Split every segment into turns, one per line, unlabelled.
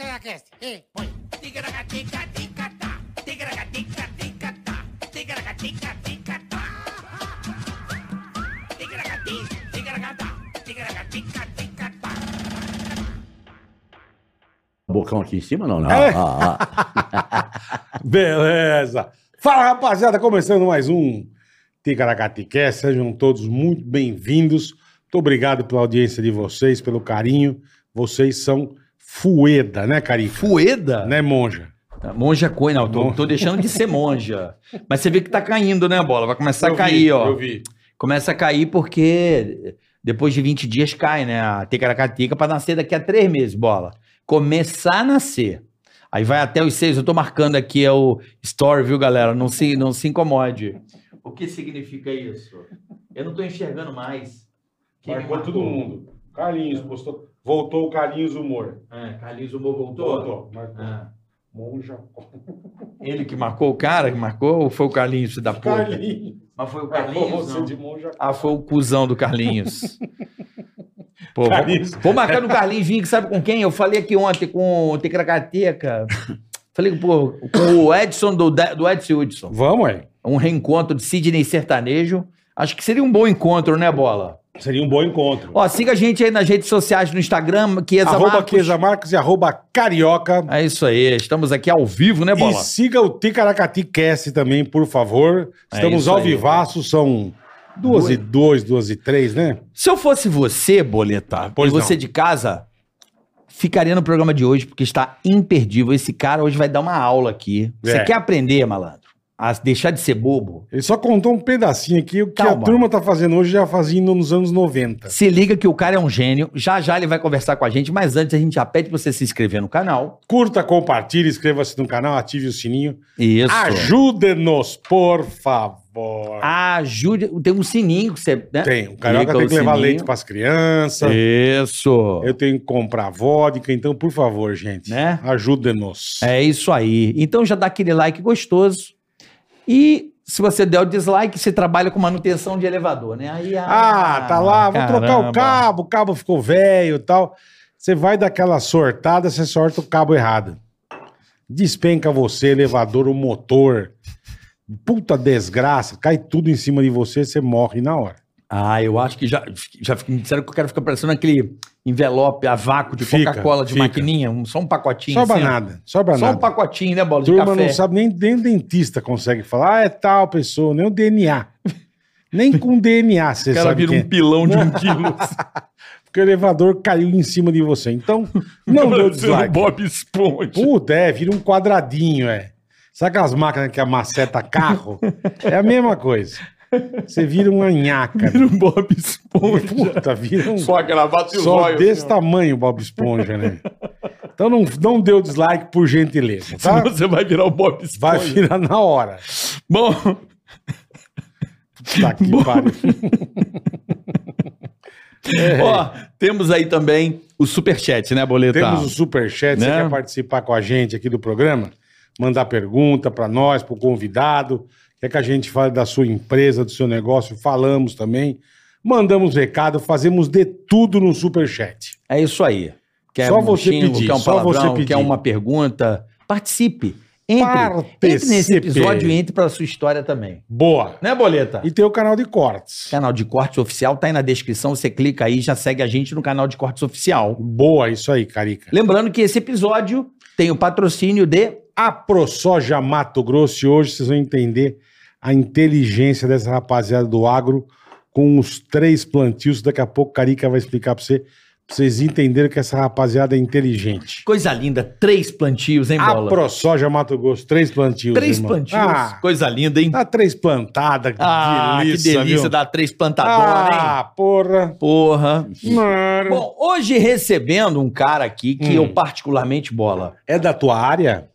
Ticaracast, e põe. Ticaracatica, ticatá. Ticaracatica, ticatá. Ticaracatica, ticatá. Ticaracati, ticaracatá. Ticaracatica, ticatá.
Bocão aqui em cima, não, não.
É.
Ah, ah.
Beleza! Fala rapaziada, começando mais um Ticaracatiqué, sejam todos muito bem-vindos. Muito obrigado pela audiência de vocês, pelo carinho. Vocês são fueda, né, Carica?
Fueda?
Né, monja?
Tá, Monja coisa, não. Tô, tô deixando de ser monja. Mas você vê que tá caindo, né, bola? Vai começar a cair, ó.
Eu vi.
Começa a cair porque depois de 20 dias cai, né? A ticaracatica pra nascer daqui a três meses, bola. Começar a nascer. Aí vai até os seis. Eu tô marcando aqui é o story, viu, galera? Não se, não se incomode. O que significa isso? Eu não tô enxergando mais. Quem me
Marcou todo
marcou?
mundo. Carlinhos postou. Voltou o Carlinhos Humor.
É, Carlinhos Humor voltou?
Voltou. Marcou.
É.
Monja.
Ele que marcou o cara que marcou ou foi o Carlinhos da porra?
Carlinhos.
Mas foi o
Marcou você
não?
de monja.
Ah, foi o cuzão do Carlinhos. Pô, vou-
Carlinhos.
Vou, marcar no Carlinhos Vinho, que sabe com quem? Eu falei aqui ontem com o Tecracateca. Falei, pô, com o Edson do, do Edson Hudson.
Vamos aí.
Um reencontro de Sidney Sertanejo. Acho que seria um bom encontro, né, Bola?
Seria um bom encontro.
Ó, siga a gente aí nas redes sociais, no Instagram, Chiesa
arroba
Marcos.
Queza Marcos e arroba Carioca.
É isso aí, estamos aqui ao vivo, né,
E
Bola?
siga o Ticaracati Cast também, por favor.
É
Estamos
isso
ao
aí,
vivaço, são duas e dois, duas e três, né?
Se eu fosse você, Boleta,
Pois
e você
não.
de casa, ficaria no programa de hoje, porque está imperdível. Esse cara hoje vai dar uma aula aqui. Você
É.
quer aprender, malandro, a deixar de ser bobo?
Ele só contou um pedacinho aqui, o que
Calma.
a turma tá fazendo hoje já fazia indo nos anos 90.
Se liga que o cara é um gênio. Já já ele vai conversar com a gente, mas antes a gente já pede pra você se inscrever no canal.
Curta, compartilhe, inscreva-se no canal, ative o sininho.
Isso.
Ajude-nos, por favor.
Ah, Ajude. Tem um sininho que você. Né?
Tem, o Carioca
Clica
tem
o
que levar
sininho.
leite pras crianças,
Isso.
eu tenho que comprar vodka, então, por favor, gente,
Né?
ajude-nos.
É isso aí. Então já dá aquele like gostoso. E se você der o dislike, você trabalha com manutenção de elevador, né? Aí,
Ah, tá lá, vou trocar o
caramba.
cabo, o cabo ficou velho e tal. Você vai dar aquela sortada, você sorta o cabo errado. Despenca você, elevador, o motor. Puta desgraça, cai tudo em cima de você, você morre na hora.
Ah, eu acho que já, já fiquei- me disseram que o cara fica parecendo aquele envelope a vácuo de
Fica,
Coca-Cola de
fica.
maquininha, um- só um pacotinho.
Sobra
assim, ó.
nada, sobra
Só um
nada.
pacotinho, né, bola de
Turma
café?
não sabe, nem, nem o dentista consegue falar, ah, é tal pessoa, nem o DNA. nem com DNA você
o cara
sabe
vira
quem é.
um pilão de um quilo.
Porque o elevador caiu em cima de você. Então, não deu
parecendo um
dislike.
Bob Esponja.
Puta, é, vira um quadradinho, é. Sabe aquelas máquinas que amaceta carro? É a mesma coisa. Você vira uma nhaca.
Vira um Bob Esponja.
Puta, vira um... Só,
a gravata
desse
assim,
tamanho, Bob Esponja, né? Então não, não dê o dislike por gentileza, tá?
Você vai virar o Bob Esponja.
Vai virar na hora.
Bom,
Tá que pariu.
Ó, temos aí também o superchat, né, Boleta?
É. Temos o Superchat, você
Né?
quer participar com a gente aqui do programa? Mandar pergunta para nós, para o convidado, quer que a gente fale da sua empresa, do seu negócio, falamos também, mandamos recado, fazemos de tudo no Superchat.
É isso aí. Quer
Só
um
você
xingo,
pedir,
quer um
só
palavrão,
você pedir.
quer uma pergunta, participe. Entre,
Participe.
entre nesse episódio e entre para sua história também.
Boa!
Né, Boleta?
E tem o canal de cortes.
Canal de Cortes Oficial tá aí na descrição, você clica aí e já segue a gente no canal de Cortes Oficial.
Boa, isso aí, Carica.
Lembrando que esse episódio tem o patrocínio de...
A ProSoja Mato Grosso, e hoje vocês vão entender a inteligência dessa rapaziada do agro com os três plantios. Daqui a pouco, Carica vai explicar para você, pra vocês entenderem que essa rapaziada é inteligente.
Coisa linda, três plantios, hein,
A
Bola?
ProSoja Mato Grosso, três plantios.
Três
irmão.
plantios,
Ah,
coisa linda, hein?
dá três plantadas. que
Ah, que delícia,
viu?
dá três plantadoras, hein?
Ah, porra.
Porra.
Mano.
Bom, hoje recebendo um cara aqui que
Hum.
eu particularmente bola.
É da tua área?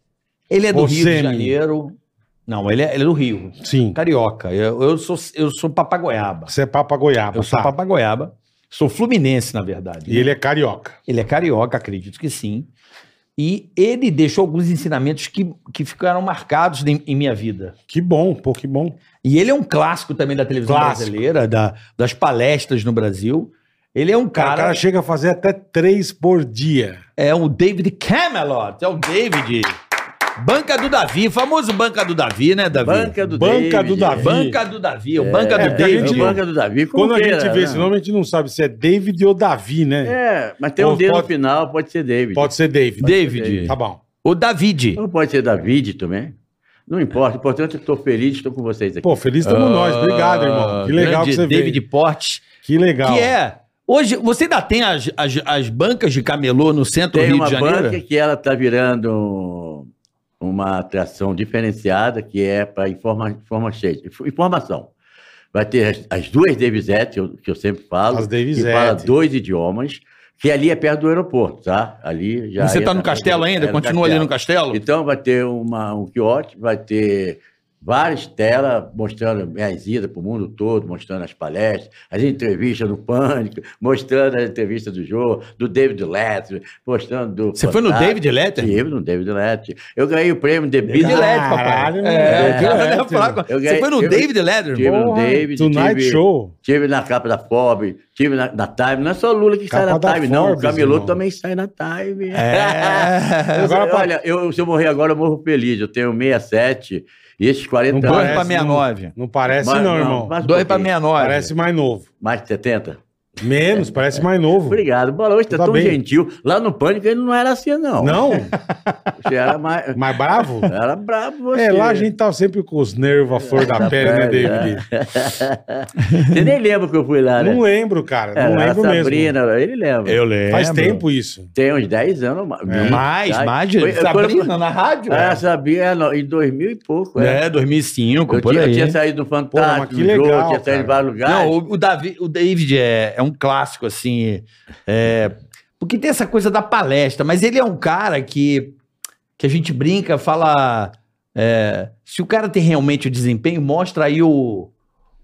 Ele é do Rio
Você,
de Janeiro. Não, ele é, ele é do Rio.
Sim.
Carioca. Eu, eu sou, eu sou papagoiaba.
Você é Papa Goiaba,
Eu sou
tá?
papagoiaba. Sou fluminense, na verdade. né?
E ele é carioca.
Ele é carioca, acredito que sim. E ele deixou alguns ensinamentos que, que ficaram marcados em, em minha vida.
Que bom, pô, que bom.
E ele é um clássico também da televisão
Clássico.
brasileira, da- das palestras no Brasil. Ele é um
Cara, o
cara.
cara chega a fazer até três por dia.
É o David Camelot. É o David. Banca do Davi, famoso Banca do Davi, né, Davi?
Banca do
Banca do
David.
Davi.
Banca do Davi, o
É,
Banca
é,
do
porque a
David.
gente- Banca do Davi. como
Quando a
queira,
gente vê
né?
esse nome, a gente não sabe se é David ou Davi, né?
É, mas tem
Ou
um dedo
pode-
no final, pode ser David.
Pode ser David.
David.
Tá bom.
O David.
Ou pode ser David também. Não importa. O importante é que eu tô feliz, estou com vocês aqui.
Pô, feliz estamos nós. Obrigado, irmão. Que legal
Ah, Grande
que você
David
veio.
Porte,
Que legal.
que é... Hoje, você ainda tem as, as, as bancas de camelô no centro
Tem
do Rio
uma
de
banca
Janeiro?
que ela está virando uma atração diferenciada que é para informa, informa cheia- inf- informação. Vai ter as, as duas Davisette, que eu- que eu sempre falo,
As
que
Davisette.
fala dois idiomas, que ali é perto do aeroporto, tá? Ali já
Você
é
está no
na-
castelo ainda?
é
Continua ali no castelo?
Então vai ter uma, um quiosque, vai ter várias telas mostrando minhas idas para o mundo todo, mostrando as palestras, as entrevistas do Pânico, mostrando a entrevista do Jô, do David Letty, mostrando do
Você foi no
Fantástico.
David Letter?
Tive no David Letty. Eu ganhei o prêmio de
David
Business.
Letter, papai.
Caralho,
É,
moleque.
cara, eu ia falar com-
né? Eu
Você foi no
ganhei-
David Letter?
Tive no
Porra,
David,
Tonight
tive-
Show.
Tive na capa da Forbes, tive na, na Time. Não é só Lula que sai
Capa
na
da
Time, não. O
Forbes,
Camilo
irmão.
também sai na Time.
É.
Eu-
Agora, pra-
olha, eu, se eu morrer agora, eu morro feliz. Eu tenho 67 e esses 40
Não
Dois
parece,
para 69.
Não parece,
tá. Mas-
É assim não, irmão.
mais um
Dois para
pouquinho.
69.
Parece mais novo.
Mais de 70?
Menos, parece mais novo.
Obrigado. Bola, hoje tá
Tá
tão
bem.
gentil. Lá no Pânico ele não era assim, não.
Não?
Você era mais...
Mais bravo?
Era brabo você.
É, lá a gente tava sempre com os nervos à flor da
Da
pele, né,
pele,
David?
Você nem lembra que eu fui lá, né?
Não lembro, cara.
Era
Não
a
lembro mesmo.
Sabrina, ele lembra.
lembro.
Faz tempo isso.
Tem uns 10 anos. mais.
É.
Mais, mais.
Foi-
de-
quando-
Sabrina, na rádio?
Ah, sabia, não, em 2000 e pouco. é.
É, 2005,
Eu,
por
tinha, eu
aí.
tinha saído do
Né? Porra, mas
Fantástico,
que
do jogo,
legal,
eu tinha saído de
cara.
vários lugares.
Não, o, o Davi, o David é, é um clássico, assim. é, porque tem essa coisa da palestra, mas ele é um cara que, que a gente brinca, fala. é, se o cara tem realmente o desempenho, mostra aí o.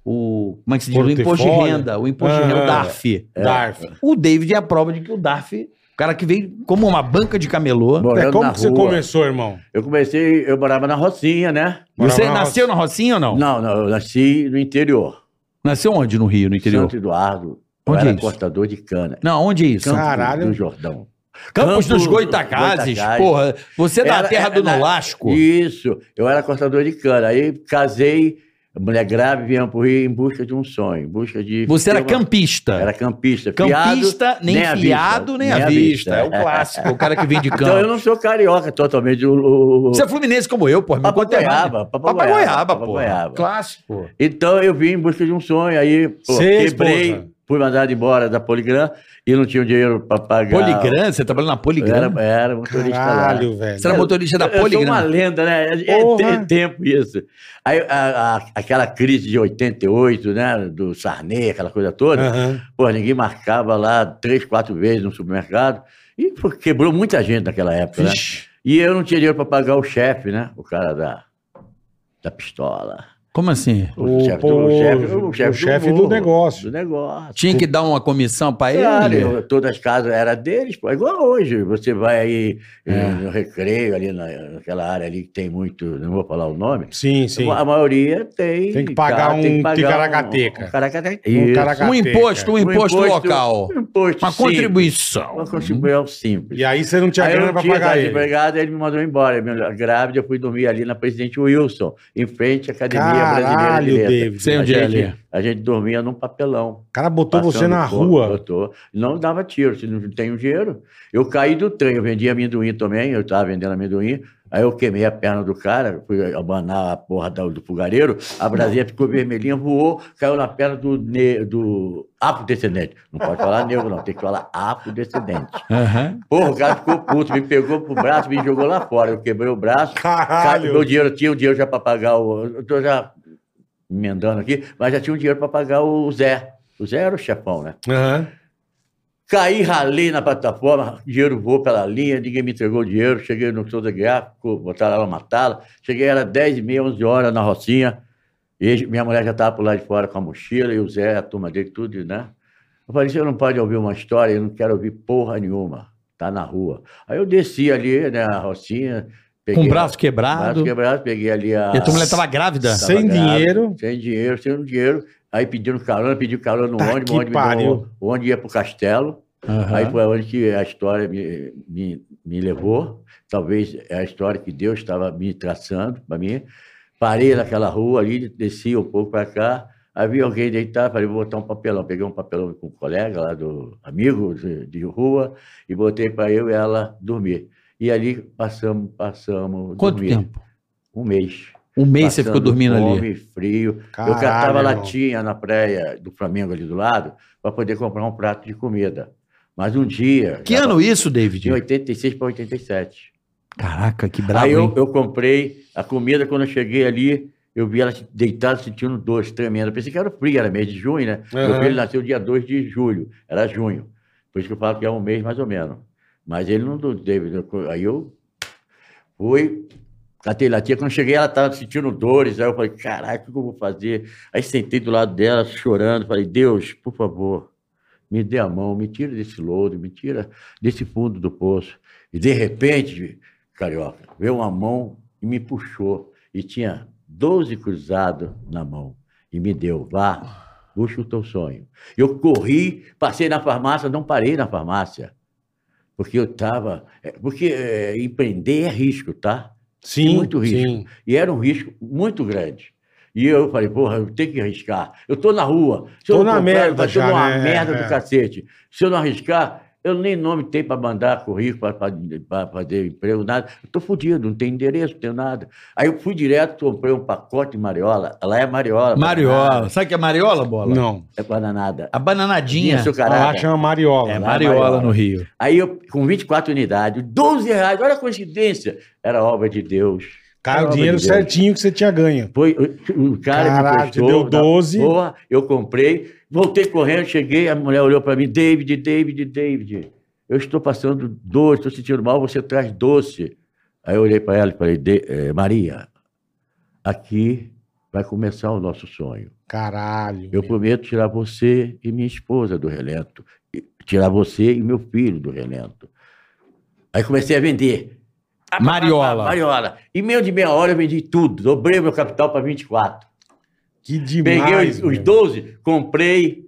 o como é que se diz? O imposto de
Portfólio.
renda, o imposto de
Ah,
renda, o
é.
DARF.
Darf.
O David é a prova de que o DARF, o cara que veio como uma banca de camelô.
Morando
É, como
na
que você
rua.
começou, irmão?
Eu comecei, eu morava na Rocinha, né?
Você
Morava na
nasceu na Rocinha ou não?
Não, não, eu nasci no interior.
Nasceu onde no Rio, no interior?
Santo Eduardo. Eu
Onde
era
é isso?
cortador de cana.
Não, onde é isso?
Campos do-
Caralho.
do Jordão.
Campos
Campos
dos
do-
Goitacazes,
Goitacazes.
porra. Você é da
Era-
terra do
era-
Nolasco?
Isso, eu era cortador de cana. Aí casei, mulher grave, viemos pro Rio em busca de um sonho, em busca de...
Você era
ter uma-
campista.
Era campista.
campista,
fiado,
nem,
à
fiado, nem à vista. É o clássico, o cara que vem de campo.
Então eu não sou carioca totalmente. O, o, o...
Você é fluminense como eu, porra. Meu é conterrâneo.
Papagoiaba,
Papagoiaba, porra.
Papagoiaba.
Clássico.
Então eu vim em busca de um sonho, aí pô,
é
Cê,
quebrei,
esposa?
fui mandado embora da Poligram e não tinha dinheiro para pagar.
Poligram, você trabalhou na
Eu
Poligram?
Era, era motorista lá.
Caralho, velho.
Você era motorista da
Eu- eu sou um uma
Poligram?
lenda, né? É,
Porra.
tem tempo isso. Aí a- a- aquela crise de 88, né? Do Sarney, aquela coisa toda.
Aham.
Pô, ninguém marcava lá três, quatro vezes no supermercado. E pô, quebrou muita gente naquela época, né?
Vixe,
E eu não tinha dinheiro para pagar o chefe, né? O cara da, da pistola.
como assim?
O,
chefe do-
pô,
o chefe- o
o
chefe do
chefe do
morro,
negócio.
Do negócio.
Tinha que dar uma comissão pra É ele? Um
Claro, eu- todas as casas eram deles, pô. É igual hoje. Você vai aí
É.
eh, no recreio, ali na- naquela área ali que tem muito, não vou falar o nome.
Sim, sim.
A maioria tem.
Tem que pagar
cara,
um
pagar
ticaracateca.
Um, um caracateca.
Um
Isso.
caracateca.
um imposto, um
Um
imposto local.
Um imposto
Uma
simples.
contribuição.
Uma contribuição simples.
E aí você não tinha
Aí eu
grana
não
pra
tinha
pagar
idade de
ele.
empregado, ele me mandou embora. Eu me olhava grávida, eu fui dormir ali na Presidente Wilson, em frente à Academia Brasileira de
Caralho,
Letras.
David.
Sei
A
onde é ali.
gente, a gente dormia num papelão.
O cara botou você
passando
na
fogo,
rua.
botou. Não dava tiro, se não tem o dinheiro. Eu caí do trem, eu vendia amendoim também, eu estava vendendo amendoim. Aí eu queimei a perna do cara, fui abanar a porra da- do fogareiro, a brasinha ficou vermelhinha, voou, caiu na perna do, ne- do afrodescendente. Não pode falar negro, não, tem que falar afrodescendente.
Aham.
Porra, o cara ficou puto, me pegou pro braço, me jogou lá fora. Eu quebrei o braço. Sabe, meu
Caralho.
dinheiro, eu tinha o dinheiro já pra pagar o. Eu tô já emendando aqui, mas já tinha o dinheiro pra pagar o Zé. O Zé era o chefão, né?
Aham.
Caí, ralei na plataforma, dinheiro voou pela linha, ninguém me entregou o dinheiro. Cheguei no Souza Guiar, ficou- botaram ela, mataram. Cheguei, era 10 e meia, 11 horas na Rocinha. E minha mulher já estava por lá de fora com a mochila, e o Zé, a turma dele, tudo, né? Eu falei, você não pode ouvir uma história, eu não quero ouvir porra nenhuma. Tá na rua. Aí eu desci ali, né, a Rocinha.
Com
peguei-
o braço quebrado.
braço quebrado, peguei ali a...
E a tua mulher tava grávida?
Tava
Sem dinheiro.
Sem dinheiro, sem dinheiro. Aí pediram carona, pediram carona no
Tá
ônibus,
que
o ônibus, me deu-
pariu.
o ônibus ia pro castelo. Aí foi onde que a história me, me, me levou. Talvez é a história que Deus estava me traçando para mim. Parei naquela rua ali, desci um pouco para cá. Aí vi alguém deitar, falei, vou botar um papelão. Peguei um papelão com um colega lá do amigo de, de rua e botei para eu e ela dormir. E ali passamos, passamos.
Quanto
dormir.
tempo?
Um mês.
Um mês você
Passando
ficou dormindo ali.
fome, frio. eu
Caralho,
catava
irmão.
latinha na praia do Flamengo ali do lado para poder comprar um prato de comida. Mas um dia.
Que
já
ano isso, David?
De 86 para 87.
Caraca, que brabo,
Aí eu,
hein?
eu comprei a comida, quando eu cheguei ali, eu vi ela deitada, sentindo dor tremenda. Eu Pensei que era frio, era mês de junho, né? Meu
Aham.
filho nasceu dia 2 de julho, era junho. Por isso que eu falo que é um mês mais ou menos. Mas ele não do- teve. Aí eu fui, catei latinha. Quando cheguei, ela estava sentindo dores. Aí eu falei, caraca, o que eu vou fazer? Aí sentei do lado dela, chorando. Falei, Deus, por favor, me dê a mão, me tira desse lodo, me tira desse fundo do poço. E de repente, carioca, veio uma mão e me puxou. E tinha 12 cruzados na mão. E me deu, vá, busca o teu sonho. Eu corri, passei na farmácia, não parei na farmácia. Porque eu estava. Porque eh, empreender é risco, tá?
Sim,
muito risco.
sim.
E era um risco muito grande. E eu falei, porra, eu tenho que arriscar. Eu tô na rua. Se eu
Tô
não
na
comprar,
merda
vai ser
já,
uma
né?
merda
É.
do cacete. Se eu não arriscar, eu nem nome tenho para mandar currículo, para fazer emprego, nada. Eu tô fodido, não tenho endereço, não tenho nada. Aí eu fui direto, comprei um pacote de mariola. Lá é mariola.
Mariola. Sabe o que é mariola, bola?
Não. Tá
É bananada.
A bananadinha.
Tinha açucarada.
Lá chama Mariola.
É
Lá
mariola,
né? Mariola.
no Rio.
Aí eu, com 24 unidades, 12 reais, olha a coincidência. Era obra de Deus.
Cara,
Era
o
obra
dinheiro
de Deus.
certinho que você tinha ganho.
Foi, o o cara
Caralho,
me prestou,
deu 12.
na Boa, eu comprei, voltei correndo, cheguei, a mulher olhou para mim, David, David, David, eu estou passando doce, estou sentindo mal, você traz doce. Aí eu olhei para ela e falei, "De- eh, Maria, aqui vai começar o nosso sonho.
Caralho.
Eu prometo tirar você e minha esposa do relento. e- Tirar você e meu filho do relento. Aí comecei a vender. Ah, pá, pá, pá,
Mariola.
Mariola. Em menos de meia hora eu vendi tudo. Dobrei meu capital para 24.
Que demais.
Peguei os, os
meu.
12, comprei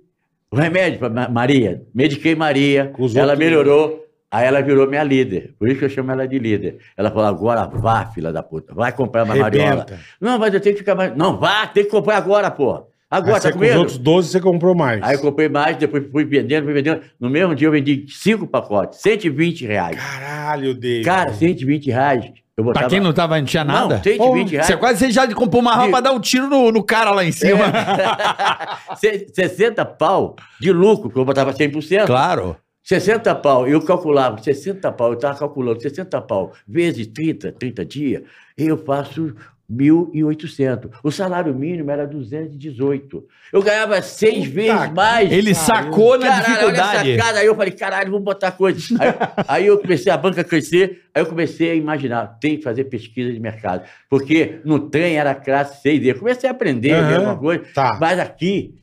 o remédio para Maria. Mediquei Maria.
Os
ela
outros- né?
melhorou. Aí ela virou minha líder. Por isso que eu chamo ela de líder. Ela falou: agora vá, filha da puta. Vai comprar mais Mariola.
Arrebenta.
Não, mas eu tenho que ficar mais. Não, vá, tem que comprar agora, pô. Agora,
Aí você
tá
com
com
os
medo?
outros 12 você comprou mais.
Aí eu comprei mais, depois fui vendendo, fui vendendo. No mesmo dia eu vendi cinco pacotes, 120 reais.
Caralho, David.
Cara, 120 reais. Eu botava...
Pra quem não tava, não tinha
Não,
nada.
120 reais.
Você quase você já comprou uma rapa
De- É.
pra dar um tiro no, no cara lá em cima.
Se- 60 pau de lucro, que eu botava 100%.
Claro.
60 pau, eu calculava, 60 pau, eu estava calculando, 60 pau vezes 30, 30 dias, eu faço 1.800. O salário mínimo era 218. Eu ganhava seis
Puta
vezes
que-
mais.
Ele
Caralho.
sacou
Caralho,
na
olha essa
dificuldade.
sacada. Aí eu falei, caralho, vamos botar coisa. Aí, aí eu comecei, a banca crescer, aí eu comecei a imaginar, tem que fazer pesquisa de mercado. Porque no trem era classe 6D. Eu Comecei a aprender
Aham.
ver alguma coisa.
Tá.
Mas aqui,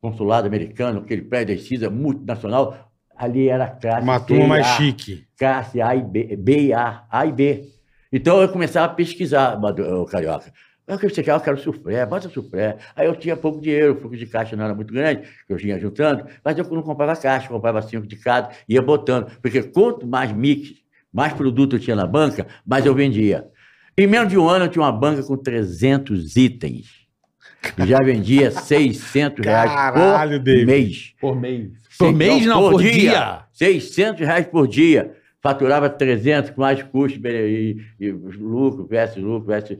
consulado americano, aquele prédio da CISA multinacional, ali era classe
Uma
C
turma
e
mais
A,
chique.
Classe A e B, B e A, A e B. Então eu começava a pesquisar, Madu- ô, Carioca. Eu quero chegar, eu quero sufré, bota sufré. Aí eu tinha pouco dinheiro, o fluxo de caixa não era muito grande, que eu vinha juntando, mas eu não comprava caixa, comprava cinco de cada, ia botando. Porque quanto mais mix, mais produto eu tinha na banca, mais eu vendia. Em menos de um ano eu tinha uma banca com 300 itens. E já vendia 600 reais
Caralho,
por
David.
mês.
Por mês. Por mês não, por, dia.
600 reais por dia. Faturava 300 com mais custos bene- e, e lucro versus lucro versus...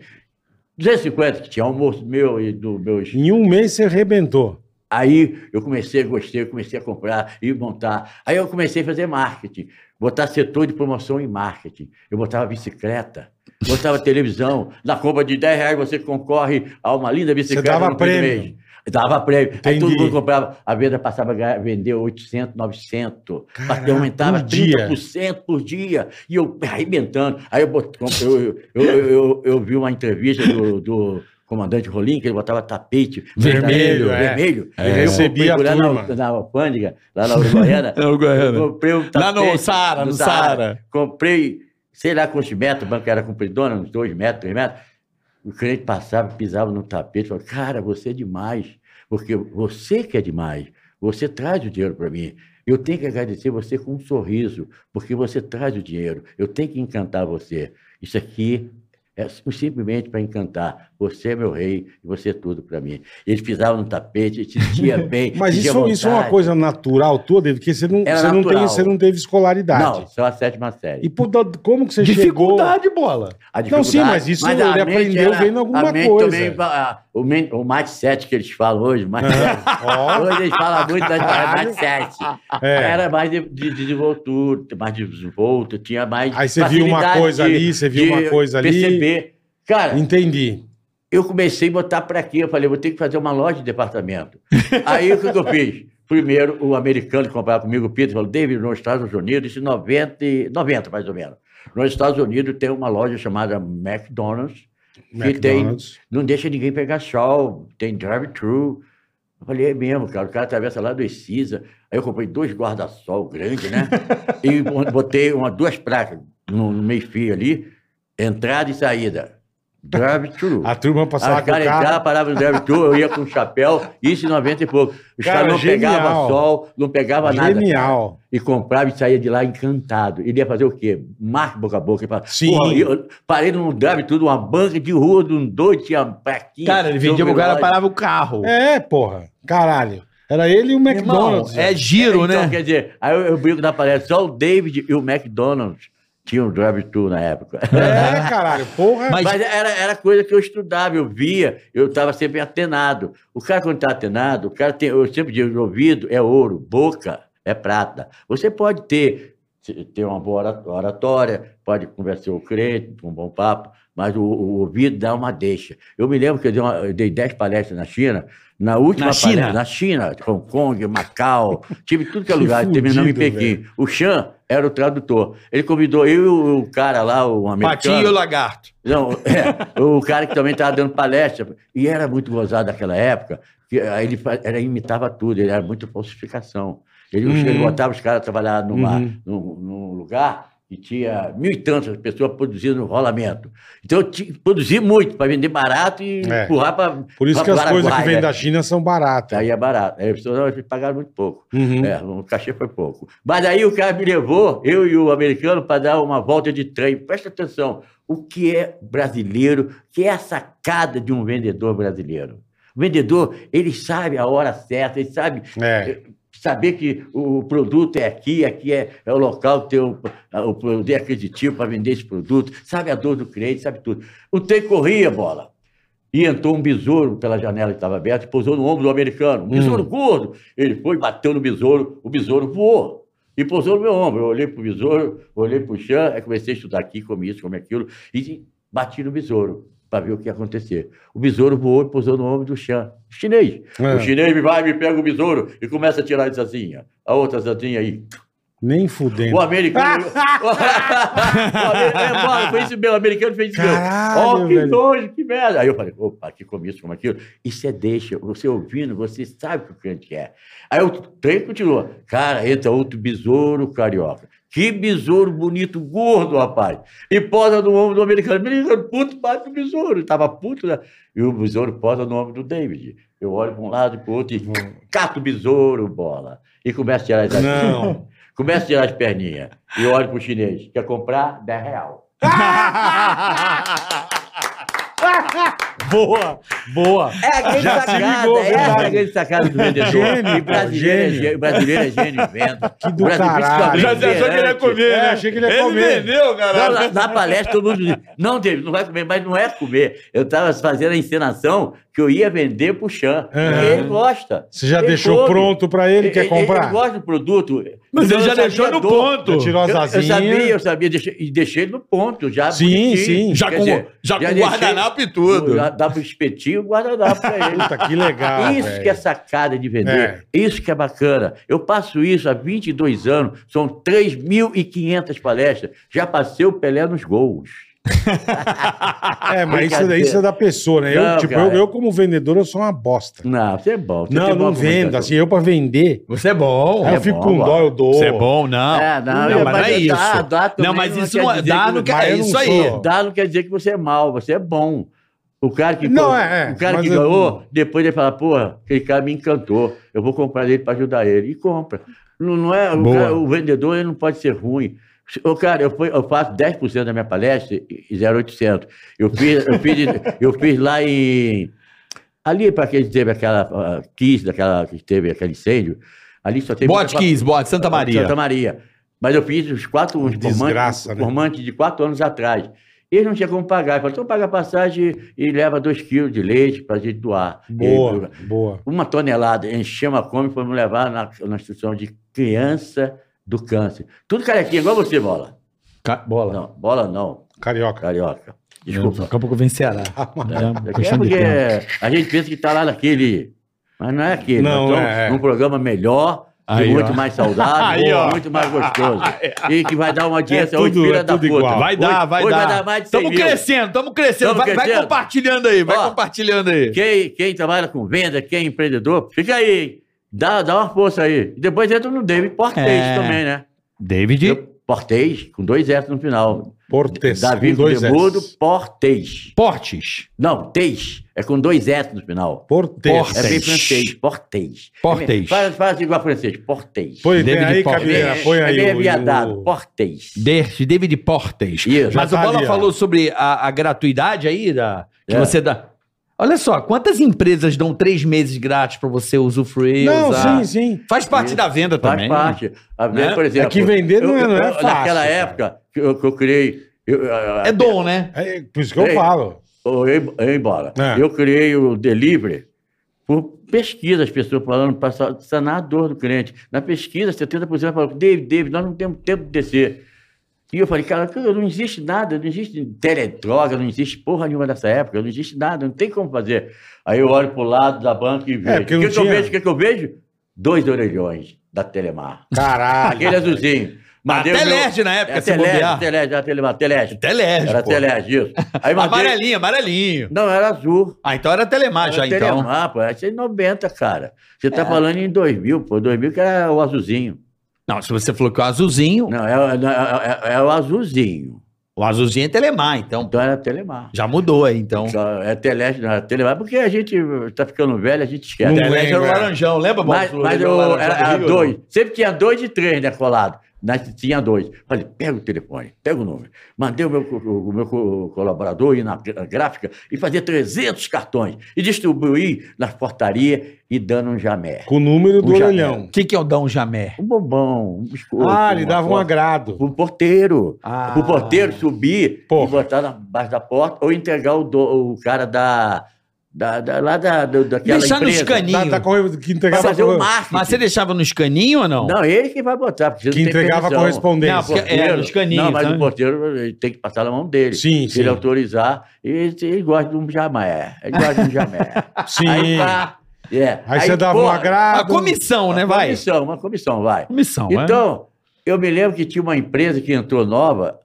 250 que tinha almoço meu e do meus
Em um mês você arrebentou.
Aí eu comecei, gostei, comecei a comprar e montar. Aí eu comecei a fazer marketing, botar setor de promoção em marketing. Eu botava bicicleta, botava televisão. Na compra de 10 reais você concorre a uma linda bicicleta.
dava
no fim do
prêmio.
mês. Dava prêmio. Aí todo
Entendi.
mundo comprava. A venda passava a ganhar- vender 800, 900.
Caraca,
aumentava
por dia.
30% por dia. E eu arrebentando. Aí eu, bot- eu, eu, eu, eu- eu vi uma entrevista do... do Comandante Rolim, que ele botava tapete
Vermelho,
é.
vermelho.
É.
Eu
Recebia
comprei
a
lá
turma.
na, na alfândega, lá na Uruguaiana.
É o Goiânia.
comprei um
Lá no
tapete
Saara, no Saara.
Comprei, sei lá quantos metros, o banco era compridona, uns dois metros, três metros. O cliente passava, pisava no tapete, falava, cara, você é demais. Porque você quer demais. Você traz o dinheiro para mim. Eu tenho que agradecer você com um sorriso, porque você traz o dinheiro. Eu tenho que encantar você. Isso aqui é simplesmente para encantar. Você é meu rei e você é tudo para mim. Eles pisavam no tapete, eles se sentia bem.
Mas
se sentia
isso, isso é uma
vontade.
coisa natural tua, David, porque você não,
Era
você não,
natural.
teve, você não teve escolaridade.
Não, só a sétima série.
E por, da- como que você chegou...
Dificuldade, bola.
A
Não, sim,
dificuldade,
mas isso
a
ele
mente
aprendeu vendo alguma
a mente
coisa.
também, ah, o, men- o mindset que eles falam hoje, mas
Ó,
hoje eles falam muito das palavras mindset.
é.
Era mais de, de desenvoltura, mais desenvolto, tinha mais.
Aí você viu uma
facilidade
coisa
de-
ali, você viu
de
uma coisa ali.
Perceber. Cara,
Entendi.
eu comecei a botar para quê? Eu falei, vou ter que fazer uma loja de departamento. Aí o que, que eu fiz? Primeiro, o americano que comprava comigo, o Peter, falou, David, nos Estados Unidos, isso em 90, e- 90 mais ou menos. Nos Estados Unidos tem uma loja chamada McDonald's, que tem,
McDonald's.
não deixa ninguém pegar sol, tem drive-thru. Eu falei, é mesmo, cara, o cara atravessa lá do Ecisa. Aí eu comprei dois guarda-sol grandes, né? e botei uma, duas placas no, no meio-fio ali, entrada e saída. Drive-thru.
A turma passava
Os
com o
caras entravam,
carro.
paravam no drive-thru, eu ia com um chapéu, isso em 90 e pouco. Os
Cara,
caras não
genial.
pegavam sol, não pegavam nada.
Genial.
E comprava e saía de lá encantado. Ele ia fazer o quê? Marca boca a boca. Ele falava,
Sim.
"Porra, eu parei num drive-thru, de uma banca de rua, de um doido, tinha plaquinha.
Cara, ele vendia pro
sobre
cara,
loja.
parava o carro.
É, porra. Caralho. Era ele e o McDonald's.
Irmão, é giro,
Então,
né?
quer dizer, aí eu, eu brinco na palestra, só o David e o McDonald's tinham um drive-thru na época.
É, caralho. Porra.
Mas-
Mas, era, era coisa que eu estudava, eu via, eu estava sempre atenado. O cara, quando está atenado, o cara tem, eu sempre digo, ouvido é ouro, boca é prata. Você pode ter, ter uma boa ora- oratória, pode conversar com o crente, com um bom papo, mas o, o ouvido dá uma deixa. Eu me lembro que eu dei, uma- eu dei 10 palestras na China, na última
Na China?
palestra- na China, Hong Kong, Macau, tive tudo que é
Que
lugar, terminamos em
fudido,
Pequim. O Chan era o tradutor. Ele convidou eu e o o cara lá, o americano.
Patinho e o lagarto.
Não, é, o cara que também estava dando palestra, e era muito gozado naquela época, que aí ele fa- era, imitava tudo, ele era muito falsificação. Ele, os- ele botava os caras a trabalhar numa,
Uhum.
num, num lugar e tinha mil e tantas pessoas produzindo rolamento. Então eu ti- produzi muito para vender barato e
É.
empurrar para.
Por isso que as coisas que vêm da China são
né?
baratas.
é. Aí é barato. Aí as pessoas "Não, pagaram muito pouco.
Uhum.
É, o cachê foi pouco. Mas aí o cara me levou, eu e o americano, para dar uma volta de trem. Presta atenção, o que é brasileiro, o que é a sacada de um vendedor brasileiro? O vendedor, ele sabe a hora certa, ele sabe
É.
saber que o produto é aqui, aqui é, é o local que tem o, o poder aquisitivo para vender esse produto, sabe a dor do cliente, sabe tudo. O trem corria, bola. E entrou um besouro pela janela que estava aberta e pousou no ombro do americano. Um besouro gordo. Ele foi, bateu no besouro, o besouro voou. E pousou no meu ombro. Eu olhei para o besouro, olhei para o chão, aí comecei a estudar aqui, comi isso, comi aquilo, e bati no besouro para ver o que ia acontecer. O besouro voou e pousou no ombro do chão. Chinês.
É.
O chinês me vai, me pega o besouro e começa a tirar a asinhas. A outra asinha aí.
Nem fudendo.
O americano. o americano é, bora, foi isso mesmo, o americano fez isso mesmo.
Caralho,
Ó, que
velho.
nojo, que merda. Aí eu falei, opa, que como isso, como aquilo. Isso é deixa, você ouvindo, você sabe o que o cliente é. Aí o trem continua. Cara, entra outro besouro carioca. Que besouro bonito, gordo, rapaz. E posa no ombro do americano. Menino, puto, bate no besouro. Tava puto, né? E o besouro posa no ombro do David. Eu olho para um lado e para o outro e cato o besouro, bola. E começa a tirar as
Não.
Começa a tirar as perninhas e olha pro chinês. Quer comprar? 10 real.
Boa, boa.
É a grande
Já se ligou,
sacada, é
verdade.
a grande sacada do vendedor.
Gênio,
e brasileiro,
gênio.
É gênio, brasileiro é gênio em venda. Que
do caralho.
Já achou que ele ia comer,
É,
né?
achei que ele ia comer.
vendeu,
Não, na, na palestra, todo mundo dizia, não, David, não vai comer, mas não é comer. Eu estava fazendo a encenação que eu ia vender pro Chan.
Aham.
Ele gosta.
É. Você já
Ele
deixou
come.
pronto pra ele? Quer comprar?
Ele gosta do produto.
Mas
Então eu
ele já
sabia
deixou
a
no
dor.
ponto.
Já tirou as
Eu, eu
asinhas.
sabia, eu sabia, deixei- e deixei no ponto, já
Sim,
bonitinho.
sim.
Já
Quer
com-
dizer,
já com
deixei-
guardanapo e tudo.
Já Dava o espetinho e o guardanapo pra ele.
Puta, que legal.
Isso
velho.
que é sacada de vender, isso que é bacana. Eu passo isso há 22 anos, são 3.500 palestras. Já passei o Pelé nos gols.
É, mas isso,
Brincadeira.
isso é da pessoa, né? Eu,
Não,
tipo, eu,
cara. é.
eu, como vendedor, eu sou uma bosta.
Não, você é bom. você
Não,
tem boa
não vendo.
comunicação.
Assim, eu pra vender,
Você é bom.
aí
É
eu fico
bom,
com dó,
agora.
eu dou.
Você é bom, não.
É, não, é,
não, mas não é
mas
isso.
dá- dá também
não, é mas
não
isso
quer
não,
dizer
dá,
que-
não
mas
quer.
eu
Isso
não
aí.
sou.
Dá não quer dizer que você é mal, você é bom. O cara que,
Não,
co-
é, é,
o cara
mas
que
eu-
ganhou, depois ele fala, porra, aquele cara me encantou, eu vou comprar dele para ajudar ele. E compra. Não, não é, o,
Boa.
cara- o vendedor ele não pode ser ruim. O cara, eu, fui- eu faço 10% da minha palestra e 0,800. Eu fiz, eu, fiz, eu fiz lá em... Ali para que teve aquela quis, daquela que teve aquele incêndio, ali só teve...
Bote 15, bote Santa Maria.
Santa Maria. Mas eu fiz os quatro uns formantes,
Desgraça, né?
formantes de quatro anos atrás. Eles não tinham como pagar. Eu Falei, então paga a passagem e leva dois quilos de leite para a gente doar. E
Boa,
aí,
boa.
uma tonelada, enchemos a come para me levar na, na instituição de criança do câncer. Tudo carequinha, igual você, Bola.
Ca- Bola.
Não, Bola não,
Carioca.
carioca. Desculpa.
Daqui a pouco vem Ceará.
É
Questão de
porque
tempo.
a gente pensa que está lá naquele. Mas não é aquele.
Não,
Nós estamos
é.
num programa melhor,
Aí,
e muito
ó.
mais saudável,
Aí, ó.
muito mais gostoso. e que vai dar uma audiência
É tudo-
hoje, filha
é
da
tudo
puta.
igual.
Vai dar,
Hoje-
vai
hoje
dar.
vai dar mais de 100
Tamo
mil.
crescendo, tamo crescendo.
Tamo
Vai, vai
crescendo.
compartilhando aí, vai
Ó.
compartilhando aí.
Quem, quem trabalha com venda, quem é empreendedor, fica aí, hein? Dá, dá uma força aí. E depois entra no David Portês
É.
também, né?
David.
Portês, com dois S no final.
Portes.
Davi
com
com
dois S.
Demudo, Portês.
Portes.
Não, Tês. É com dois S no final.
Portes.
Portes.
É bem
Portês.
francês, portês.
Portês.
É, faz, faz igual francês, portês.
Põe tem
David
aí,
Portes.
Cabineira, põe
é
aí.
meio
o-
aviadado,
o-
portês.
De- David Portes.
Isso.
Mas
Já tá
o Bola
ali, ó.
falou sobre a, a gratuidade aí, da, que
É.
você dá. Olha só, quantas empresas dão três meses grátis pra você usufruir?
Não,
usar?
sim, sim.
Faz parte
Isso.
da venda
Faz
também.
parte. A venda,
Né?
por exemplo,
É que vender não é- não é fácil,
Naquela
cara.
época que eu, que eu criei. Eu, eu-
É dom, né?
É por isso que eu
Ei.
falo.
eu- eu- eu ia embora.
É.
Eu criei o delivery por pesquisa, as pessoas falando para sanar a dor do cliente. Na pesquisa, 70% falaram, David, David, nós não temos tempo de descer. E eu falei, cara, não existe nada, não existe teledroga, não existe porra nenhuma dessa época, não existe nada, não tem como fazer. Aí eu olho pro lado da banca e vejo.
É, porque
o
não
que, que eu
tinha-
vejo? O que, que eu vejo? Dois orelhões da Telemar.
Caralho.
Aquele é
Ah,
azulzinho. Mandei
Até
o meu-
né?
LED na época,
É
se
Telege,
bobear.
Telege, era Telemar, Telege.
Telérgico.
Era Telege, isso. Aí mandei...
Amarelinho, amarelinho.
Não, era azul.
Ah, então era Telemar
Era
já, então. É.
Telemar, pô, era 90, cara. Você tá falando em 2000, pô, 2000 que era o azulzinho.
Não, se você falou que o azulzinho,
Não, é, é- é- é o azulzinho.
o azulzinho é Telemar, então.
Então era Telemar.
Já mudou aí, então.
Só É Teleste, não era Telemar, porque a gente tá ficando velho, a gente esquece.
Não
Telérgico era o
lembro, é.
laranjão, lembra,
Mas,
Bola?
mas
Era o
eu,
laranjão
era,
do
era
Rio,
dois. Sempre tinha dois e três, né, colado. Mas tinha dois. Falei, pega o telefone, pega o número. Mandei o meu, co- o meu co- colaborador ir na gr- gráfica e fazer 300 cartões. E distribuir nas portarias e dando um jamé.
Com o número do
Um
orelhão.
O que, que é o Dom Jamé?
Um bombom, um biscoito.
Ah, ele dava um
porta.
agrado.
Pro porteiro.
Ah.
Pro porteiro subir
Porra.
e botar na base da porta ou entregar o, do- o cara da, da, da- lá da, do- daquela
Deixar nos
empresa.
caninhos.
Tá, tá correndo que
Pra
entregava
fazer um o
corre-
marketing.
Mas você deixava no escaninho ou não?
Não, ele que vai botar. porque você
que
não tem
entregava
permissão.
Não,
correspondência.
porque- É, nos caninhos,
Não, mas
sabe?
o porteiro ele tem que passar na mão dele.
Sim,
se
sim.
ele autorizar. E ele, ele gosta de um jamé. Ele gosta de um jamé.
Sim.
Aí, pá, é.
Aí, você dava um
pô,
A
agrado.
comissão, né?
Uma
Vai.
comissão, uma comissão, vai.
Comissão,
é?
né?
Então, eu me lembro que tinha uma empresa que entrou nova,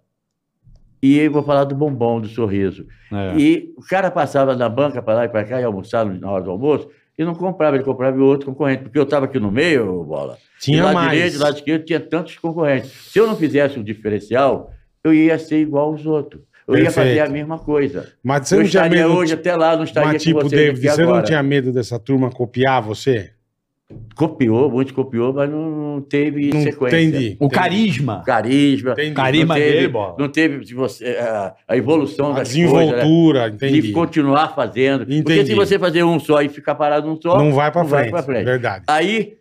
e eu vou falar do bombom, do sorriso.
É.
E o cara passava na banca para lá e para cá e almoçava na hora do almoço, e não comprava, ele comprava em outro concorrente, porque eu estava aqui no meio, ô bola.
Tinha
do lado
mais.
direito, do lado esquerdo, tinha tantos concorrentes. Se eu não fizesse um diferencial, eu ia ser igual aos outros. Eu ia
Perfeito.
fazer a mesma coisa.
Mas você
eu
não tinha
estaria
medo.
hoje até lá, não estaria
mas tipo,
com vocês
David,
aqui
você
agora.
não tinha medo dessa turma copiar você?
Copiou, muito copiou, mas não, não teve
Não
sequência.
entendi.
O
entendi.
carisma.
Carisma.
Entendi.
Carisma
não teve,
dele, bola.
Não teve de você, é, a, a evolução
A
das coisas, né?
desenvoltura,
de
entendi.
continuar fazendo. Porque
Entendi.
se você fazer um só e ficar parado num só,
Não vai pra frente.
pra frente.
Verdade.
aí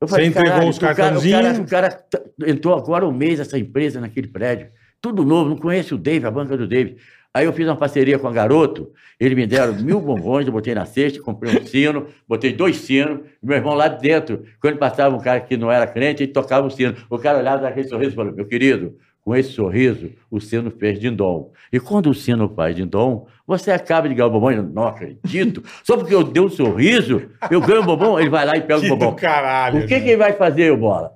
eu
Você entregou
"Caralho,
os
o cara- o
cartãozinhos?"
cara- O cara, t- entrou agora um mês essa empresa naquele prédio. Tudo novo, não conheço o Dave, a banca do Dave. Aí eu fiz uma parceria com a Garoto, eles me deram mil bombons, eu botei na cesta, comprei um sino, botei dois sinos, meu irmão lá dentro, quando passava um cara que não era crente, ele tocava o sino. O cara olhava aquele sorriso e falou, meu querido, com esse sorriso, o sino fez dindom. E quando o sino faz dindom, você acaba de ganhar o bombom, ele, não acredito, só porque eu dei um sorriso, eu ganho o bombom, ele vai lá e pega
Que
o bombom.
do caralho.
tá O que,
né?
que ele vai fazer, o Bola?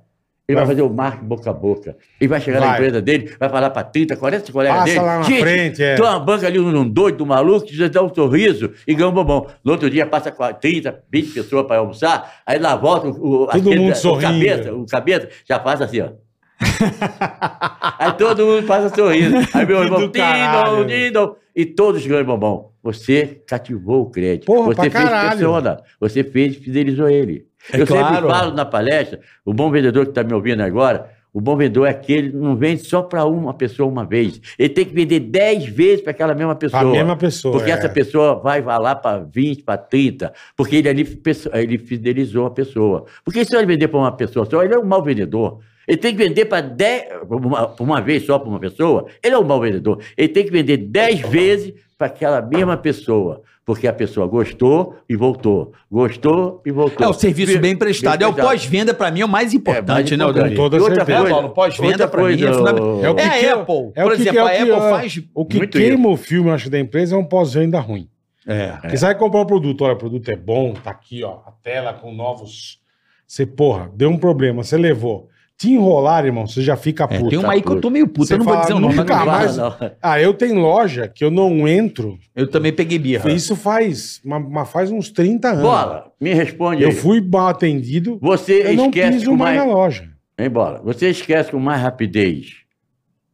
Ele vai
Vai-
fazer o marketing boca a boca. Ele vai chegar na
Vai.
empresa dele, vai falar para 30, 40 colegas
Passa
dele.
lá na frente, é."
Tem uma banca ali, um doido, um maluco, que já dá um sorriso e ganha um bombom. No outro dia passa qua- 30, 20 pessoas para almoçar, aí lá volta o, o,
Todo mundo
o
sorrindo.
cabeça, o cabeça já faz assim, ó. Aí todo mundo passa sorriso. Aí meu
Que
irmão,
do caralho,
Dindon, Dindon. E todos ganham bombom. Você cativou o crédito.
Porra, pra
você fez
caralho.
persona. Você fez, fidelizou ele.
É
Eu
claro.
sempre falo na palestra, o bom vendedor que está me ouvindo agora, o bom vendedor é aquele que não vende só para uma pessoa uma vez. Ele tem que vender 10 vezes para aquela mesma pessoa.
A mesma pessoa.
Porque
é.
essa pessoa vai lá para 20, para 30, porque ele ali perso- ele fidelizou a pessoa. Porque se ele vender para uma pessoa só, ele é um mau vendedor. Ele tem que vender para 10, pra uma, pra uma vez só para uma pessoa, ele é um mau vendedor. Ele tem que vender 10 vezes para aquela mesma pessoa. Porque a pessoa gostou e voltou. Gostou e voltou.
É o serviço bem prestado. É o
prestado.
pós-venda, pra mim, é o mais importante,
mais
né,
importante.
Com
Aldari?
toda
E outra
certeza.
coisa,
É, Paulo, pós-venda
outra
pra mim é
coisa,
fundamental.
ô-
É o que
É
que-
a Apple.
é o
Por
que
exemplo,
que-
a
é o
Apple
que-
faz.
O que
Muito
queima o filme, eu acho, da empresa é um pós-venda ruim.
É.
Porque você vai comprar o produto, olha, o produto é bom, tá aqui, ó, a tela com novos. Você, porra, deu um problema, você levou. Te enrolar, irmão, você já fica
É,
puto.
tem uma aí que eu tô meio puta,
Você
eu não vou
fala,
dizer o nome.
nunca
mas não
Não
vai.
mais-
fala, não.
Ah, eu tenho loja que eu não entro.
Eu também peguei birra. É
Isso faz, uma, uma- faz uns 30 anos.
Bola, me responde
Eu
aí.
fui mal atendido,
Você
eu não
esquece é
piso
com
mais
mais...
na loja.
Vem embora. Você esquece com mais rapidez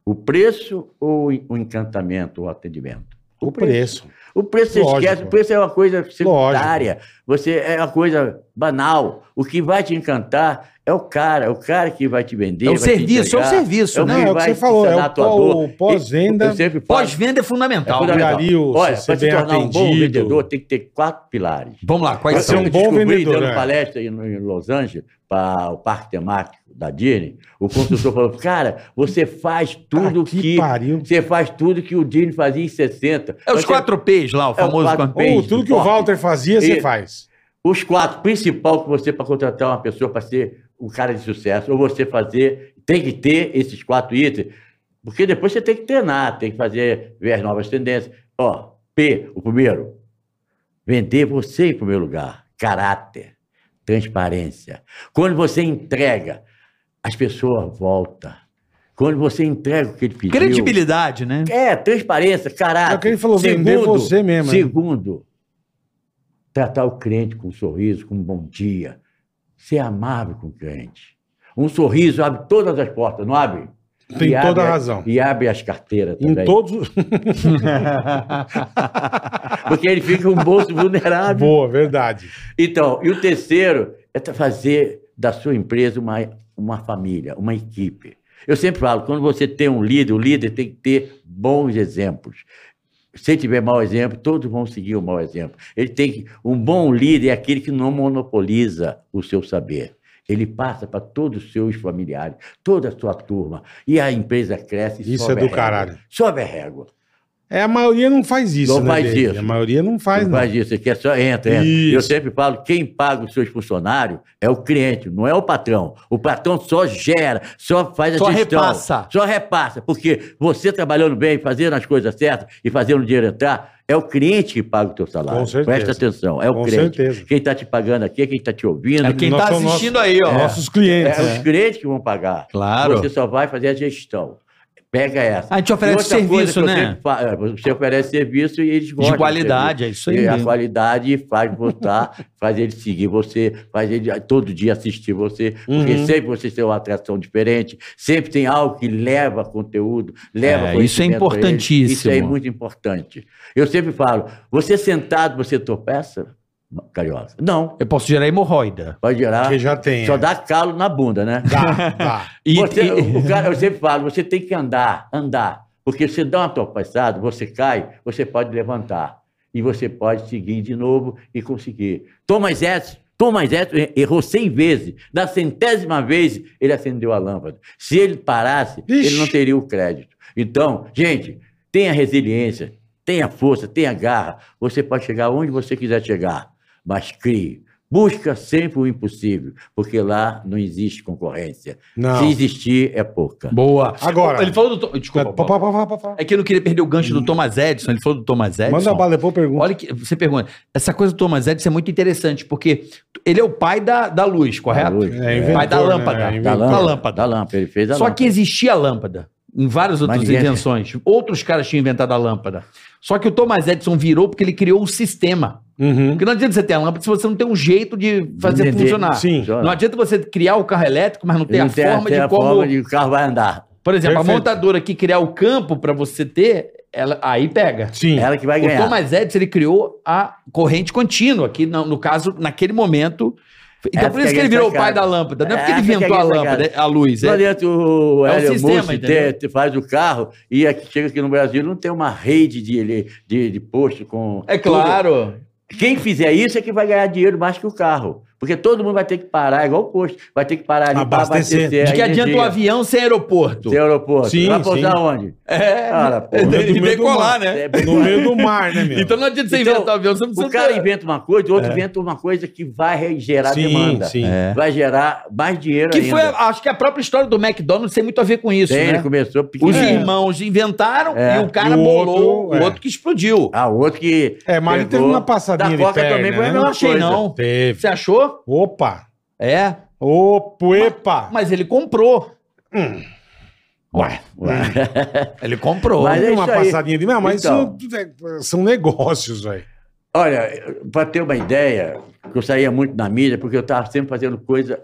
o preço ou o encantamento, o atendimento?
O preço.
O preço você
Lógico.
esquece, o preço é uma coisa secundária, você é uma coisa banal. O que vai te encantar é o cara, o cara que vai te vender.
É o
vai te
serviço, é o
entregar,
serviço, né?
que
Não, é o que
vai
você falou, é
sanar
o
a tua
pó-
dor.
o pós-venda.
Eu sempre falo,
Pós-venda é fundamental.
é fundamental.
Olha, o-
Olha,
ser
para se
bem
tornar um bom
atendido.
vendedor, tem que ter quatro pilares.
Vamos lá,
Vai
quais
ser
são?
um bom
descobri,
vendedor,
dando
é.
palestra em, em Los Angeles, para o parque temático da Disney, o consultor falou, cara, você faz tudo
Ah, que
que...
pariu.
Você faz tudo que o Disney fazia em 60.
É os
Você-
quatro P's lá, o
um É o
famoso.
quatro
quatro-
P's.
Ou
Beijo,
tudo que o
forte.
Walter fazia, você
E-
faz.
Os quatro principal que você para contratar uma pessoa para ser um cara de sucesso, ou você fazer, tem que ter esses quatro itens, porque depois você tem que treinar, tem que fazer ver as novas tendências. Ó, P, o primeiro, vender você em primeiro lugar, caráter, transparência. Quando você entrega, as pessoas voltam. Quando você entrega o que ele pediu,
Credibilidade, né?
é, transparência, caráter.
É o que ele falou, vender você mesmo, né?
Segundo, tratar o cliente com um sorriso, com um bom dia. Ser amável com o cliente. Um sorriso abre todas as portas, não abre?
Tem
E
toda
abre-
a razão.
E abre as carteiras
Em
também.
todos.
Porque ele fica um bolso vulnerável.
Boa, verdade.
Então, e o terceiro é tra- fazer da sua empresa uma, uma família, uma equipe. Eu sempre falo, quando você tem um líder, o líder tem que ter bons exemplos. Se tiver mau exemplo, todos vão seguir o mau exemplo. Ele tem que, um bom líder é aquele que não monopoliza o seu saber. Ele passa para todos os seus familiares, toda a sua turma. E a empresa cresce e
Isso
sobe
é do
a régua.
caralho.
Sobe a régua.
É, a maioria não faz isso.
Não
né,
faz
David?
isso.
A maioria não faz,
não
não.
faz isso, você quer só entra, entra.
Isso.
Eu sempre falo, quem paga os seus funcionários é o cliente, não é o patrão. O patrão só gera, só faz a
Só
gestão.
repassa.
Só repassa, porque você trabalhando bem, fazendo as coisas certas e fazendo o dinheiro entrar, é o cliente que paga o teu salário.
Com certeza.
Presta atenção, é o
Com
cliente.
certeza.
Quem está te pagando aqui, é quem está te ouvindo.
É quem
Nós
tá
somos
assistindo
nossos-
aí, ó.
Nossos clientes. né,
É os clientes que vão pagar.
Claro.
Você só vai fazer a gestão. Pega essa.
A gente oferece
E outra
serviço,
coisa que eu
né?
sempre fa- é, Você oferece serviço e eles gostam. do
qualidade,
serviço.
é isso aí
E a
mesmo.
qualidade faz votar, faz ele seguir você, faz ele todo dia assistir você, porque
Uhum.
sempre você tem uma atração diferente, sempre tem algo que leva conteúdo, leva
É, isso
conhecimento
é
a ele. Isso é
importantíssimo.
muito importante. Eu sempre falo, você sentado, você tropeça? Carioca. Não,
Eu posso gerar hemorroida.
pode gerar.
Porque já tem.
Só
é.
dá calo na bunda, né?
Dá, dá.
E,
Você- é
e-
O cara, eu sempre falo, você tem que andar, andar. Porque se dá uma tropeçada, você cai, você pode levantar. E você pode seguir de novo e conseguir. Thomas Edison, Thomas Edison errou 100 vezes. Da centésima vez, ele acendeu a lâmpada. Se ele parasse,
Ixi.
ele não teria o crédito. Então, gente, tenha resiliência, tenha força, tenha garra. Você pode chegar onde você quiser chegar, mas crie. Busca sempre o impossível, porque lá não existe concorrência.
Não.
Se existir, é pouca.
Boa.
Agora. Tá,
Ele falou do. Tom-
Pá,
Desculpa.
pá,
Paulo.
pá, pá, pá, pá.
É que eu não queria perder o gancho do Thomas Edison. Ele falou do Thomas
É
Edison.
Manda bala, depois pergunta.
Olha que você pergunta. Essa coisa do Thomas Edison é muito interessante, porque ele é o pai da, da luz, correto?
Da luz.
É, inventor,
Vai da
né?
lâmpada.
É,
Da
inventor.
lâmpada,
Da lâmpada.
Da lâmpada, ele fez a
Só
lâmpada.
que existia a lâmpada em várias outras
Mas ninguém-
invenções. Outros caras tinham inventado a lâmpada. Só que o Thomas Edison virou porque ele criou um sistema.
Uhum.
Porque não adianta você ter a lâmpada se você não tem um jeito de fazer
Entender.
funcionar.
Sim.
Não adianta você criar o carro elétrico, mas não tem
Não
a forma
Ah. tem
de
a
como.
forma de o carro vai andar.
Por exemplo, a
Perfeito.
montadora que criar o campo pra você ter, ela aí pega.
Sim.
Ela que vai
O
ganhar.
Thomas Edison ele criou a corrente contínua, que no, no caso, naquele momento. Então,
Essa
por isso
que
que
é
ele virou o pai
sacada.
da lâmpada. Não é porque ele
Essa que é
inventou a
sacada.
lâmpada, a luz.
Não
é-
adianta o
É o
Elon
sistema,
Musk
entendeu?
ter- ter- faz o carro e aqui, chega aqui no Brasil não tem uma rede de, ele- de, de posto com.
É claro.
tudo. Quem fizer isso é que vai ganhar dinheiro mais que o carro. Porque todo mundo vai ter que parar, é igual o posto. Vai ter que parar ali pra
Abastecer.
abastecer.
De que
a
adianta o
energia.
avião sem aeroporto?
Tem aeroporto.
Sim,
vai pousar
sim.
onde?
É.
Cara, pô.
Ele
No
tem que
meio do
decolar,
mar.
né?
É bem-
No meio do mar, né, meu?
Então não adianta você
Então,
inventar o avião, você não precisa.
o cara
ter-
inventa uma coisa, o outro inventa uma coisa que vai gerar
É. sim,
demanda.
sim. né?
É.
Vai gerar mais dinheiro
Que
ainda.
foi, a- acho que a própria história do McDonald's tem muito a ver com isso,
Tem,
né?
Ele começou
Os
pequenininho.
É.
irmãos inventaram
É.
e o cara
E o
bolou
outro,
o
é.
outro que explodiu.
Ah, outro que.
É, mas ele
pegou.
teve uma passadinha
Da
de
Coca
perna,
também foi a
né?
Eu
mesma
não achei,
coisa.
não.
Teve.
Você achou?
Opa!
É.
Opa, epa!
Mas ele comprou.
Hum.
Ué, ué.
Ele comprou.
Mas é
Teve
isso
uma
aí.
passadinha de... Não, mas
Então.
isso é- são negócios, velho.
Olha, para ter uma ideia, que eu saía muito na mídia, porque eu estava sempre fazendo coisa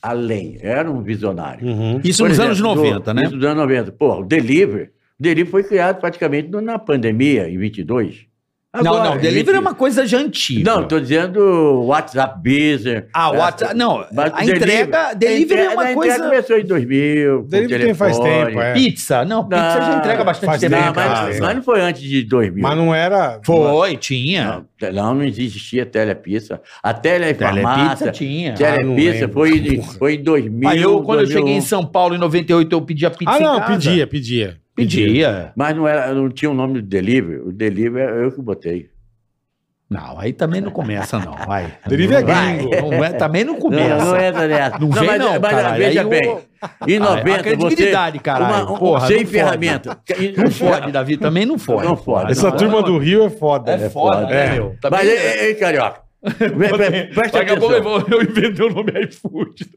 além. Eu era um visionário.
Isso
Por
nos
exemplo,
anos
no-
90, né?
Isso nos anos 90. Pô, o delivery, o delivery foi criado praticamente no- na pandemia, em 22.
não,
Agora,
não.
em
Delivery
20.
é uma coisa já antiga.
Não, estou dizendo WhatsApp Business.
Ah, o
essa-
WhatsApp. Não,
Mas
a
o delivery-
entrega. Delivery
a
é uma
entrega
coisa.
começou em 2000. com
Delivery tem faz
telefone.
tempo, é.
Pizza. Não, pizza já entrega bastante
faz
tempo.
tempo,
Não,
em casa.
mas,
cara.
mas não foi antes de 2000.
é.
Mas não era...
Foi, tinha.
Não, não, não existia telepizza. A
Telepizza
telepizza.
tinha.
Ah, não
Telepizza
lembro.
foi, em- foi em 2000.
Aí eu, quando eu
2001.
cheguei em São Paulo em 98, eu pedi a pizza.
Ah,
em
não,
casa.
pedia, pedia.
Pedia.
Mas não, era, não tinha o nome do delivery. O delivery era eu que botei.
Não, aí também não começa, não. Vai.
Delivery é
Vai.
gringo.
Não é- também não
Não,
começa.
não entra nessa.
Não vem não, caralho.
veja
Aí
bem.
eu-
Em
Ah, é. A
90,
credibilidade,
você...
caralho.
uma- um-
Porra,
sem
não fode.
ferramenta.
Não fode, Davi, também não fode.
Não fode.
Essa
não
turma
fode.
do Rio é foda.
É foda,
É.
né, meu?
Mas,
Também-
ei, ei, carioca. Pre- pre- Presta
Daqui a pouco eu
atenção.
vou- eu inventei o nome iFood.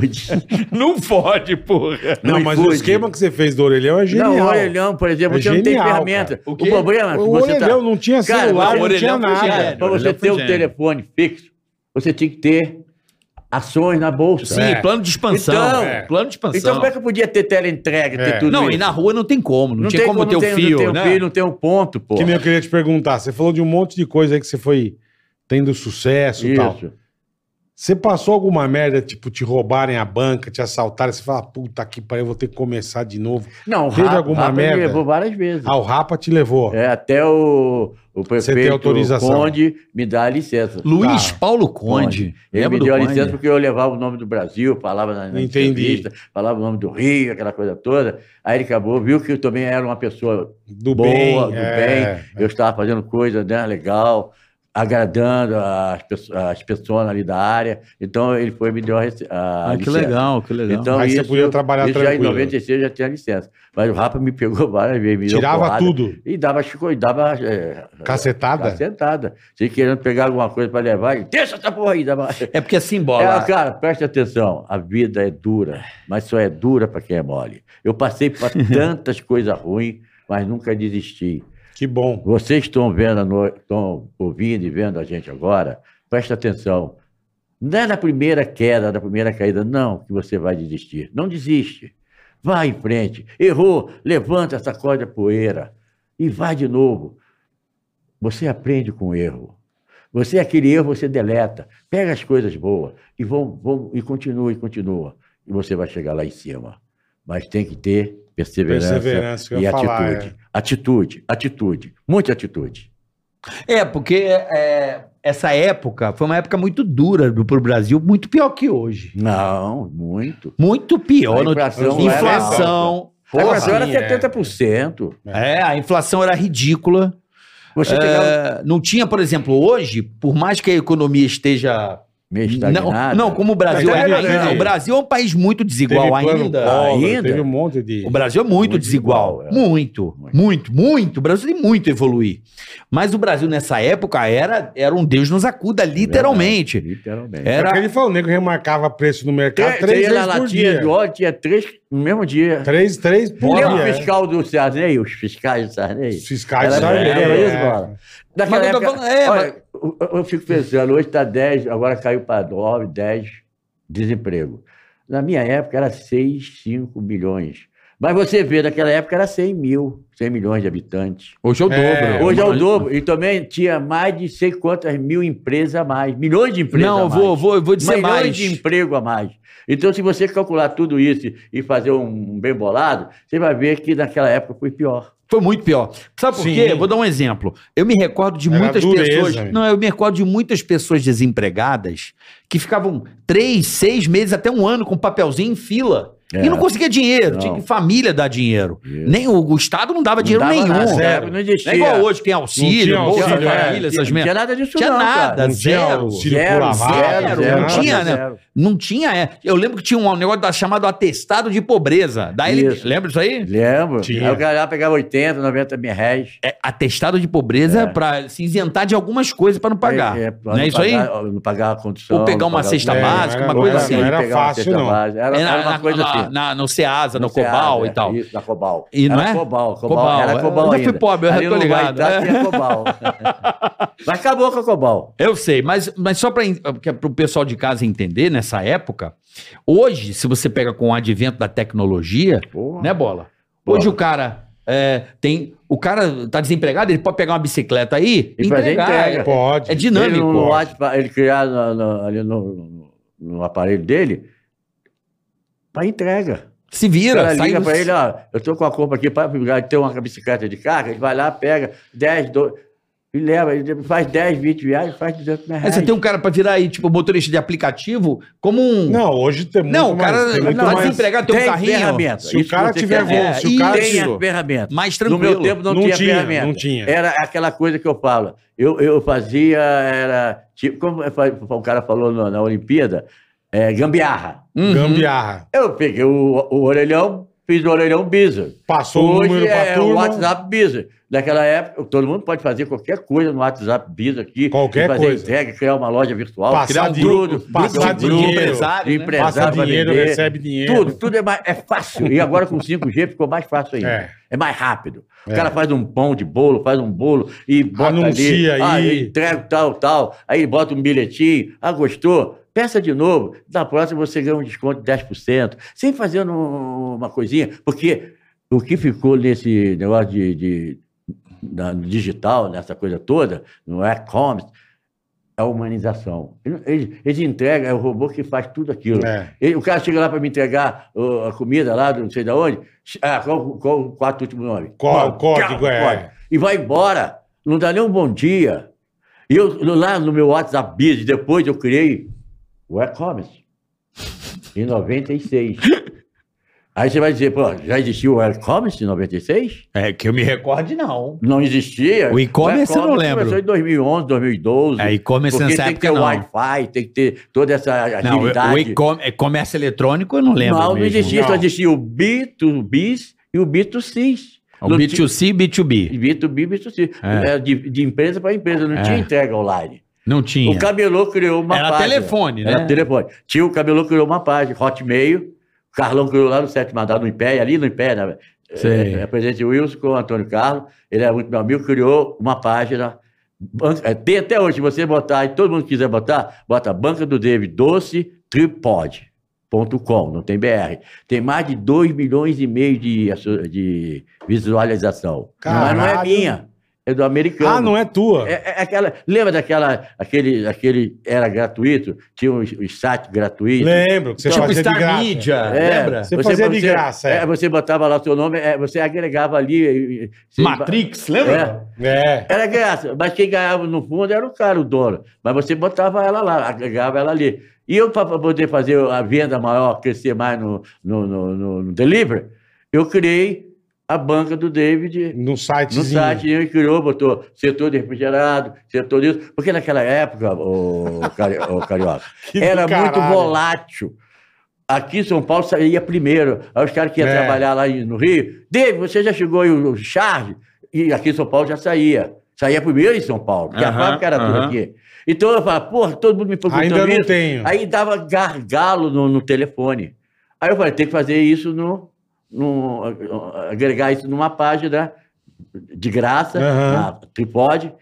iFood.
Não fode, porra.
Não,
No
mas o
iFood.
esquema que você fez do orelhão é genial.
Não, o orelhão, um, por exemplo,
É
você não tem
genial,
ferramenta.
O
O,
quê?
problema é que
O
você tá...
orelhão não tinha
Cara,
celular,
mas o
não tinha
orelhão foi
nada.
gênio.
Para você
Orelhão
ter
foi
um
gênio.
telefone fixo, você tinha que ter ações na bolsa.
Sim,
É.
plano de expansão.
Então-
É. plano de
Então,
expansão.
como é que eu podia ter teleentrega, ter
É.
tudo
não,
isso?
e na rua não tem como. Não, tinha
tem
como, ter o
não tem-
fio,
Não tem um
né?
fio, não tem um ponto, pô.
Que nem eu queria te perguntar. Você falou de um monte de coisa aí que você foi tendo sucesso e tal.
Isso.
Você passou alguma merda, tipo, te roubarem a banca, te assaltarem, você fala, puta que pariu, eu vou ter que começar de novo.
Não, o
Teve
Rafa-
alguma
Rafa me
merda?
levou várias vezes.
Ah, o Rapa te levou.
É, até o, o
Você tem
prefeito
autorização.
Conde me dá a licença.
Luiz
Tá.
Paulo Conde.
Ele
Lembra
me
do
deu a
Conde?
licença porque eu levava o nome do Brasil, falava na, na
Entendi.
entrevista, falava o nome do Rio, aquela coisa toda. Aí ele acabou, viu que eu também era uma pessoa
Do
boa,
bem.
do
é.
bem. Eu estava fazendo coisa né, legal, agradando as, pesso- as pessoas ali da área. Então ele foi e me deu a, rece- a
Ah, que
licença.
legal, que legal.
é. Então,
Aí você
isso,
podia trabalhar
isso já em
tranquilo.
96 eu já tinha licença. Mas o Rafa me pegou várias vezes. me deu
Tirava
porrada.
tudo.
E dava chico, e dava. É,
Cacetada?
Cacetada. Se querendo pegar alguma coisa para levar, ele, deixa essa porra aí. Dava...
é porque assim, bola.
É, cara, preste atenção. A vida é dura, mas só é dura para quem é mole. Eu passei por tantas coisas ruins, mas nunca desisti.
Que bom.
Vocês estão vendo, a no- estão ouvindo e vendo a gente agora, preste atenção. Não é na primeira queda, na primeira caída, não, que você vai desistir. Não desiste. Vai em frente. Errou, levanta, sacode a poeira e vai de novo. Você aprende com o erro. Você, aquele erro, você deleta. Pega as coisas boas e, vão, vão, e continua, e continua. E você vai chegar lá em cima. Mas tem que ter perseverança,
Perseverança, eu ia
e
falar, é.
atitude. Atitude, atitude, muita atitude.
É, porque é, essa época foi uma época muito dura do- pro Brasil, muito pior que hoje.
Não, muito.
Muito pior.
A
não-
inflação é né?
era
inflação.
A
Porra.
inflação
sim, é.
era 70%.
É, a inflação era ridícula.
Você
É,
pegava
não tinha, por exemplo, hoje, por mais que a economia esteja.
meio
Não,
estagnada.
não, como o Brasil
Mas
é.
teve-
ainda-
teve-
o Brasil é um país muito
Teve
desigual
plano
ainda.
pobre,
ainda?
Teve um monte de...
O Brasil é muito,
Muito
desigual.
desigual, é.
Muito, muito, muito, O Brasil tem muito a evoluir. Mas o Brasil, nessa época, era, era um Deus nos acuda, literalmente.
Literalmente.
É o
Era
que ele falou, o nego remarcava preço no mercado
Tre- Você
três
ia na
vezes por
latinha
dia.
de óleo, tinha três no mesmo dia.
Três, três por
Lembra é o
é.
dia.
fiscal do Sarney, os fiscais do Sarney?
Os fiscais
Era- é,
sabem,
era
né?
isso, bola?
é, Mas eu tô falando- é,
olha, eu, eu fico pensando, hoje está 10, agora caiu para 9, 10, desemprego. Na minha época era 6, 5 milhões. Mas você vê, naquela época era 100 mil, 100 milhões de habitantes.
Hoje é o
É,
dobro.
Hoje é o dobro. E também tinha mais de sei quantas mil empresas a mais. Milhões de empresas
Não,
a
eu
mais.
vou, vou, eu vou dizer
milhões
mais.
de emprego a mais. Então, se você calcular tudo isso e fazer um bem bolado, você vai ver que naquela época foi pior.
Foi muito pior. Sabe por
Sim.
quê? Vou dar um exemplo. Eu me recordo de
Era
muitas
dureza,
pessoas.
hein?
Não, eu me recordo de muitas pessoas desempregadas que ficavam três, seis meses, até um ano com um papelzinho em fila.
É.
E não conseguia dinheiro.
Não.
Tinha que família dar dinheiro.
Isso.
Nem o, o Estado não dava
Não
dinheiro
dava
nenhum.
nada,
Não
zero, não existia.
é igual hoje que tem
Não
auxílio,
tinha
Bolsa
auxília, é.
Família, essas
Não tinha
merdas.
nada disso,
Tinha
não. cara.
nada,
Não tinha
zero.
auxílio.
Zero,
Circular
zero,
vaga,
zero,
não tinha, né?
zero.
Não tinha, é. Eu lembro que tinha um negócio da- chamado atestado de pobreza. Da LP.
Isso.
Lembra disso aí?
Lembro.
Tinha.
Aí o cara lá pegava 80, 90 mil reais.
É, atestado de pobreza é. pra se isentar de algumas coisas pra não pagar.
Aí,
não é isso aí?
pagar- Não pagar a condição.
Ou pegar
não
uma
pagar-
cesta
É, não
básica, uma
era-
coisa
não
assim.
era-
Não era
pegava uma
fácil,
cesta
não.
básica. Era,
É na-
era uma
na-
coisa
na-
assim.
na- no Ceasa, no
Não sei,
Cobal
ah,
e tal.
Isso, na Cobal.
E não
era
é?
Cobal, Cobal,
Cobal,
era
é.
Cobal
Eu já
ainda.
fui pobre, eu
Ali
já tô
no
ligado,
Maitá
é.
tinha Cobal. Mas acabou com a Cobal.
Eu sei, mas, mas só para o é pessoal de casa entender, nessa época, hoje, se você pega com o advento da tecnologia,
Porra.
né, Bola?
Bola.
Hoje o cara é, tem. O cara tá desempregado, ele pode pegar uma bicicleta aí
E fazer entrega.
É-
Pode.
É
Ele,
dinâmico.
no WhatsApp, ele criar na- na- ali no, no- no aparelho dele para entrega.
Se
O
vira,
cara
sai
liga
no-
para ele, ó, eu tô com a compra aqui para ter uma bicicleta de carga, ele vai lá, pega 10, 12 e leva, ele faz 10, 20 viagens, faz 200 mil
Aí
reais.
você tem um cara pra virar aí, tipo, motorista de aplicativo, como um.
Não, hoje tem muito
Não, o
mais-
cara
tem muito
tá
mais-
desempregado, tem um carrinho.
ferramenta.
Se o
Isso
cara
você
tiver
quer ver.
voo, se o
É,
cara
e-
tem a
tiver-
ferramenta.
Mais
No
tranquilo.
meu tempo não,
Não
tinha,
tinha,
ferramenta.
não tinha.
Era aquela coisa que eu falo. Eu, eu fazia, era tipo, como eu fa- o cara falou na, na Olimpíada, é, gambiarra.
Uhum.
gambiarra.
Eu peguei o, o orelhão, fiz o orelhão bisa.
Passou o
Hoje
número pra
é o
turma.
WhatsApp Bisa. Naquela época, todo mundo pode fazer qualquer coisa no WhatsApp Bisa aqui.
Qualquer
e fazer
coisa.
entrega, criar uma loja virtual,
Passar
criar um
dinheiro,
grupo,
passar
grupo de grupo,
dinheiro,
de
empresário, né?
empresário
Passa
é pra
dinheiro,
vender.
recebe dinheiro.
Tudo, tudo é, mais, é fácil. E agora com 5G ficou mais fácil ainda.
É.
É, mais rápido. O
É.
cara faz um pão de bolo, faz um bolo e bota
Anuncia
ali. Ah,
aí.
eu entrego tal, tal. Aí bota um bilhetinho. Ah, gostou? Peça de novo. Na próxima você ganha um desconto de 10%. Sem fazer um- uma coisinha. Porque o que ficou nesse negócio de... de da- no digital, nessa coisa toda, no e-commerce, é a humanização. Ele- Ele, ele entrega, é o robô que faz tudo aquilo.
É.
Ele- o cara chega lá para me entregar ô, a comida lá, do não sei de onde. Ch- Ah, qual, qual o quarto último nome?
Qual o
Código,
código é?
E vai embora. Não dá nem um bom dia. E eu, lá no meu WhatsApp Business, depois eu criei o e-commerce. Em 96. Aí você vai dizer, pô, já existiu o e-commerce em 96?
É que eu me recorde, não.
Não existia.
O e-commerce eu não lembro.
Começou em 2011, 2012.
É, e-commerce
Porque
nessa
tem que
época
ter
não.
Wi-Fi, tem que ter toda essa
Não, o-
agilidade.
o e-com- é comércio eletrônico eu não lembro.
Não, não
mesmo.
existia,
Não.
só existia o B2B e o B2C.
O
Não
B2C e B2B.
tinha- B2B e B2C.
É.
Era de, de empresa para empresa, não
É.
tinha entrega online.
Não tinha.
O Camelô criou uma é.
Era
página.
telefone, né?
Era telefone. Tinha o Camelô criou uma página, Hotmail. O Carlão criou lá no sétimo andar, no Império, ali no Império. Né?
Sei.
É, é, presidente Wilson com o Antônio Carlos. Ele é muito meu amigo, criou uma página. Ban- é, Tem até hoje, se você botar, e todo mundo que quiser botar, bota banca do David Doce Tripod. .com, não tem BR. Tem mais de 2 milhões e meio de, asso- de visualização. Mas não é
Caralho.
minha, é do americano.
Ah, não é tua.
É, é aquela, lembra daquela, aquele, aquele era gratuito, tinha um os, os sites gratuitos.
Lembro que você
tipo
fazia de
Star
graça.
Media,
É,
lembra?
Você fazia de graça, é.
é, você botava lá o seu nome, é, você agregava ali. e- e- você-
Matrix, lembra?
É,
É.
era graça, mas quem ganhava no fundo era o cara, o dono. Mas você botava ela lá, agregava ela ali. E eu, para poder fazer a venda maior, crescer mais no, no, no, no- no delivery, eu criei a banca do David
No site.
no site ele criou, botou setor de refrigerado, setor disso. Porque naquela época, o, Carioca,
Que do
era muito
caralho.
volátil. Aqui em São Paulo saía primeiro. Aí os caras que iam
É.
trabalhar lá em- no Rio. David, você já chegou aí o charge? E aqui em São Paulo já saía. Saía primeiro em São Paulo, porque a
Aham,
fábrica era toda
aham.
aqui. Então eu falava, porra, todo mundo me perguntando
Ainda não
isso.
tenho.
Aí dava gargalo no, no telefone. Aí eu falei, tem que fazer isso no. no- agregar isso numa página de graça,
Aham.
na Tripod,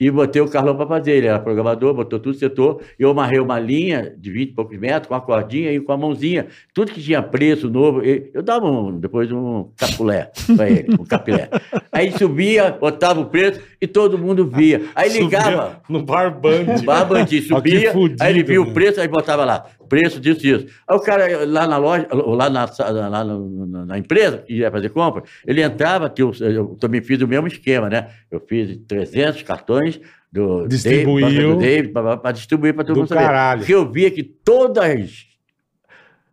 e botei o Carlão para fazer. Ele era programador, botou tudo, setor, e eu amarrei uma linha de 20 e poucos metros, com a cordinha e com a mãozinha. Tudo que tinha preço novo, e- eu dava um- depois um capulé para ele, um capilé. Aí subia, botava o preço e todo mundo via. Aí ligava.
Subia No barbante.
O barbante
Ó, que
subia,
fudido, né?
aí ele viu
meu.
o preço, aí botava lá, preço disso e isso. Aí o cara lá na loja, ou lá na, sa- lá no- na, na empresa, que ia fazer compra, ele entrava, que eu, eu também fiz o mesmo esquema, né? Eu fiz 300 cartões do
Distribuiu.
David para distribuir para todo
Do
mundo saber.
caralho.
Porque eu via que todas,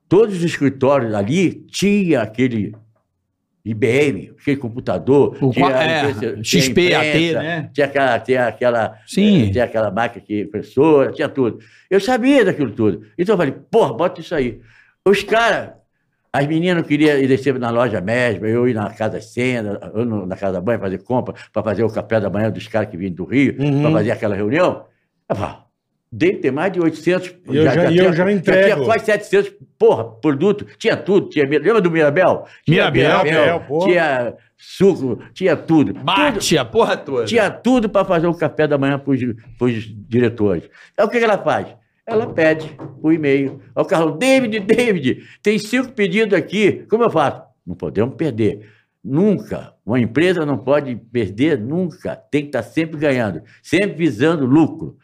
todos os escritórios ali tinha aquele IBM, aquele computador.
O
tinha-
qua- é,
tinha
XP, AT,
imprensa,
né?
Tinha aquela, tinha aquela
Sim.
eh, tinha aquela máquina que impressora, tinha tudo. Eu sabia daquilo tudo. Então eu falei, porra, bota isso aí. Os caras, as meninas queriam ir descer na loja mesmo, eu ir na casa cena, eu no- na casa da banha fazer compra, para fazer o café da manhã dos caras que vinham do Rio,
Uhum.
para fazer aquela reunião. Eu falei, "Ah, deve ter mais de 800.
Eu já- eu já
tinha
entrego.
quase 700, porra, produto. Tinha tudo. Tinha, lembra do Mirabel? Tinha
Mirabel, porra.
tinha suco, tinha tudo. Tudo,
Bate a porra toda.
tinha tudo para fazer o café da manhã para os diretores. Aí o que, que ela faz? Ela pede o e-mail. Aí o Carlão, David, David, tem cinco pedidos aqui. Como eu faço? Não podemos perder. Nunca. Uma empresa não pode perder nunca. Tem que estar sempre ganhando, sempre visando lucro.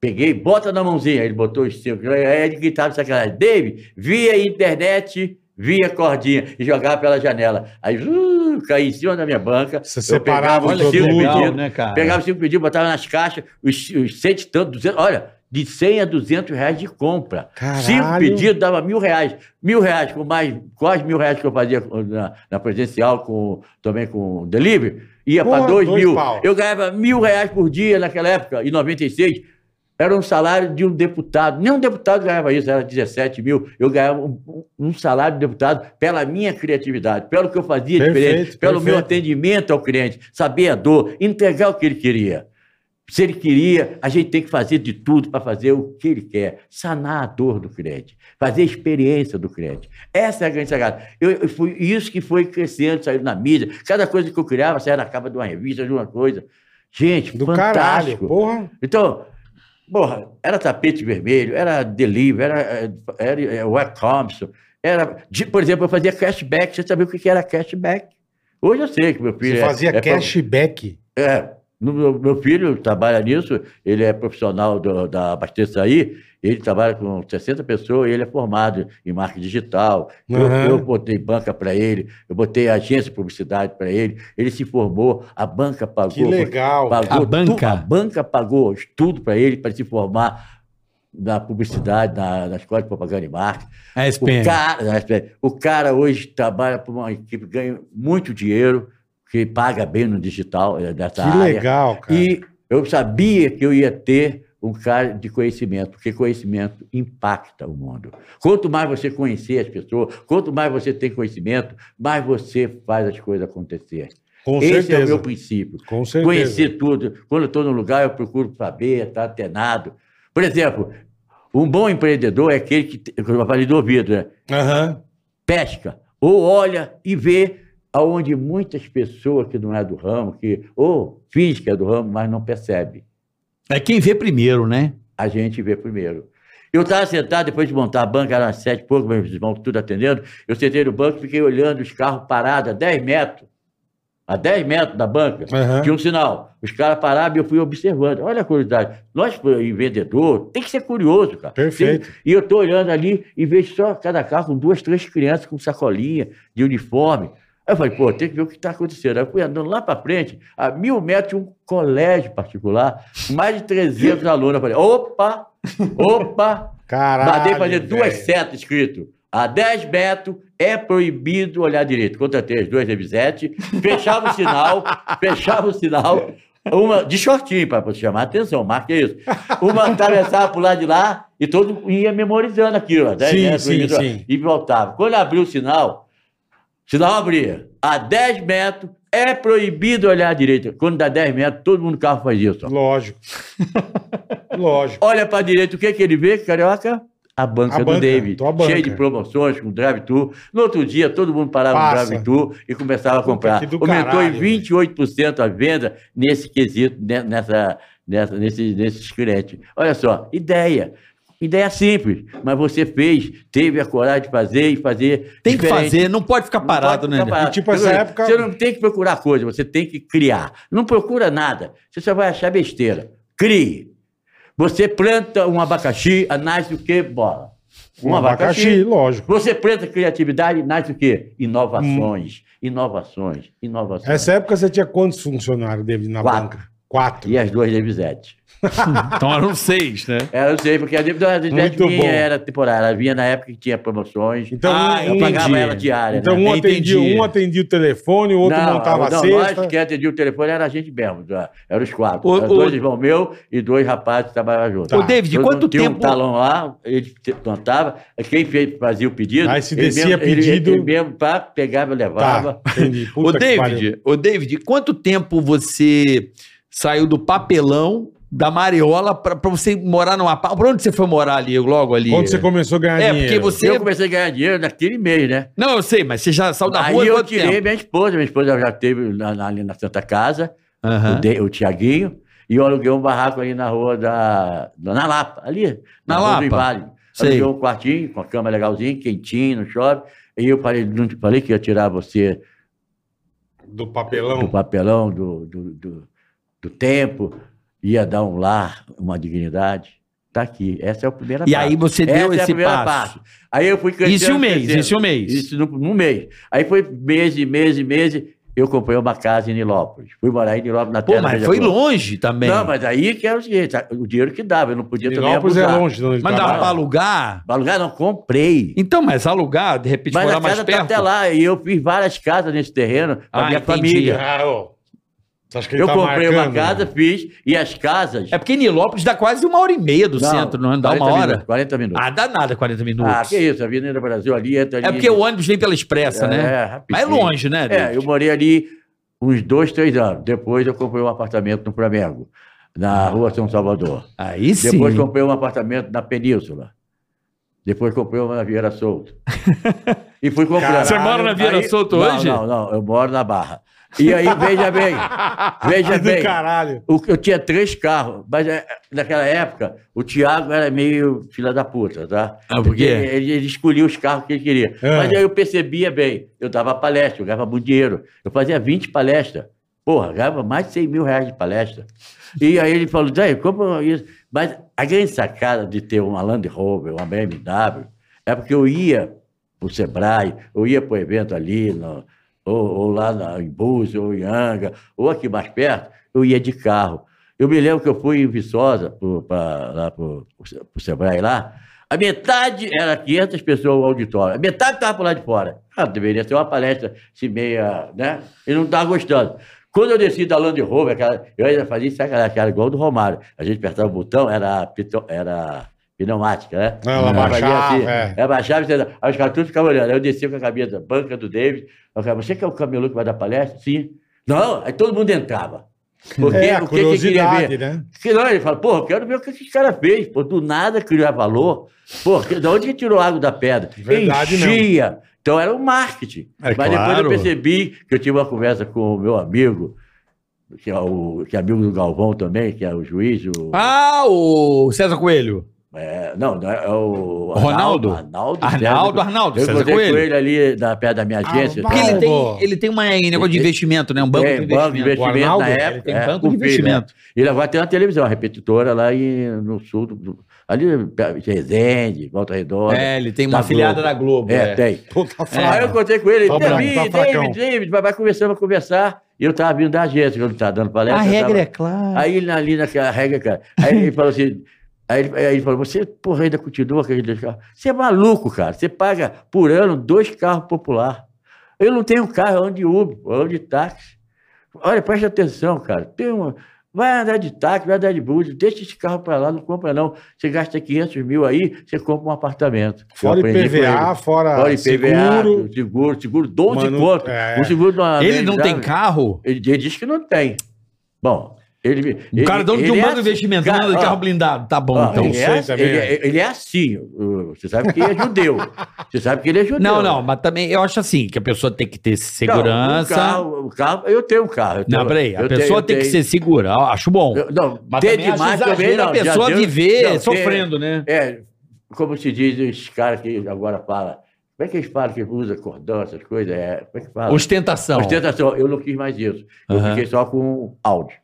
Peguei, bota na mãozinha. Ele botou os cinco. Aí ele gritava de sacanagem. David, via internet, via cordinha. E jogava pela janela. Aí uh, caía em cima da minha banca.
Você
Eu
separava
pegava
os
os cinco
produtos.
pedidos,
Legal, né, cara?
Pegava os cinco pedidos, botava nas caixas, os, os cento e tanto, 200, olha, de 100 a 200 reais de compra.
Caralho.
Cinco pedidos dava mil reais. Mil reais, com mais, quase mil reais que eu fazia na, na presencial, com, também com delivery, ia para
Porra,
dois,
dois
mil.
pau.
Eu ganhava mil reais por dia naquela época, em 96. Era um salário de um deputado. Nem um deputado ganhava isso, era 17 mil. Eu ganhava um, um salário de deputado pela minha criatividade, pelo que eu fazia
Perfeito,
diferente, pelo meu
perfeito.
atendimento ao cliente, saber a dor, entregar o que ele queria. Se ele queria, a gente tem que fazer de tudo para fazer o que ele quer, sanar a dor do cliente, fazer a experiência do cliente. Essa é a grande sacada. Eu, eu fui, isso que foi crescendo, saiu na mídia. Cada coisa que eu criava saía na capa de uma revista, de uma coisa. Gente,
Do caralho,
fantástico.
porra.
Então, porra, era tapete vermelho, era delivery, era, eh, era, eh, web Thompson, era. de- por exemplo, eu fazia cashback, você sabia o que que era cashback? Hoje eu sei que meu filho.
Você
é-
fazia
é,
cashback.
é, no- meu, meu filho trabalha nisso, ele é profissional do- da Abasteça aí, ele trabalha com 60 pessoas e ele é formado em marketing digital. Eu,
Aham.
eu botei banca para ele, eu botei agência de publicidade para ele, ele se formou, a banca pagou.
Que legal.
pagou
A
tu-
banca?
a banca pagou tudo para ele, para se formar na publicidade, na, na escola de propaganda e marketing.
A
O
SPM.
cara, na SPM, o cara hoje trabalha para uma equipe, ganha muito dinheiro, que paga bem no digital, eh,
Que
nessa área.
legal, cara.
E eu sabia que eu ia ter um cara de conhecimento, porque conhecimento impacta o mundo. Quanto mais você conhecer as pessoas, quanto mais você tem conhecimento, mais você faz as coisas acontecer.
Com
Esse é o
certeza.
meu princípio.
Com certeza.
Conhecer tudo. Quando eu estou num lugar, eu procuro saber, estar atenado. Por exemplo, um bom empreendedor é aquele que, te- que eu falei do ouvido, né?
Aham.
pesca, ou olha e vê aonde muitas pessoas que não é do ramo, que ou finge que é do ramo, mas não percebe.
É quem vê primeiro, né?
A gente vê primeiro. Eu estava sentado, depois de montar a banca, era às sete e pouco, meus irmãos tudo atendendo, eu sentei no banco e fiquei olhando os carros parados a 10 metros, a 10 metros da banca,
Aham.
tinha um sinal. Os caras paravam e eu fui observando. Olha a curiosidade. Nós, em vendedor, tem que ser curioso, cara.
Perfeito.
Tem- E eu estou olhando ali e vejo só cada carro com duas, três crianças com sacolinha de uniforme. Aí eu falei, pô, tem que ver o que está acontecendo. Aí eu fui andando lá para frente, a mil metros, um colégio particular, com mais de 300 alunos. Eu falei, opa, opa.
Caralho.
Mandei fazer duas
velho.
setas escrito. A 10 metros é proibido olhar direito. Contratei as duas revisete, fechava o sinal, fechava o sinal, uma de shortinho para chamar a atenção, marca isso. Uma atravessava pro lado de lá e todo mundo ia memorizando aquilo. ó, 10
Sim,
metros,
sim,
proibido,
sim.
E voltava. Quando abriu o sinal, sinal abria. A 10 metros é proibido olhar direito. Quando dá 10 metros, todo mundo no carro faz isso. ó.
Lógico. Lógico.
é Olha para direita, o que, que ele vê, carioca? a banca
A
do
banca,
David.
então a banca.
Cheio de promoções, com drive-thru. No outro dia, todo mundo parava
Passa.
no drive-thru e começava a
Puta
comprar.
que do
Aumentou
caralho,
em 28% a venda nesse quesito, ne- nessa, nessa, nesse, nesse cliente. Olha só, ideia. Ideia simples, mas você fez, teve a coragem de fazer e fazer.
Tem que
diferente.
fazer, não pode ficar
Não
parado,
pode ficar
né? André?
parado.
E, tipo, essa
Você-
época-
Você não tem que procurar coisa, você tem que criar. Não procura nada, você só vai achar besteira. Crie. Você planta um abacaxi, ah, nasce o quê? Bola.
Um abacaxi, lógico.
Você planta criatividade, nasce o quê? Inovações, inovações, inovações.
Nessa época você tinha quantos funcionários, David, na
Quatro.
banca? Quatro.
E as duas Devisettes.
Então eram seis, né?
Era, eu sei, porque a Devisette
Muito
vinha,
bom.
era temporária. Ela vinha na época que tinha promoções.
Então,
Ah, eu
eu
um,
pagava
entendi.
ela diária.
então
né?
um,
Entendi.
atendia, um atendia o telefone, o outro montava a
não,
cesta.
Nós que atendia o telefone era a gente mesmo, já. era os quatro.
O-
Era
o-
dois irmãos meus e dois rapazes que trabalhavam juntos.
Tá.
Ô, David,
Todo
quanto
mundo tinha
tempo-
um talão lá, ele te- contava, quem fez- fazia o pedido...
Aí se
ele
descia
mesmo- ele-
pedido-
Ele, mesmo pá, pegava e levava.
Tá, entendi.
Ô
Puta que pariu.
David, ô David, quanto tempo você saiu do papelão da Mariola pra, pra você morar numa... pa- Pra onde você foi morar ali, logo ali?
Quando você começou a ganhar
É, porque
dinheiro?
você...
Eu comecei a ganhar dinheiro naquele mês, né?
Não, eu sei, mas você já saiu da
Aí
rua há
eu
quanto
tirei
tempo?
minha esposa, minha esposa já teve na- na- ali na Santa Casa,
Aham.
o, De- o Tiaguinho, e eu aluguei um barraco ali na rua da... da- Na Lapa, ali.
Na
rua
Lapa?
Do Vale.
Sei.
Aluguei um quartinho, com a cama legalzinha, quentinho, não chove. E eu falei, não te falei que ia tirar você do
Do papelão.
papelão, do, do, do, do tempo, ia dar um lar, uma dignidade. Tá aqui, essa é a primeira
E aí você
Essa
deu
é a
esse
primeira
passo.
Aí eu fui crescendo.
Isso em um mês,
crescendo.
isso em um mês.
Isso num, num mês. Aí foi mês e mês e mês, eu comprei uma casa em Nilópolis. Fui morar em Nilópolis na
Pô,
terra.
mas
da
foi
Beija-Flor.
longe também.
Não, mas aí que era o seguinte, o dinheiro que dava, eu não podia também
Nilópolis é
abusar.
longe de onde ele
Mas dava
trabalha.
pra alugar?
Pra Alugar não, comprei.
Então, mas alugar, de repente,
Mas
morar
a
mais
casa tá
perto?
até lá, e eu fiz várias casas nesse terreno pra
Ah,
minha
entendi.
família.
Ah, ô. Você acha que ele
Eu
tá
comprei uma
marcando?
casa, fiz, e as casas...
né? É porque Nilópolis dá quase uma hora e meia do centro, não é? Dá uma
40
hora?
Minutos, 40 minutos.
Ah, dá nada 40 minutos.
Ah, que isso, a Avenida Brasil ali entra ali...
é porque o ônibus vem pela expressa, né?
rapidinho.
Mas é longe, né,
É,
David?
eu morei ali uns dois, três anos. Depois eu comprei um apartamento no Flamengo, na rua São Salvador.
Aí sim.
Depois comprei um apartamento na Península. Depois comprei uma na Vieira Solto. e fui comprar.
Você mora
na Vieira Solto
não,
hoje?
Não, não, eu moro na Barra. E aí, veja bem,
Que
veja
do
bem.
caralho.
O- Eu tinha três carros, mas é, naquela época o Thiago era meio filha da puta, tá?
Ah, por quê?
Ele, ele- ele escolhia os carros que ele queria.
Ah.
Mas aí eu percebia bem, eu dava palestra, eu ganhava muito dinheiro. Eu fazia 20 palestras. Porra, ganhava mais de 100 mil reais de palestra. E aí ele falou, Zé, compra isso. Mas a grande sacada de ter uma Land Rover, uma BMW, é porque eu ia pro Sebrae, eu ia pro evento ali, no- ou, ou lá na, em Búzios, ou em Anga, ou aqui mais perto, eu ia de carro. Eu me lembro que eu fui em Viçosa, pro, pra, lá pro, pro Se- pro Sebrae lá, a metade era 500 pessoas o auditório, a metade estava por lá de fora. Ah, deveria ser uma palestra, se meia, né? E não estava gostando. Quando eu desci da Land Rover, aquela, eu ainda fazia sacanagem, que era igual do Romário. A gente apertava o botão, era, pito- era pneumática, né?
Ah, Ela
fazia
baixava,
assim.
é.
Ela baixava, você... aí os caras todos ficavam olhando. Aí eu desci com a camisa da banca do David. Eu falava, você que é o camelô que vai dar palestra? Sim. Não, aí todo mundo entrava. Porque
É, a
o que que queria ver?
curiosidade, né?
Porque não, ele fala, porra, eu quero ver o que esse cara fez. Pô, do nada criou valor. Pô, que- de onde que tirou água da pedra?
Verdade mesmo.
Enchia. Então era um marketing.
É
Mas depois
claro.
eu percebi que eu tive uma conversa com o meu amigo, que é, o, que é amigo do Galvão também, que é o juiz. O,
Ah, o César Coelho.
é, não, não, é o
Ronaldo?
Arnaldo.
Arnaldo,
César-
Arnaldo,
Eu
César
encontrei com
Coelho.
ele ali na perto da minha agência.
Porque ele
Arnaldo.
tem, ele tem uma, um negócio de investimento, né? Um banco de
Tem É, banco de
investimento.
investimento
O Arnaldo,
na
ele
época.
tem
é,
banco de
o filho,
investimento.
né? E ele agora tem uma televisão, uma repetitora lá em, no sul, do- do, ali perto de Resende, Volta Redonda.
É, ele tem uma
né? Da
afiliada
Globo.
da Globo.
É,
é.
tem.
Puta
Aí eu
frase.
encontrei com ele,
Tá bravo,
David,
tá fracão.
David, David, vai, vai conversando, vai conversar. E eu tava vindo da agência, que eu não tava dando palestra.
A
eu
regra
tava-
é clara.
né? Aí ele ali naquela regra, cara. Aí ele falou assim. Aí ele, aí ele falou: você, porra, ainda continua com aquele dois carros? Você é maluco, cara. Você paga por ano dois carros popular. Eu não tenho carro, eu ando de Uber, eu ando de táxi. Olha, presta atenção, cara. Tem uma. Vai andar de táxi, vai andar de bus, deixa esse carro pra lá, não compra não. Você gasta 500 mil aí, você compra um apartamento. Eu
Fora
aprendi com
IPVA, fora,
ele. Fora IPVA,
seguro.
seguro, seguro, seguro 12
Manu-
conto.
é.
O seguro de uma
Ele não tem
BMW,
carro?
ele, ele diz que não tem. Bom, Ele, me-
O
ele-
cara dando de
ele
um
é
banco de
assim.
investimento,
Cara,
nada de
ó,
carro blindado. Tá bom,
ó,
então.
ele,
Sei
é,
também.
ele é- ele é assim. o- Você sabe que ele é judeu. Você sabe que ele é judeu.
Não, não, mas também eu acho assim, que a pessoa tem que ter
Então,
segurança.
o, carro, o carro- eu tenho um carro. eu tenho-
não, peraí, a
eu tenho-
pessoa
eu
tem que
tenho-
ser segura, eu acho bom.
eu- Não,
Mas
ter
também acho
demais
exagero
também não.
a
já
pessoa
deu-
viver
não, ter-
sofrendo, né?
É, como se diz os caras que agora falam. Como é que eles falam que usa cordão, essas coisas? É, como é que fala?
Ah, Ostentação.
Ostentação. Eu não quis mais isso. Eu
Aham.
fiquei só com áudio.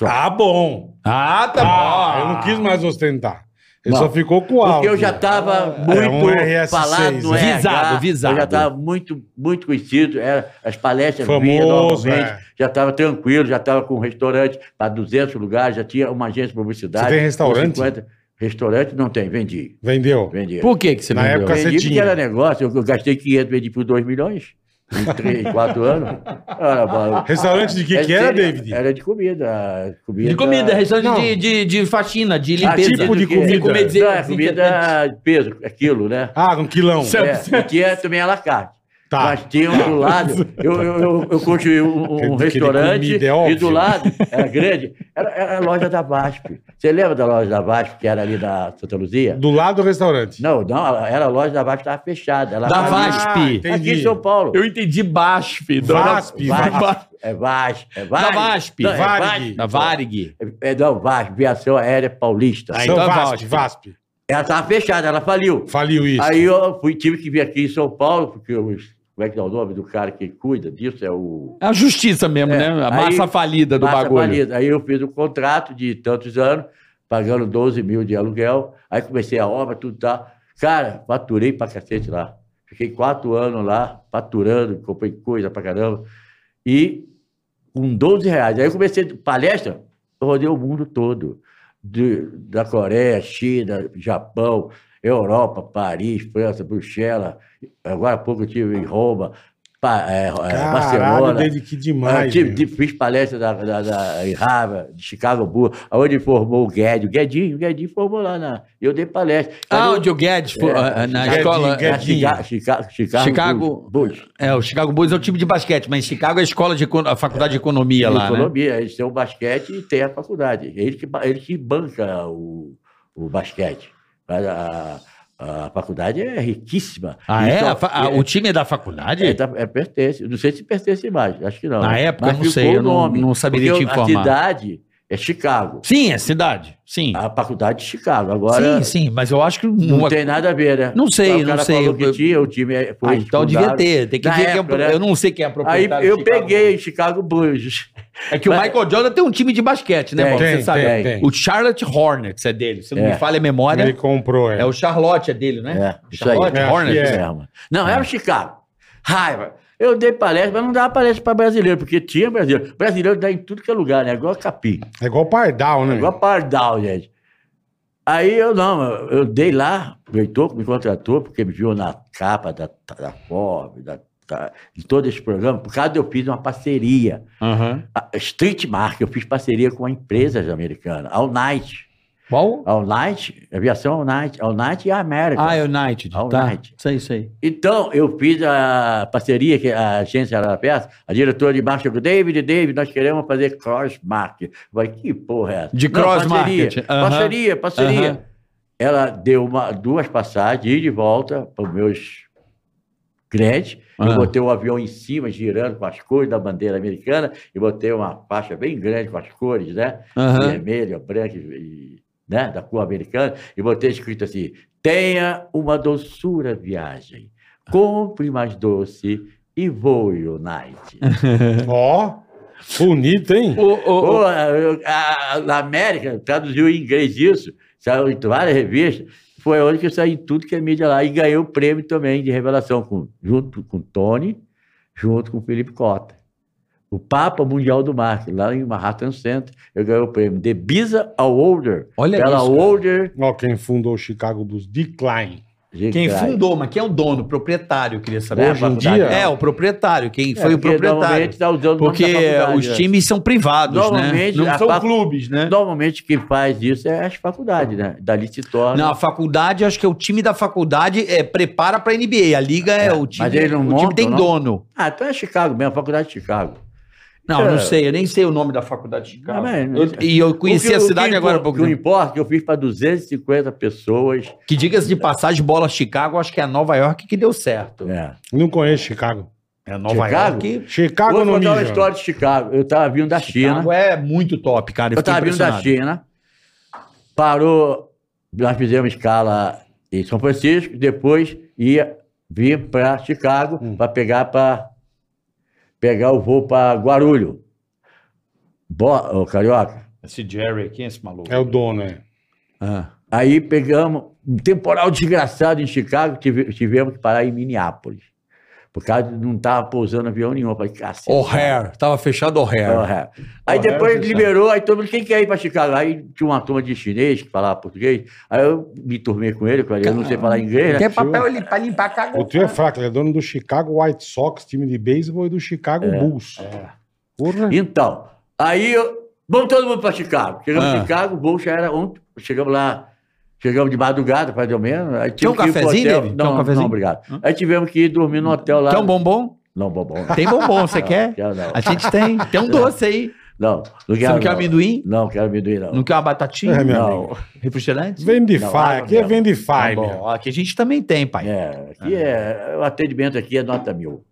Ah, bom.
Ah, tá
Ah,
bom.
eu não quis mais ostentar. Ele
Não.
só ficou com o áudio.
Porque eu já tá- estava
Ah,
muito
é um RS6,
falado no
né?
RH,
Visado, visado.
Eu já estava muito, muito conhecido. Era, as palestras vinham
Famoso,
normalmente.
é.
Já estava tranquilo, já estava com um restaurante para 200 lugares, já tinha uma agência de publicidade.
Você tem restaurante?
com 50. Restaurante não tem, vendi.
Vendeu.
Vendi.
Por que que você
Na
não
época-
deu?
Vendi porque
Cacetinho.
era negócio, eu eu gastei 500, vendi por 2 milhões, em 3, 4 anos. Ora, bola.
Restaurante de que que era, David?
Era de comida. comida
De comida,
Não.
restaurante de, de, de faxina, de
Ah,
limpeza.
tipo de
que-
comida.
Você comer dizer,
Não, é
assim,
comida de peso, é quilo, né?
Ah, um quilão.
Certo.
É, e tinha também a la carte.
Tá.
Mas tinha um do lado, eu, eu, eu, eu construí um, um
Que- que
restaurante
comida, é óbvio.
e do lado, era grande, era, era a loja da VASP. Você lembra da loja da VASP, que era ali na Santa Luzia?
Do lado do restaurante.
Não, não, era a loja da VASP que estava fechada. Ela
Da
tava ali-
VASP.
Ah,
Aqui em São Paulo.
Eu entendi BASF. dona-
VASP,
Vasp.
Va-
É VASP. É VASP.
Da VASP.
Não, é
Varig.
VASP.
Da Varig.
É, é, não, VASP, Viação Aérea Paulista.
Aí,
São
então é
Ah, Vasp,
Vasp.
Vasp.
Ela estava fechada, ela faliu.
Faliu isso.
Aí eu fui, tive que vir aqui em São Paulo, porque os, como é que dá o nome do cara que cuida disso? É o.
É a justiça mesmo,
É,
né? A
aí-
massa falida do
Massa
bagulho.
Valida. Aí eu fiz um contrato de tantos anos, pagando 12 mil de aluguel. Aí comecei a obra, tudo tá. Cara, faturei pra cacete lá. Fiquei quatro anos lá, faturando, comprei coisa pra caramba. E com 12 reais. Aí eu comecei palestra, eu rodei o mundo todo. De- da Coreia, China, Japão, Europa, Paris, França, Bruxelas. Agora há pouco eu estive em Roma, pa, é, é,
Caralho,
Barcelona.
David, que
Ah,
demais.
tive-
meu.
tive- fiz palestra da, da, da- em Harvard, de Chicago Bull, onde formou o Guedes. O Guedinho, o Guedinho formou lá. Na, eu dei palestra.
Ah,
Ali-
onde o Guedes foi,
É,
ah, na
Guedinho,
escola.
na
Guedinho.
Chica, Chica, Chicago,
Chicago-
Bulls. Bulls.
É, o Chicago Bulls é o time de basquete, mas em Chicago é a escola de econo- a faculdade de economia lá, né?
economia. Eles têm o basquete e tem a faculdade. Ele que, ba- ele que banca o, o basquete. Mas a, a faculdade é riquíssima.
Ah,
E
é?
só-
A fa- a- o time é da faculdade?
É, tá- é, pertence. Não sei se pertence mais, acho que não. né?
Na época, eu não
ficou
sei,
o
eu não- não saberia
porque
te
A
informar.
cidade é Chicago.
Sim, é cidade. Sim.
A faculdade de Chicago. Agora,
sim, sim, mas eu acho que
não
não,
tem nada a ver, né?
Não sei,
o cara
não sei,
Falou
eu-
que tinha, o time é- foi
Ah, então devia
fundado.
ter. Tem que
Na
ver quem é o
época,
pro-
né?
Eu não sei quem é
Aí
proprietário.
eu
do Chicago
peguei
Bulls.
Chicago Bulls.
É que o
Mas-
Michael Jordan tem um time de basquete, né,
Tem,
Bob? Você
tem,
sabe?
tem,
tem.
O Charlotte Hornets é dele. Se não
É.
me falha a memória,
Ele comprou, é.
é o Charlotte é dele, né?
É, isso aí.
Charlotte
É,
Hornets.
acho que é.
mesmo. Não, era o Chicago. Raiva. Eu dei palestra, mas não dava palestra para brasileiro, porque tinha brasileiro. Brasileiro dá em tudo que é lugar, né? Igual capim,
É igual Pardal, né?
igual pardal, gente. Aí eu não, eu eu dei lá, o Heitor me contratou, porque me viu na capa da, da Forbes, da, da, em todo esse programa, por causa de eu fiz uma parceria.
Aham.
a Street Mark, eu fiz parceria com uma empresa americana, All Night.
Qual?
All Night, aviação All Night, All Night e a América.
Ah, é United.
Ah,
tá.
United.
Isso aí, isso aí.
Então, eu fiz a parceria, que a agência era perto, a diretora de marketing, David, David, nós queremos fazer cross market. Vai, que porra é essa?
De
Não,
cross
parceria,
market, aham.
Parceria, parceria.
Aham.
Ela deu uma, duas passagens, ida e de volta, para os meus clientes. Eu
Aham.
botei o avião em cima, girando com as cores da bandeira americana, e botei uma faixa bem grande com as cores, né?
Aham.
vermelha, branca, e- e, né, da cor americana, e botei escrito assim: tenha uma doçura viagem, compre mais doce e voe United.
Ó, bonito, hein?
O, o,
Pô, eu- a- a- na América, traduziu em inglês isso, saiu em várias revistas, foi onde que eu saí em tudo que é mídia lá, e ganhei o prêmio também de revelação, com, junto com o Tony, junto com o Felipe Cota. O Papa Mundial do Marketing, lá em Manhattan Center, eu ganhei o prêmio The Biza Award,
Olha
pela
isso, cara.
Older
Ó, quem fundou o Chicago Bulls, Decline.
Quem fundou, mas quem é o dono? O proprietário, eu queria saber.
É,
Hoje em
faculdade.
dia,
É, o proprietário. Quem foi o proprietário?
É, Normalmente, tá usando o nome
Porque
da faculdade,
os
né?
times são privados,
Normalmente,
né? Não
a
são
fac-
clubes, né?
Normalmente quem faz isso é as faculdades, né? Dali se torna.
Não, a faculdade, acho que é o time da faculdade é, prepara pra NBA. A liga é, o time.
mas eles não
o time
montam,
tem
não?
dono.
Ah, então é Chicago mesmo, a faculdade de Chicago.
Não,
É.
não sei, eu nem sei o nome da faculdade de Chicago.
Ah, mas-
Eu- e eu conheci
O que-
a
o que
cidade
impo-
agora há pouco.
O que
tempo.
importa é que eu fiz para 250 pessoas.
Que diga-se de passagem, bola Chicago, acho que é a Nova York que deu certo.
É.
Não conheço Chicago.
É
Chicago?
York.
Chicago
Vou
não
contar uma
mija.
história de Chicago. Eu estava vindo da China.
Chicago é muito top, cara.
Eu
fiquei
estava vindo da
impressionado.
China, parou, nós fizemos escala em São Francisco, depois ia vir para Chicago
Hum.
para pegar para pegar o voo para Guarulho. Bo, ô, carioca.
Esse Jerry aqui, esse maluco.
É o dono, é.
Ah.
Aí pegamos um temporal desgraçado em Chicago, tive- tivemos que parar em Minneapolis. Por causa de não estava pousando avião nenhum. Eu Falei, cacete.
O'Hare, tava fechado O'Hare.
Porra. é. Aí
Porra,
depois
é
ele liberou, aí todo mundo, quem quer ir para Chicago? Aí tinha uma turma de chinês que falava português, aí eu me turmei com ele, eu falei, eu não sei falar inglês, né?
Quer papel ali pra limpar a
O
cagou.
tio é fraco, ele é dono do Chicago White Sox, time de beisebol, e do Chicago
É.
Bulls. Porra.
Então, aí eu, vamos todo mundo para Chicago. Chegamos
Ah.
em Chicago, o voo já era ontem, chegamos lá, chegamos de madrugada, mais ou menos. Aí
Quer um
tivemos que ir pro
cafezinho,
hotel.
David? Quer um
Não,
cafezinho?
não, obrigado. Aí tivemos que ir dormir no hotel lá.
Quer um bombom?
Não, bombom. não.
Tem bombom, você quer?
Quero não.
A gente tem. Tem um doce aí.
Não, não
Você
quero
não quer amendoim?
Não, quero amendoim, não.
Não quer uma batatinha?
É, meu
não. Refrigerante?
Vendify,
Não, água
aqui é
mesmo.
Vendify,
Tá bom.
meu.
Ó, Aqui a gente também tem, pai.
É, aqui é, o atendimento aqui é nota mil.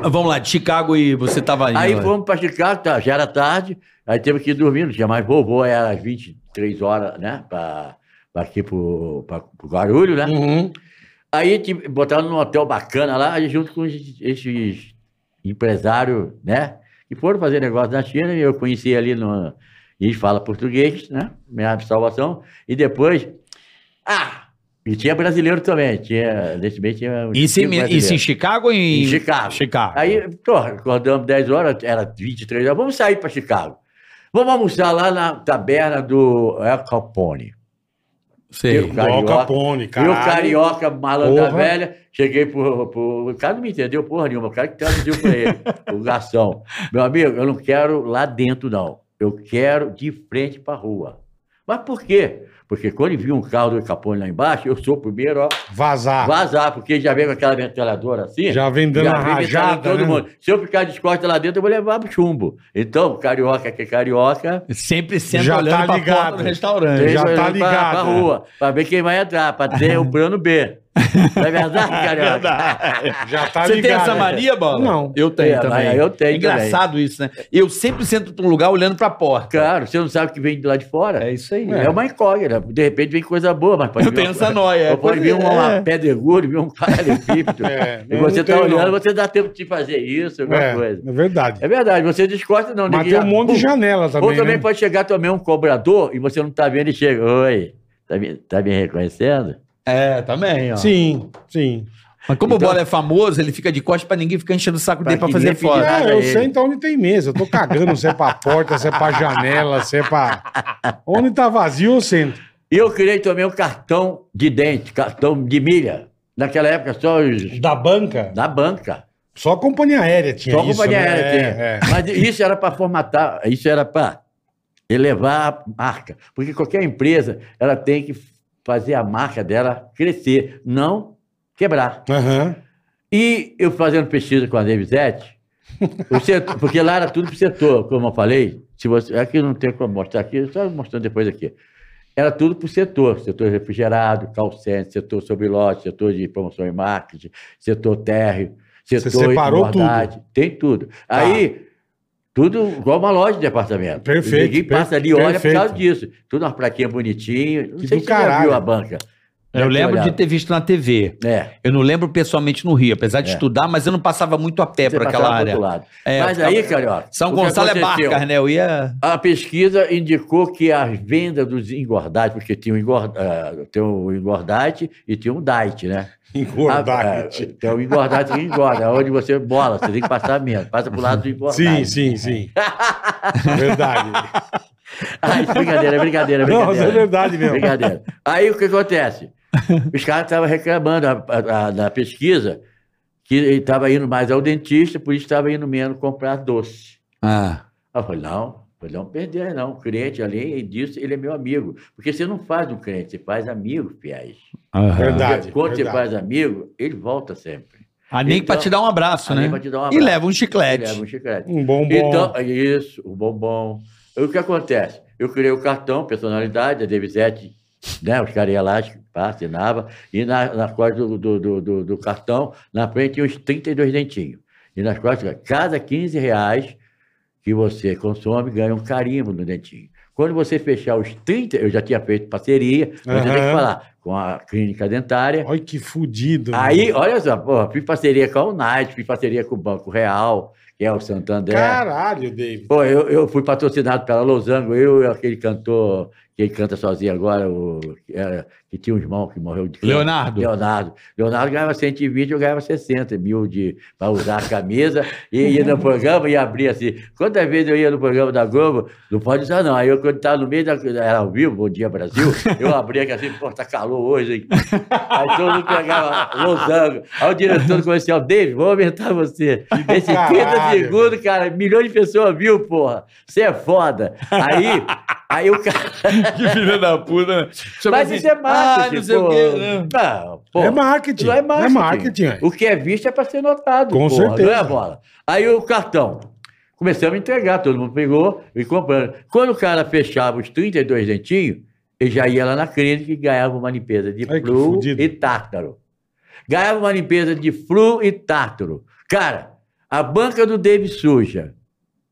Vamos lá, de Chicago e você tava né? aí.
Aí fomos para Chicago, tá, já era tarde, aí teve que ir dormir, não tinha mais voo, voo era às 23 horas, né, para aqui pro, pra, pro Guarulho, né.
Uhum.
Aí te botaram num hotel bacana lá, aí junto com esses, esses empresários, né, que foram fazer negócio na China, e eu conheci ali no... Eles falam português, né, minha salvação, e depois... Ah! E tinha brasileiro também, tinha... Nesse mês tinha... um uns
Isso,
cinco
em,
brasileiros.
isso em Chicago ou em...
Em Chicago.
Chicago.
Aí, porra, acordamos 10 horas, era 23 horas, vamos sair para Chicago. Vamos almoçar lá na taberna do El Capone.
Sei.
eu-
Do Al Capone,
Viu,
caralho.
carioca, malandro da
Porra.
velha, cheguei pro, pro... O cara não me entendeu porra nenhuma, o cara que traduziu pra ele, o garçom. Meu amigo, eu não quero lá dentro, não. Eu quero de frente pra rua. Mas por quê? Porque quando ele viu um carro do El Capone lá embaixo, eu sou o primeiro, ó,
Vazar.
vazar, porque ele já vem com aquela metralhadora assim.
Já vem dando
Já
a
vem metralhando
rajada.
todo
né?
mundo. Se eu ficar de costas lá dentro, eu vou levar pro chumbo. Então, carioca que é carioca,
Sempre senta
Já
olhando
tá
pra
ligado.
porta do restaurante.
Já
deixa
tá
eu ir Pra,
ligado.
pra rua, pra ver quem vai entrar, pra ter o plano B. Não é verdade, carioca?
Já tá
Você tem
ligado.
essa mania, Bola?
Não.
Eu tenho
É,
também.
mas eu tenho
Engraçado isso, né? Eu sempre sento pra um lugar olhando pra porta.
Claro, você não sabe o que vem de lá de fora. É,
isso aí.
uma incógnita. De repente vem coisa boa, mas pode
Eu
vir
tenho
uma
essa
coisa-
noia.
Ou pode
Pois
vir uma, uma
é.
pedregulho, vir um paralelepípedo.
É,
e
eu
você
não
tá
tenho,
olhando,
não.
você dá tempo de fazer isso, alguma
É,
coisa.
é verdade.
É verdade, você descosta não.
Mas
ninguém
tem um
já-
monte de janela também.
Ou também
né?
pode chegar também um cobrador e você não tá vendo e chega, oi, tá me, tá me reconhecendo?
É, também, ó.
Sim, sim.
Mas como
Então-
o Bola é famoso, ele fica de costas pra ninguém ficar enchendo o saco
Pra
dele pra
que
fazer
ninguém pedir
foto.
nada.
É, eu
ele.
sento onde tem mesa. Eu tô cagando se é pra porta, se é pra janela, se é pra. Onde tá vazio, eu sento.
E eu criei também um cartão de dente, cartão de milha. Naquela época só os
Da banca?
da banca.
Só a companhia aérea tinha
Só a
isso.
companhia
né?
aérea
É,
tinha.
é.
Mas isso era para formatar, isso era para elevar a marca. Porque qualquer empresa, ela tem que fazer a marca dela crescer, não quebrar.
Aham.
E eu fazendo pesquisa com a Devisete, o setor- porque lá era tudo pro setor, como eu falei. Se você, aqui não tem como mostrar aqui, só mostrando depois aqui. Era tudo pro setor, setor refrigerado, calcente, setor sobre lote, setor de promoção e marketing, setor térreo, setor
separou Tá.
engordade, tem tudo. Aí, tudo igual uma loja de departamento.
Perfeito,
Ninguém passa ali e
per-
olha por causa
perfeito.
disso. Tudo umas plaquinhas bonitinhas. Não
Que
sei
do
se você já
caralho.
viu a banca.
Eu lembro de
Olhado.
ter visto na TV.
É.
Eu não lembro pessoalmente no Rio, apesar de
É.
estudar, mas eu não passava muito a pé
Você
por É, aquela
passava pro
área.
outro lado.
É,
Mas
eu ficava-
aí, Carioca.
São
o que
Gonçalo é
aconteceu?
Barcas, né? Eu ia.
A pesquisa indicou que a venda dos engordates, porque tinha o, engor- eh, tem o engordate e tinha um diet, né?
Engordar.
Ah, eh, tem o engordate que engorda, onde você bola, você tem que passar menos, passa pro lado do
sim,
engordate.
sim, sim. É verdade.
Ai, Ah, brincadeira, brincadeira, brincadeira.
Não, mas é verdade mesmo.
Brincadeira. Aí o que acontece? Os caras estavam reclamando a- a- a- da pesquisa que estava indo mais ao dentista, por isso estava indo menos comprar doce.
Ah.
Aí eu falei, não, falei, não perder, não. O cliente, além disso, ele é meu amigo. Porque você não faz um cliente, você faz amigo, fiéis.
aham.
Verdade.
Quando você
verdade.
faz amigo, ele volta sempre.
Ah, nem
Então-
pra te dar um abraço,
Ali
né?
pra te dar um
E
abraço.
leva um chiclete.
Leva um chiclete.
Um bombom.
Então, isso, o bombom. O que acontece? Eu criei o cartão, personalidade, a Devisete, né? Os caras iam lá, pá, assinava, e na, nas costas do, do, do, do- do cartão, na frente tinha uns 32 dentinhos. E nas costas, cada 15 reais que você consome, ganha um carimbo no dentinho. Quando você fechar os 30, eu já tinha feito parceria, mas eu tenho
Aham.
que falar, com a clínica dentária,
Olha que fudido.
Aí,
mano.
olha só, porra, fiz parceria com a Unite, fiz parceria com o Banco Real, que é o Santander.
Caralho, David.
Pô, eu, eu fui patrocinado pela Losango, eu e aquele cantor que ele canta sozinho agora, o, que, era- que tinha um irmão que morreu de câncer.
Leonardo.
Leonardo. Leonardo ganhava 120, eu ganhava 60 mil de, para usar a camisa, e ia no programa e abria assim. Quantas vezes eu ia no programa da Globo, não pode usar não. Aí eu, quando estava no meio da. Era ao vivo, Bom Dia Brasil, eu abria aqui assim, pô, tá calor hoje, hein? Aí todo mundo pegava losango. Aí o diretor do comercial, David, vou aumentar você. Esse 30
caralho,
segundos, cara, milhões de pessoas viu, porra. Você é foda. Aí, aí o cara.
Que filha da puta. né? Chama
um Mas
assim,
isso é marketing.
Ah, não sei
pô. Ah,
o quê. né?
Não, pô.
é marketing.
Não é marketing.
É marketing. ué.
O que é visto é para ser notado.
Com certeza.
Não é bola. Aí o cartão. Começamos a entregar, todo mundo pegou e comprando. Quando o cara fechava os 32 dentinhos, ele já ia lá na clínica e ganhava uma limpeza de
Ai, que
flu
fudido.
e tártaro. Ganhava uma limpeza de flu e tártaro. Cara, a banca do David suja.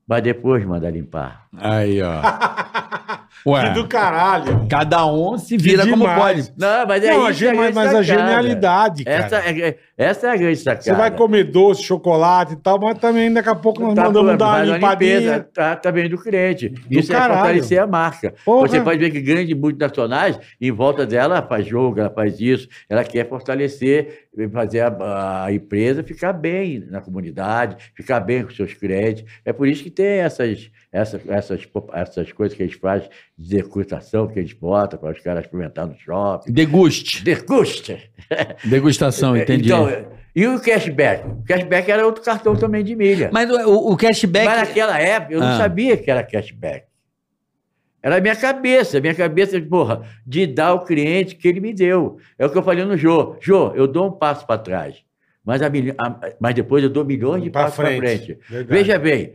Mas depois manda limpar.
Aí, ó. Ué,
Que do caralho.
cada um se vira como
demais.
pode.
Não, mas é
Não, a
isso. é
gen- mas,
grande
mas a
sacada.
genialidade, cara.
Essa é, essa é a grande sacada.
Você vai comer doce, chocolate e tal, mas também daqui a pouco nós
Tá
mandamos
bom,
dar
mas
uma
a
limpadinha.
limpeza Tá, tá bem do cliente. Isso
caralho.
é fortalecer a marca.
Porra.
Você pode ver que grandes multinacionais, em volta dela, ela faz jogo, ela faz isso, ela quer fortalecer, fazer a, a empresa ficar bem na comunidade, ficar bem com seus clientes. É por isso que tem essas, essas, essas, essas coisas que eles fazem de degustação que eles botam para os caras experimentar no shopping.
Deguste.
Degusta!
Degustação, entendi.
Então, e o cashback? O cashback era outro cartão também de milha.
Mas o, o cashback.
Mas naquela época eu
Ah.
não sabia que era cashback. Era a minha cabeça, minha cabeça, porra, de dar ao cliente que ele me deu. É o que eu falei no Jô. Jô, eu dou um passo para trás, mas, a milho- a- mas depois eu dou milhões de
Pra
passos para
frente.
frente.
Verdade.
Veja bem,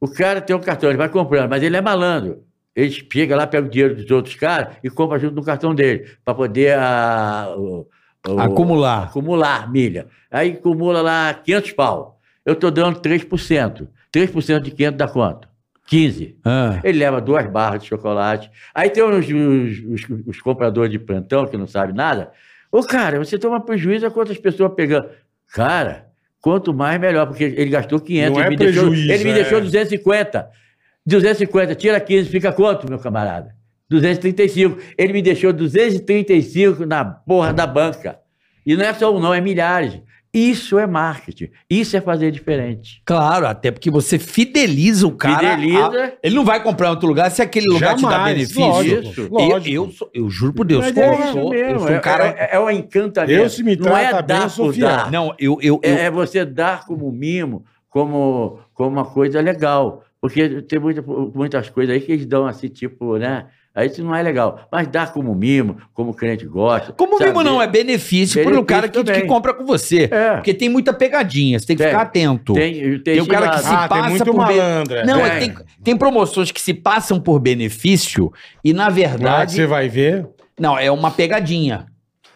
o cara tem um cartão, ele vai comprando, mas ele é malandro. Ele chega lá, pega o dinheiro dos outros caras e compra junto no cartão dele, para poder ah, o- o-
Acumular.
acumular milha. Aí acumula lá 500 pau. Eu estou dando 3%. 3% de 500 dá quanto? 15.
Ah.
Ele leva duas barras de chocolate. Aí tem os, os- os- os compradores de plantão que não sabem nada. Ô, cara, você toma prejuízo a quantas pessoas pegando? Cara, quanto mais melhor, porque ele gastou 500.
Não
ele
é
me deixou-
prejuízo,
ele me
é.
deixou 250. 250, tira 15, fica quanto, meu camarada? 235. Ele me deixou 235 na porra da banca. E não é só um, não, é milhares. Isso é marketing. Isso é fazer diferente.
Claro, até porque você fideliza o cara.
Fideliza.
a- Ele não vai comprar em outro lugar se aquele lugar te dá
Jamais,
benefício.
lógico,
Isso.
lógico.
Eu, eu, sou- eu juro por Deus,
Mas
como
é
eu
isso
sou, eu
mesmo,
sou um
é-
cara.
É, é um encantamento.
Eu, se me
não é
trata bem, eu
dar
sou
por
fiel.
dar.
Não, eu, eu, eu-
É, é você dar como mimo, como, como uma coisa legal. Porque tem muita- muitas coisas aí que eles dão assim, tipo, né? Aí isso não é legal. Mas dar como mimo, como o cliente gosta.
Como
saber-
mimo não, é benefício para o
Benefício
cara que, que
também.
compra com você.
É.
Porque tem muita pegadinha, você tem que
Tem.
ficar atento.
Tem, tem,
Tem o cara que
esse
se
lado.
Ah, tem
passa
muito
por
malandro, é.
Não,
Tem.
é, tem, tem promoções que se passam por benefício e, na
Na hora que
verdade,
Ah,
você vai ver.
não, é uma pegadinha.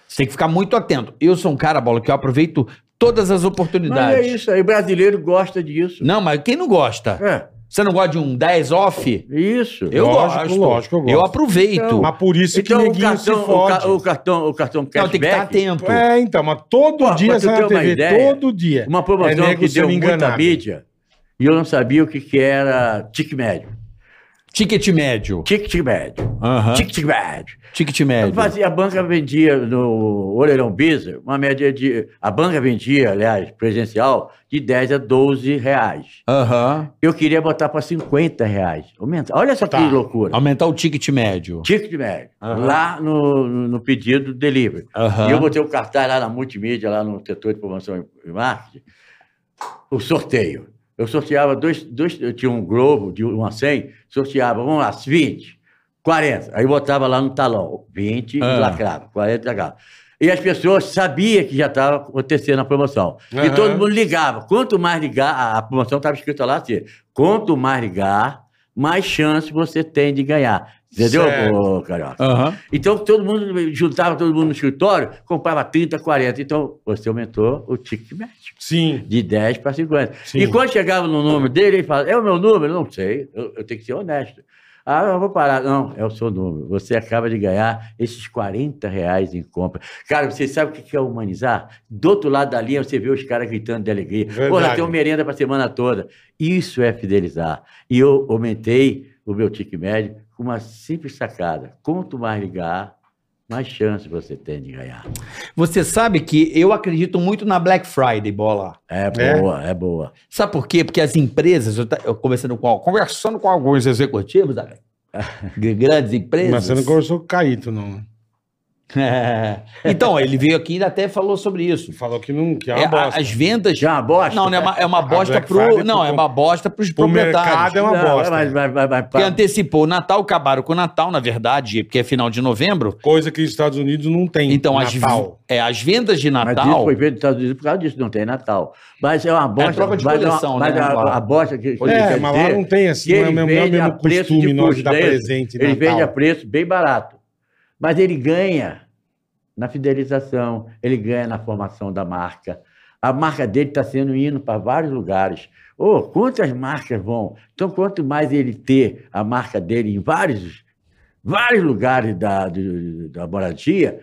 Você tem que ficar muito atento. Eu sou um cara, Bola, que eu aproveito todas as
Mas
oportunidades.
é isso aí. Brasileiro gosta disso.
Não, mas quem não gosta?
É,
Você não gosta de um 10 off?
isso.
Eu
Lógico,
gosto.
lógico, eu gosto.
aproveito.
Então,
Não,
Mas por isso que
Então o
ninguém
cartão,
se
o,
fode.
ca- o cartão, o cartão cashback...
tem que tá estar atento.
É, então, mas todo
Pô,
dia
pra tu
você
ter
na
uma
TV,
ideia,
todo dia.
Uma promoção
É nego
que deu
sendo
muita
enganado.
mídia e eu não sabia o que, que era tique médio.
Ticket médio.
Tique-tique médio.
Aham.
Tique-tique médio.
Ticket
Então
Eu
médio.
fazia, a banca vendia no Orelhão Bisa, uma média de. A banca vendia, aliás, presencial, de 10 a 12 reais.
Aham.
Eu queria botar para 50 reais. Aumenta. Olha só
Tá.
que loucura.
Aumentar o ticket médio.
Tique-tique médio.
Aham.
Lá no, no no pedido do delivery.
Aham.
E eu botei o cartaz lá na multimídia, lá no setor de promoção e marketing, o sorteio. Eu sorteava dois, dois eu tinha um globo de 1 a 100, sorteava, um vamos lá, 20, 40. Aí botava lá no talão, 20
Ah.
e lacrava, 40 e lacrava. E as pessoas sabiam que já estava acontecendo a promoção. E
Aham.
todo mundo ligava. Quanto mais ligar, a- a promoção estava escrita lá assim: quanto mais ligar, mais chance você tem de ganhar. Entendeu,
Certo.
ô, Carioca?
Aham.
Então todo mundo juntava todo mundo no escritório, comprava 30, 40. Então você aumentou o ticket médio
Sim.
de 10 para 50.
Sim.
E quando chegava no número dele, ele falava: "É o meu número?" Não sei, eu, eu tenho que ser honesto. Ah, eu vou parar. Não, é o seu número. Você acaba de ganhar esses 40 reais em compra. Cara, você sabe o que que é humanizar? Do outro lado da linha, você vê os caras gritando de alegria.
Verdade.
Porra, tem uma merenda para semana toda. Isso é fidelizar. E eu aumentei o meu tique médio com uma simples sacada. Quanto mais ligar, mais chance você tem de ganhar.
Você sabe que eu acredito muito na Black Friday, bola.
É
É?
boa, é boa.
Sabe por quê? Porque as empresas, eu, ta- eu conversando com, conversando com alguns executivos, Alex, de grandes empresas.
Mas você não conversou com o Caíto, não.
É. Então, ele veio aqui e ainda até falou sobre isso.
Falou que não que é
É,
uma
a-
bosta.
as vendas.
Já é uma bosta?
Não, não é uma, é uma bosta
Black Friday
pro. Não,
pro-
é uma bosta pros
pro
proprietários.
mercado é uma
Não,
bosta.
Mas, mas, mas, mas,
Porque antecipou o Natal, acabaram com o Natal, na verdade, porque é final de novembro.
Coisa que os Estados Unidos não tem.
Então, as,
Natal.
é, as vendas de
mas
Natal.
isso foi feito nos Estados Unidos por causa disso, não tem Natal. Mas é uma bosta.
troca de
mas é uma-
coleção,
mas
né,
a-
Bola?
a, bosta que. que
É,
quer
mas lá
dizer
não tem assim,
que
não é o
ele
mesmo, não é o
vende
mesmo
a preço
costume
de
nós
custo
de dar
dele.
presente
Ele vende a
Natal.
preço bem barato. Mas ele ganha na fidelização, ele ganha na formação da marca. A marca dele está sendo indo para vários lugares. Ô, quantas marcas vão? Então, quanto mais ele ter a marca dele em vários, vários lugares da, do- da moradia,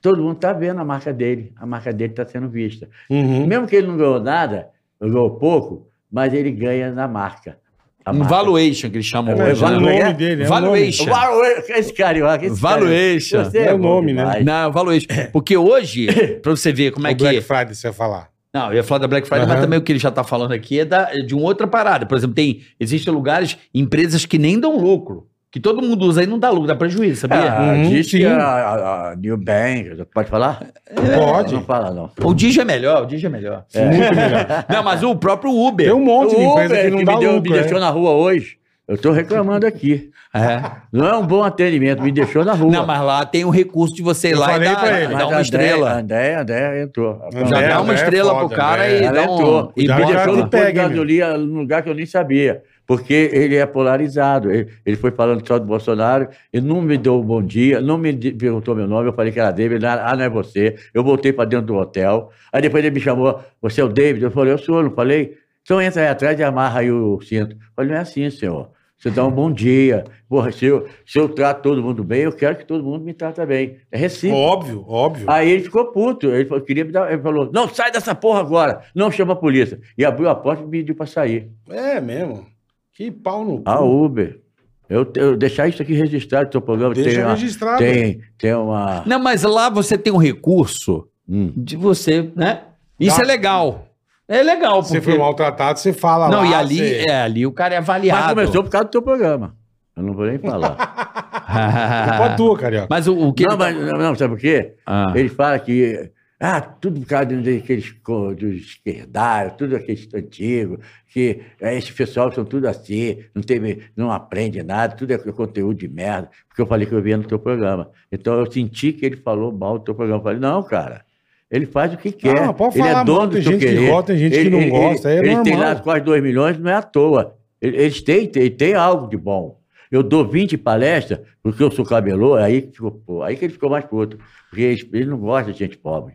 todo mundo está vendo a marca dele. A marca dele está sendo vista.
Uhum.
Mesmo que ele não ganhou nada, ganhou pouco, mas ele ganha na marca. A
Um
marca.
valuation que eles chamam
É,
É,
hoje.
o
né?
valu-
nome
é?
dele, é o nome.
Valuation.
Value- Esse carioca. Esse
Valuation.
carioca. Você
É o
bom
nome, né?
demais.
Não, valuation. Porque hoje, pra você ver como é
O
que.
Black Friday, você ia falar.
Não, eu ia falar da Black Friday, mas
Aham.
também o que ele já está falando aqui é da- de uma outra parada. Por exemplo, tem existem lugares, empresas que nem dão lucro. Que todo mundo usa e não dá lucro, dá prejuízo, sabia?
Ah,
Uhum,
diz
sim.
que a, a, a New Bank, pode falar?
Pode.
Não fala, não.
O Digi é melhor, o Digi é melhor.
Muito melhor.
Não, mas o próprio Uber.
Tem um monte de
O
empresa
Uber
que não
que
dá
me, deu,
lucro.
né?
me
é.
deixou na rua hoje, eu estou reclamando aqui.
É.
Não é um bom atendimento, me deixou na rua.
Não, mas lá tem o recurso de você ir
Eu
lá e
falei
dar,
pra ele.
dar uma
André-
estrela.
André, André entrou.
Já
André,
dá uma
André é
estrela
foda,
pro cara
André.
e
Ela
dá um.
entrou.
E
E
Já
me
pede
cara
deixou
te
no posto de
é pega, meu.
gasolina num lugar que eu nem sabia. Porque ele é polarizado. Ele, ele foi falando só do Bolsonaro e não me deu um bom dia, não me di- perguntou meu nome. Eu falei que era David. Ele, ah, não é você. Eu voltei para dentro do hotel. Aí depois ele me chamou, você é o David? Eu falei, eu sou, não falei? Então entra aí atrás e amarra aí o cinto. Eu falei, não é assim, senhor. Você dá um bom dia. Porra, se eu, se eu trato todo mundo bem, eu quero que todo mundo me trata bem. É recíproco.
Óbvio, óbvio.
Aí ele ficou puto. Ele falou, queria me dar. Ele falou: não, sai dessa porra agora. Não chama a polícia. E abriu a porta e pediu pra sair.
É mesmo. Que pau no cu.
A Uber. Eu, eu deixar isso aqui registrado no seu programa. tem,
Deixa
uma,
registrado.
tem, tem uma.
Não, mas lá você tem um recurso
Hum.
de você, né? Isso
Dá-
é legal. É legal, porque.
Tá. Você foi maltratado, você fala
Não,
lá.
e ali,
você-
é, ali o cara é avaliado.
Mas começou por causa do teu programa. Eu não vou nem falar.
Culpa
Ah.
tua, Carioca.
Mas o, o que.
não, mas, não, não, sabe por quê?
Ah.
Ele fala que. Ah, tudo por causa daqueles co- dos esquerdários, tudo aqueles antigos, que eh, esse pessoal são tudo assim, não, tem, não aprende nada, tudo é conteúdo de merda, porque eu falei que eu via no teu programa. Então eu senti que ele falou mal do teu programa. Eu falei, não, cara, ele faz o que quer.
Não, pode
ele
falar
é dono
mal, tem
do teu
gente que
querer.
gosta, tem gente que não gosta, é
ele, ele tem
normal.
lá quase 2 milhões, não é à toa. Ele- Eles têm, têm, têm algo de bom. Eu dou 20 palestras, porque eu sou cabelô, aí que, ficou, pô, aí que ele ficou mais puto. Porque eles, eles não gostam de gente pobre.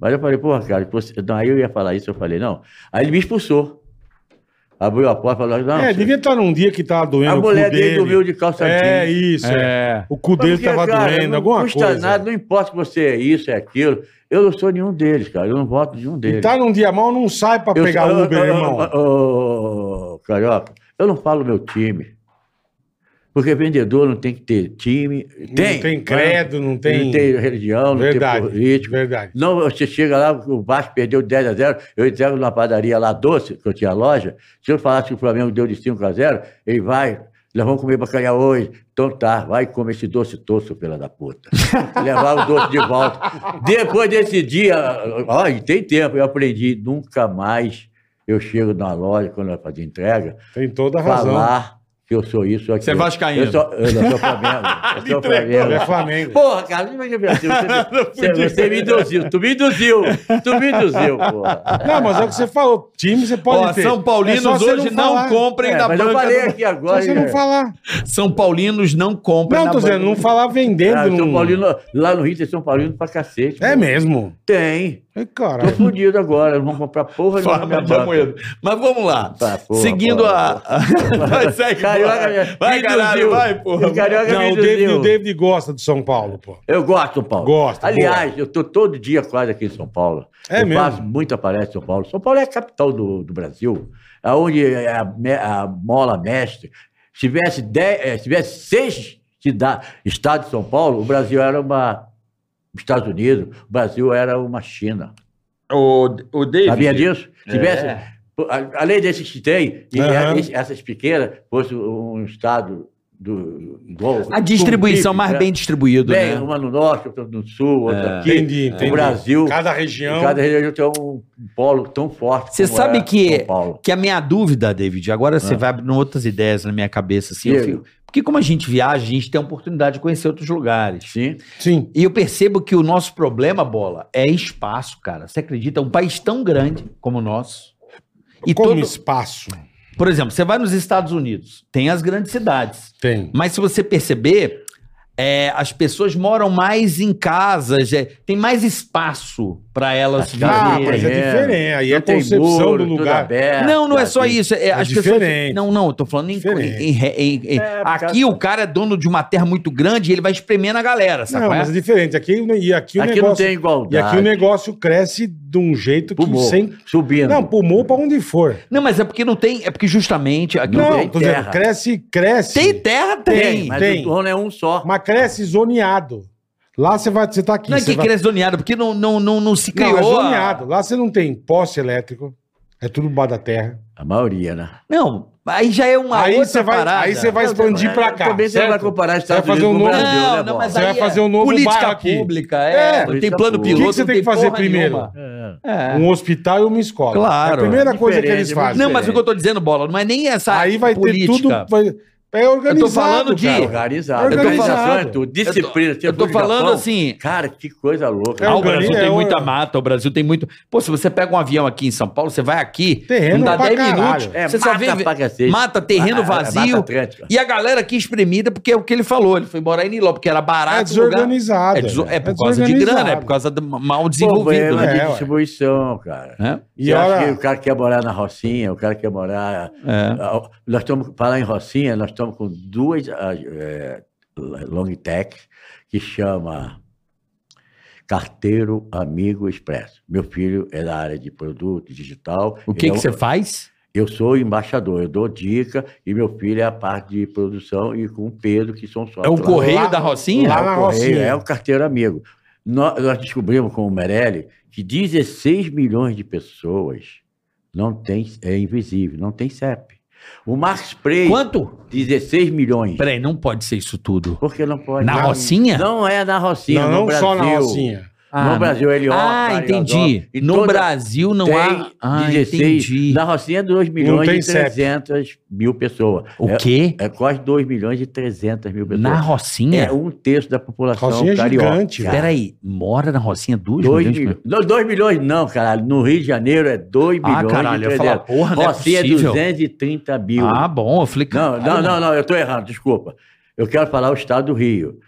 Mas eu falei, porra, cara, você- não, aí eu ia falar isso, eu falei, não. Aí ele me expulsou. Abriu a porta e falou, não,
É,
você-
devia estar num dia que tava doendo
a
o cu
mulher dele
dele.
dormiu de calça
É
jeans.
isso. é.
É.
O cu dele
Porque,
tava
cara,
doendo,
não
alguma
custa
coisa.
nada, não importa se você é isso, é aquilo. Eu não sou nenhum deles, cara. Eu não voto nenhum
E
deles.
tá num dia mal, não sai pra
Eu- Ah,
pegar
eu-
Uber,
eu- eu-
irmão.
Ô, Carioca, eu não falo meu time. Porque vendedor não tem que ter time. Tem. né?
não tem credo, não tem.
Não tem religião, não
Verdade.
tem político.
Verdade.
Não, você chega lá, o Vasco perdeu 10 a 0 eu entrego numa padaria lá doce, que eu tinha loja, se eu falasse que o Flamengo deu de 5 a 0 ele vai, nós vamos comer bacalhau hoje. Então tá, vai comer esse doce tosso, pela da puta. Levar o doce de volta. Depois desse dia, ó, e tem tempo, eu aprendi, nunca mais eu chego na loja, quando eu fazia entrega,
Tem toda a razão.
falar que eu sou isso aqui.
Você é vascaíno.
Eu sou, eu não sou Flamengo. Eu sou
É
Flamengo.
Flamengo.
Porra, cara, não me você, você, você me induziu. Tu me induziu. Tu me induziu, porra.
Não, mas é o que você falou. Time você pode
Ó,
ter.
São
É só
Paulinos
você
hoje não,
falar.
comprem
É,
da
mas
banca.
eu falei
do-
aqui
Só
agora. é.
você não falar.
São Paulinos não comprem
Não,
da
tô
banca
dizendo,
do-
não falar vendendo.
Ah, São
não-
Paulino, lá no Rio tem São Paulino pra cacete.
um- É
pô.
mesmo.
Tem.
Ai,
Tô
Caralho.
fudido agora. Não vão comprar porra nenhuma na
Fala,
minha
mas
banca.
Amoedo. Mas vamos lá.
Tá, porra,
Seguindo
porra,
a. vai, segue,
Carioca é
porra.
me-
vai,
me
caralho,
induziu.
vai, porra.
O Carioca
Não,
me
o David,
induziu.
o David gosta do São Paulo, pô.
Eu gosto, São Paulo.
Gosto,
Aliás, eu tô todo dia quase aqui em São Paulo.
É
eu
mesmo?
faço muita palestra em São Paulo. São Paulo é a capital do, do Brasil, é onde é a, me- a mola mestre. Se tivesse, dez, eh, se tivesse seis cida- estados de São Paulo, o Brasil era uma. Estados Unidos, o Brasil era uma China.
O, o David.
Sabia disso? Se tivesse.
É.
Pô, a- Além desses que tem, e
Aham.
a- esse- essas pequenas, fosse um estado do. igual-
A distribuição
com PIB,
mais
né?
bem distribuído,
Bem,
né? É,
uma no norte, outra no sul, outra aqui.
Entendi, entendi.
Ah, é. O Brasil,
Cada região.
cada região tem um polo tão forte.
Você
como
sabe
é
que-
São Paulo.
Que a minha dúvida, David, agora você vai abrindo outras ideias na minha cabeça, assim. eu
Ah. Diga.
fico- porque como a gente viaja, a gente tem a oportunidade de conhecer outros lugares.
Sim.
Sim.
E eu percebo que o nosso problema, bola, é espaço, cara. Você acredita? Um país tão grande como o nosso. E
Como
todo,
espaço
por exemplo, você vai nos Estados Unidos, tem as grandes cidades.
tem.
Mas se você perceber, é, as pessoas moram mais em casas, é, tem mais espaço para elas
Ah,
Sim,
mas é
viverem.
é.
diferente. Aí é a
Não tem
concepção
muro,
do
tudo
lugar.
aberto,
Não, não é só
assim.
isso. É, as
diferente.
pessoas. Não, não, eu tô falando em.
Diferente.
em- em- em- em-
É, por
aqui
causa-
o cara é dono de uma terra muito grande e ele vai espremendo a galera, sabe?
Não, mas é diferente. Aqui, e
Aqui
aqui, o
não
negócio.
tem
E
igualdade.
aqui o negócio cresce de um jeito que
Pulmou,
sem.
subindo.
Não, pulmou pra onde for.
é porque não tem. É porque justamente. Aqui
Não,
não
tem
tô dizendo,
terra.
cresce, cresce.
tem, tem terra, tem.
Tem,
mas
tem.
o dono é um só.
Mas cresce zoneado. Lá você vai, você tá aqui.
Não é
você
que
vai...
cresce zoneado, porque não, não, não, não se
Não,
criou.
é
a-
zoneado. Lá você não tem poste elétrico. É tudo bar da terra.
A maioria, né?
Não, aí já é uma
Aí
outra
você vai-
parada.
aí você vai- expandir pra cá,
é, Também você não vai
certo?
comparar Estados
Você vai fazer
Unidos com
um
o
novo-
Brasil,
Não,
né,
não,
bola?
mas
Você
aí
vai
é
fazer um novo bairro
política
aqui.
pública,
É,
é, não tem
política
plano
pública.
piloto,
O que que você
não
tem que fazer
porra
primeiro?
nenhuma.
É.
É.
Um hospital e uma escola.
Claro.
É a primeira coisa que
Diferente,
eles
é
fazem.
Não, mas o que eu tô dizendo, bola, não é nem essa
Aí vai
política.
ter tudo. vai- É organizado.
Eu tô falando de-
É
cara.
Organizado.
Organizado.
Organização é tudo. Disciplina.
Eu tô
Tinha
falando
Japão.
assim,
Cara, que coisa louca.
É
ah, o
organi-
Brasil
é
tem
o-
muita mata, o Brasil tem muito... Pô, se você pega um avião aqui em São Paulo, você vai aqui,
Terreno
não dá
pra
10
caralho.
minutos,
É,
você só
mata
vê
pra cacete.
mata, terreno
Ah, é,
vazio,
Mata Atlântica.
e a galera aqui espremida, porque é o que ele falou, ele foi morar em Niló, porque era
É
barato o lugar.
desorganizado.
É, deso- é por causa de
desorganizado.
grana, é por causa do mal
Desenvolvido,
desenvolvido,
Problema
né?
é,
de
ué.
distribuição, cara.
É.
E
Você acha
olha-
que o cara quer morar na Rocinha, o cara quer morar.
É.
Ah, Nós estamos, falar em Rocinha, nós estamos com duas ah, eh, long tech que chama Carteiro Amigo Expresso. Meu filho é da área de produto digital.
O que
ele
que
é um-
você faz?
Eu sou embaixador, eu dou dica e meu filho é a parte de produção e com o Pedro, que são só.
É o
lá-
correio
lá-
da Rocinha?
lá
é o
na
correio,
Rocinha.
É o carteiro amigo. Nó- Nós, descobrimos com o Merelli que 16 milhões de pessoas não tem, é invisível, não tem CEP. O Max Prey,
Quanto?
16 milhões.
Peraí, não pode ser isso tudo.
Por que não pode?
Na
não,
Rocinha?
Não é na Rocinha,
Não,
no
não
Brasil.
só na Rocinha.
no Brasil, ele
Ah, entendi. No Brasil não
tem
há... Ah,
16,
entendi.
Na Rocinha, 2
tem
milhões e
CEP.
300 mil pessoas.
O
é,
quê?
é quase 2 milhões e 300 mil pessoas.
Na
É
Rocinha?
um terço da população
Rocinha é
carioca.
gigante,
cara.
Peraí, mora na Rocinha duas
2
milhões de
milhões. Não, 2 milhões não, caralho. No Rio de Janeiro é 2
Ah,
milhões
caralho, eu ia
e
falar,
300.
porra, não é
Rocinha é
possível.
230 mil.
Ah, bom, eu falei...
não,
caralho,
não, não, não, eu estou errado, desculpa. Eu quero falar o estado do Rio.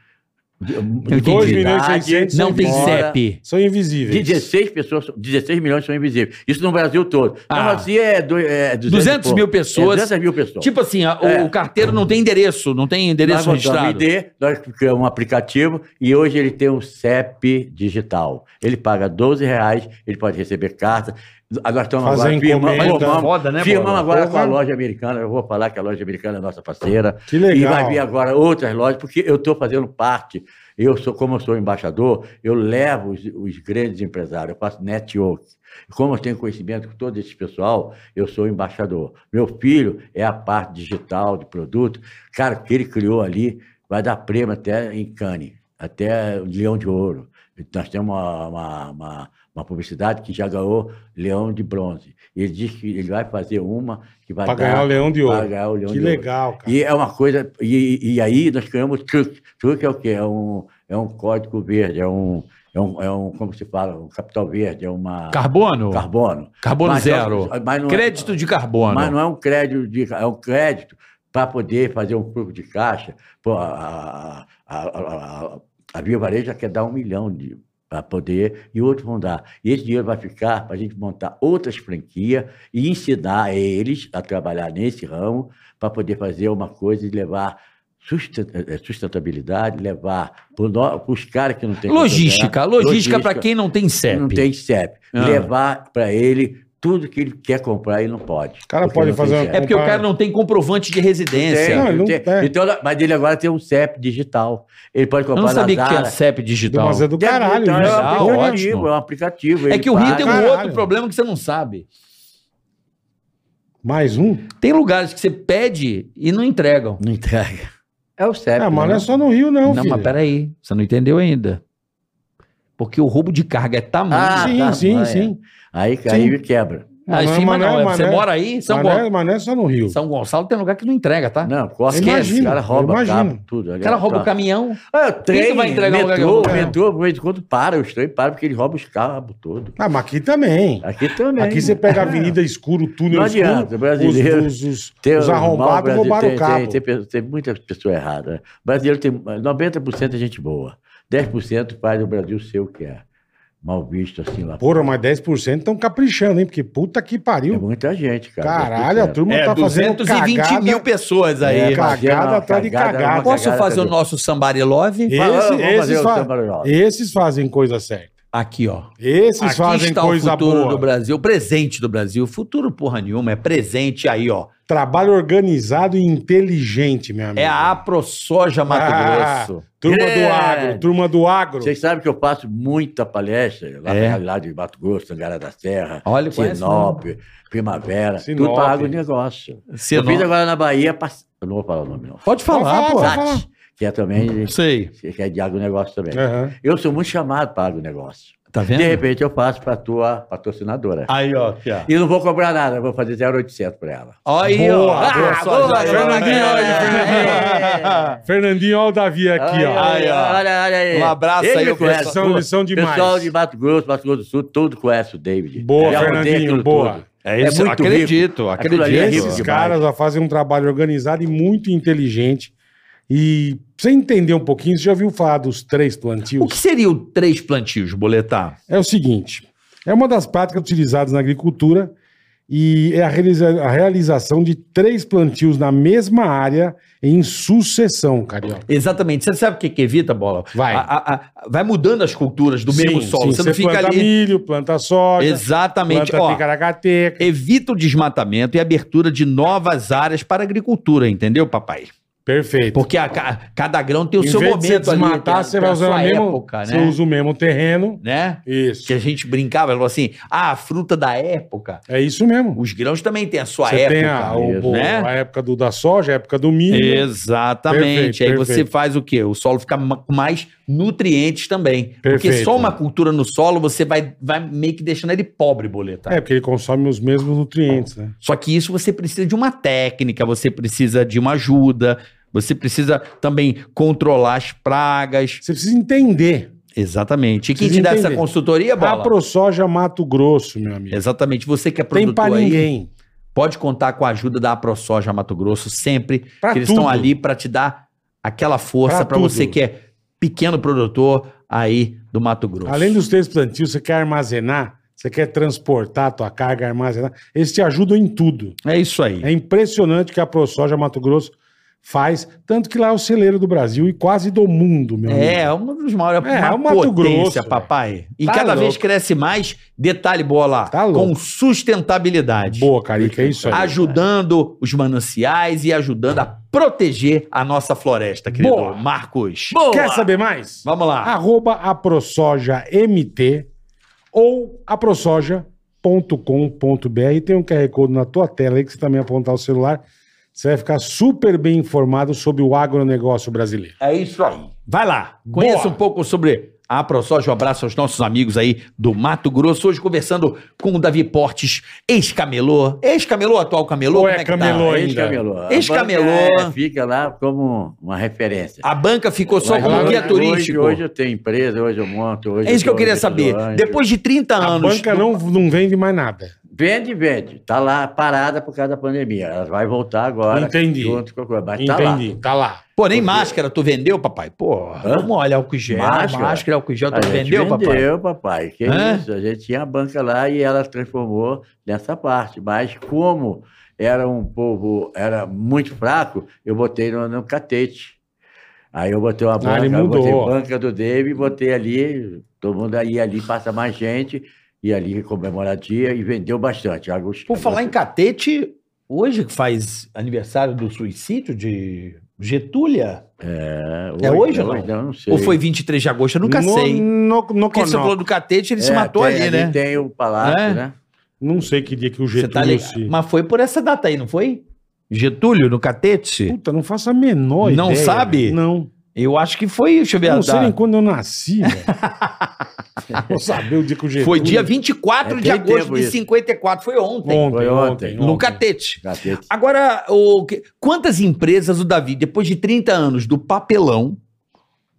Eu entendi.
2 milhões e 600
Não tem
embora.
CEP.
São invisíveis.
16 pessoas, 16 milhões são invisíveis. Isso no Brasil todo.
Ah.
Na Rocinha é, do, é 200,
200
e
mil
pouco.
pessoas.
É 200 mil pessoas.
Tipo assim, a-
É.
o carteiro não tem endereço, não tem
Nós
endereço
botamos
registrado.
ID, nós criamos um aplicativo e hoje ele tem um CEP digital. Ele paga 12 reais, ele pode receber carta. Ah, Nós estamos
Fazer
agora firmamos,
encomenda.
firmamos-
Foda, né,
firmamos
Bola?
agora com a
Porra.
loja americana. Eu vou falar que a loja americana é nossa parceira.
Que legal.
E vai vir agora outras lojas, porque eu estou fazendo parte. Eu sou, como eu sou embaixador, eu levo os, os grandes empresários, eu faço network. Como eu tenho conhecimento com todo esse pessoal, eu sou embaixador. Meu filho é a parte digital de produto. Cara, o que ele criou ali vai dar prêmio até em Cannes, até Leão de Ouro. Nós temos uma, uma, uma, Uma publicidade que já ganhou leão de bronze. Ele diz que ele vai fazer uma que vai
Pra
dar-
né?
ganhar o Leão de
pra
Ouro.
ganhar o leão
Que
de ouro.
legal, cara.
E é uma coisa. E, e aí nós criamos truque. Truque é o quê? É um, é um código verde, é um, é um, é um. Como se fala? Um capital verde, é uma.
Carbono?
Carbono.
Carbono
Mas é um-
zero.
mas não é-
Crédito de carbono.
Mas não é um crédito, de, é um crédito para poder fazer um fluxo de caixa. Pô, a, a, a, a, a, a Via Vareja quer dar um milhão de para poder, e outros vão dar. E esse dinheiro vai ficar para a gente montar outras franquias e ensinar eles a trabalhar nesse ramo para poder fazer uma coisa e levar susten- eh, sustentabilidade, levar para os caras que não têm...
Logística. Logística para quem não tem
que
CEP.
não tem CEP.
Ah.
Levar para ele tudo que ele quer comprar e não pode.
cara
Porque
pode
não tem
fazer uma
CEP.
É porque o cara não tem comprovante de residência.
Tem,
Não, ele não
tem.
tem.
Então, mas ele agora tem um CEP digital. Ele pode
Eu
comprar
não sabia
na
que tinha
Zara.
CEP digital.
Mas é do caralho,
Então, é, um
isso.
aplicativo,
legal, ótimo.
é um aplicativo.
É
ele
que o Rio
paga.
tem um
Caralho.
outro problema que você não sabe.
Mais um?
Tem lugares que você pede e não entregam.
Não entrega. É o CEP.
Ah, mas não é
né?
só no Rio, não,
Não,
filho.
mas peraí, você não entendeu ainda. Porque o roubo de carga é tamanho.
Ah,
sim,
tá,
sim,
mãe.
sim.
Aí caiu e quebra.
Ah,
mas
sim, mas
não é-
não, é-
mas
você
não é-
mora aí, São,
Mas
Gon-
não, é, mas não é só no Rio.
São Gonçalo tem lugar que não entrega, tá?
Não, corre.
Imagino,
Esquece. O cara rouba
imagino.
carro, tudo.
O cara rouba o caminhão.
Ah, o trem,
vai entregar um
metrô,
lugar que eu não-
metrô, por vez em quando para, os trem param, porque ele rouba os carros todo.
Ah, mas aqui também.
Aqui também.
Aqui você pega a
É.
avenida escuro, túnel
Não
escuro.
adianta, brasileiro.
Os, os, os,
Tem
os
o mal
arrombados
brasile-
roubaram
tem-
o carro.
Tem, tem, tem muita pessoa errada. né? O brasileiro tem 90% é gente boa. 10% faz o Brasil ser o que é. Mal visto assim lá.
Porra, mas 10% estão caprichando, hein? Porque puta que
É
pariu.
muita gente, cara.
Caralho, a
10%.
turma tá fazendo
220
cagada.
mil pessoas aí.
É,
Cagada
fazendo uma
atrás de
cagada,
cagada.
uma
Posso
cagada
fazer o
atrás
nosso Somebody Love?
Esse-
de outra. Vamos fazer
esses,
o
fa-
samba rock.
esses fazem coisa certa.
Aqui, ó.
Esses
Aqui
fazem
está
coisa
o futuro
boa.
do Brasil, o presente do Brasil. Futuro porra nenhuma, é presente aí, ó.
Trabalho organizado e inteligente, meu amigo.
É a AproSoja Mato
Ah,
Grosso.
Turma do
Grande.
agro, turma do agro.
Vocês sabem que eu faço muita palestra lá,
É.
lá de Mato Grosso, Angara da Serra,
Olha, conhece, né?
Sinop, Primavera,
Sinop.
tudo para agronegócio. Eu fiz agora na Bahia, pass- eu não vou falar o nome não.
Pode
falar,
falar,
pode
pô.
falar.
Sat, que é
Hum.
também,
Sei.
que é de agronegócio também.
Aham.
Eu sou muito chamado para agronegócio.
Tá vendo?
De repente eu passo para tua
Ah.
patrocinadora.
Aí, ó. Tia.
E não vou cobrar nada, eu vou fazer 0,800 para ela.
Aí, ó.
Boa,
Ah,
boa,
AproSoja.
Fernandinho, olha,
É.
Fernandinho. Fernandinho, olha o Davi aqui,
Olha,
ó.
Aí, ó.
Olha, olha aí.
Um abraço
Ele
aí
me
ao
conhece.
pessoal.
São, eles são demais.
Pessoal de Mato Grosso, Mato Grosso do Sul, todo conhece o David. é
Boa,
Já rodei
Fernandinho,
aquilo
boa.
tudo.
É
isso,
acredito,
acredito, acredito.
acredito.
Esses
demais.
caras já fazem um trabalho organizado e muito inteligente. E pra você entender um pouquinho, você já ouviu falar dos três
O
plantios?
que seria o três plantios, boletar?
É o seguinte: é uma das práticas utilizadas na agricultura e é a, realiza- a realização de três plantios na mesma área em sucessão, carioca.
Exatamente. Você sabe o que, que evita, bola?
Vai.
A- a- a- vai mudando as culturas do mesmo
Sim,
solo.
sim,
você não fica
planta
ali.
milho, planta soja,
Exatamente.
planta
Ó,
ticaracateca.
evita o desmatamento e abertura de novas áreas para a agricultura, entendeu, papai?
Perfeito.
Porque a ca- cada grão tem o
Em
seu
vez de
momento
você
ali.
desmatar,
tem a-
você
tem
vai
a
usar o
sua
mesmo,
época,
você
né?
usa o mesmo terreno.
né?
Isso.
Que a gente brincava, falou assim: ah, a fruta da época.
É isso mesmo.
Os grãos também têm a sua
Você
época.
tem a, o-
né?
a época do, da soja, a época do milho.
Exatamente.
Perfeito,
Aí
perfeito.
você faz o quê? O solo fica ma- com mais nutrientes também. Porque
Perfeito.
só uma cultura no solo, você vai, vai meio que deixando ele pobre, boleta.
É, porque ele consome os mesmos nutrientes, né?
Só que isso você precisa de uma técnica, você precisa de uma ajuda, você precisa também controlar as pragas.
Você precisa entender.
Exatamente. E quem
Precisa
te dá essa
entender.
consultoria,
A
É Bola?
ProSoja Mato Grosso, meu amigo.
Exatamente. Você que é
Tem pra
produtor aí,
ninguém.
pode contar com a ajuda da AproSoja Mato Grosso sempre,
Pra
que eles
tudo.
estão ali para te dar aquela força
Pra
para você
tudo.
que é pequeno produtor aí do Mato Grosso.
Além dos três plantios, você quer armazenar, você quer transportar a tua carga, armazenar. Eles te ajudam em tudo.
É isso aí.
É impressionante o que a ProSoja Mato Grosso faz, tanto que lá é o celeiro do Brasil e quase do mundo, meu
É,
amigo.
é uma dos maiores
É, é
uma
o Mato Grosso,
potência,
velho.
papai. E
Tá
cada vez
louco.
cresce mais, detalhe bola,
Tá louco.
com sustentabilidade.
Boa, Carica, é isso aí.
Ajudando os mananciais e ajudando a proteger a nossa floresta, querido
Boa.
Marcos.
Ah, Quer saber mais?
Vamos lá.
Arroba a ProSoja MT ou aprosoja.com.br. Tem um QR Code na tua tela aí que você também apontar o celular. Você vai ficar super bem informado sobre o agronegócio brasileiro.
É isso aí. Vai lá,
Boa.
conheça um pouco sobre A ProSoja, um abraço aos nossos amigos aí do Mato Grosso. Hoje conversando com o Davi Portes, ex-camelô. Ex-camelô, atual camelô?
Ou
como tá?
é camelô ainda?
Ex-camelô.
Ex-camelô.
A né? banca, é, Fica lá como uma referência.
A banca ficou só
Mas
Ah, como
hoje-
guia turístico.
Hoje, hoje eu tenho empresa, hoje eu monto. Hoje
é isso que eu
dou
queria saber.
restaurante.
Depois de 30
A
anos.
banca não, não vende mais nada.
Vende, vende. Tá lá parada por causa da pandemia. Ela vai voltar agora.
Entendi.
Junto com a coisa. Mas tá lá.
Entendi. Tá lá.
Pô, nem máscara tu vendeu, papai? Pô,
Hã?
vamos olhar álcool gel. Máscara, é
Máscara?
álcool gel, tu
A gente
vendeu, papai?
Vendeu, papai. Que
Hã?
isso? A gente tinha a banca lá e ela transformou nessa parte. Mas como era um povo, era muito fraco, eu botei no, no catete. Aí eu botei uma banca,
Ah, ele
eu botei
mudou.
banca do David, botei ali, todo mundo aí, ali passa mais gente, e ali comemorar dia e vendeu bastante. Augusto,
Por falar em catete, hoje que faz aniversário do suicídio de Getúlia?
É hoje,
É hoje
é
ou não?
não? sei.
Ou foi 23 de agosto? Eu nunca
No-
sei.
No, no,
Porque você
no-
falou do catete, ele
É,
se matou
tem-
ali, né?
Tem o palácio,
É?
né?
Não sei que dia que o
Você tá
Getúlio
ligado?
se...
Mas foi por essa data aí, não foi? Getúlio, no catete?
Puta, não faço a menor
Não
ideia,
sabe?
velho. Não.
Eu acho que foi, deixa eu ver a
Não sei nem
data.
quando eu nasci, velho. Vou saber o dia que o Getúlio...
Foi dia 24
É,
de
tem
agosto
tempo
de
isso.
54, foi ontem.
Ontem,
Foi
ontem,
ontem.
no
ontem.
catete.
Catete.
Agora, o que- quantas empresas o Davi, depois de 30 anos do papelão,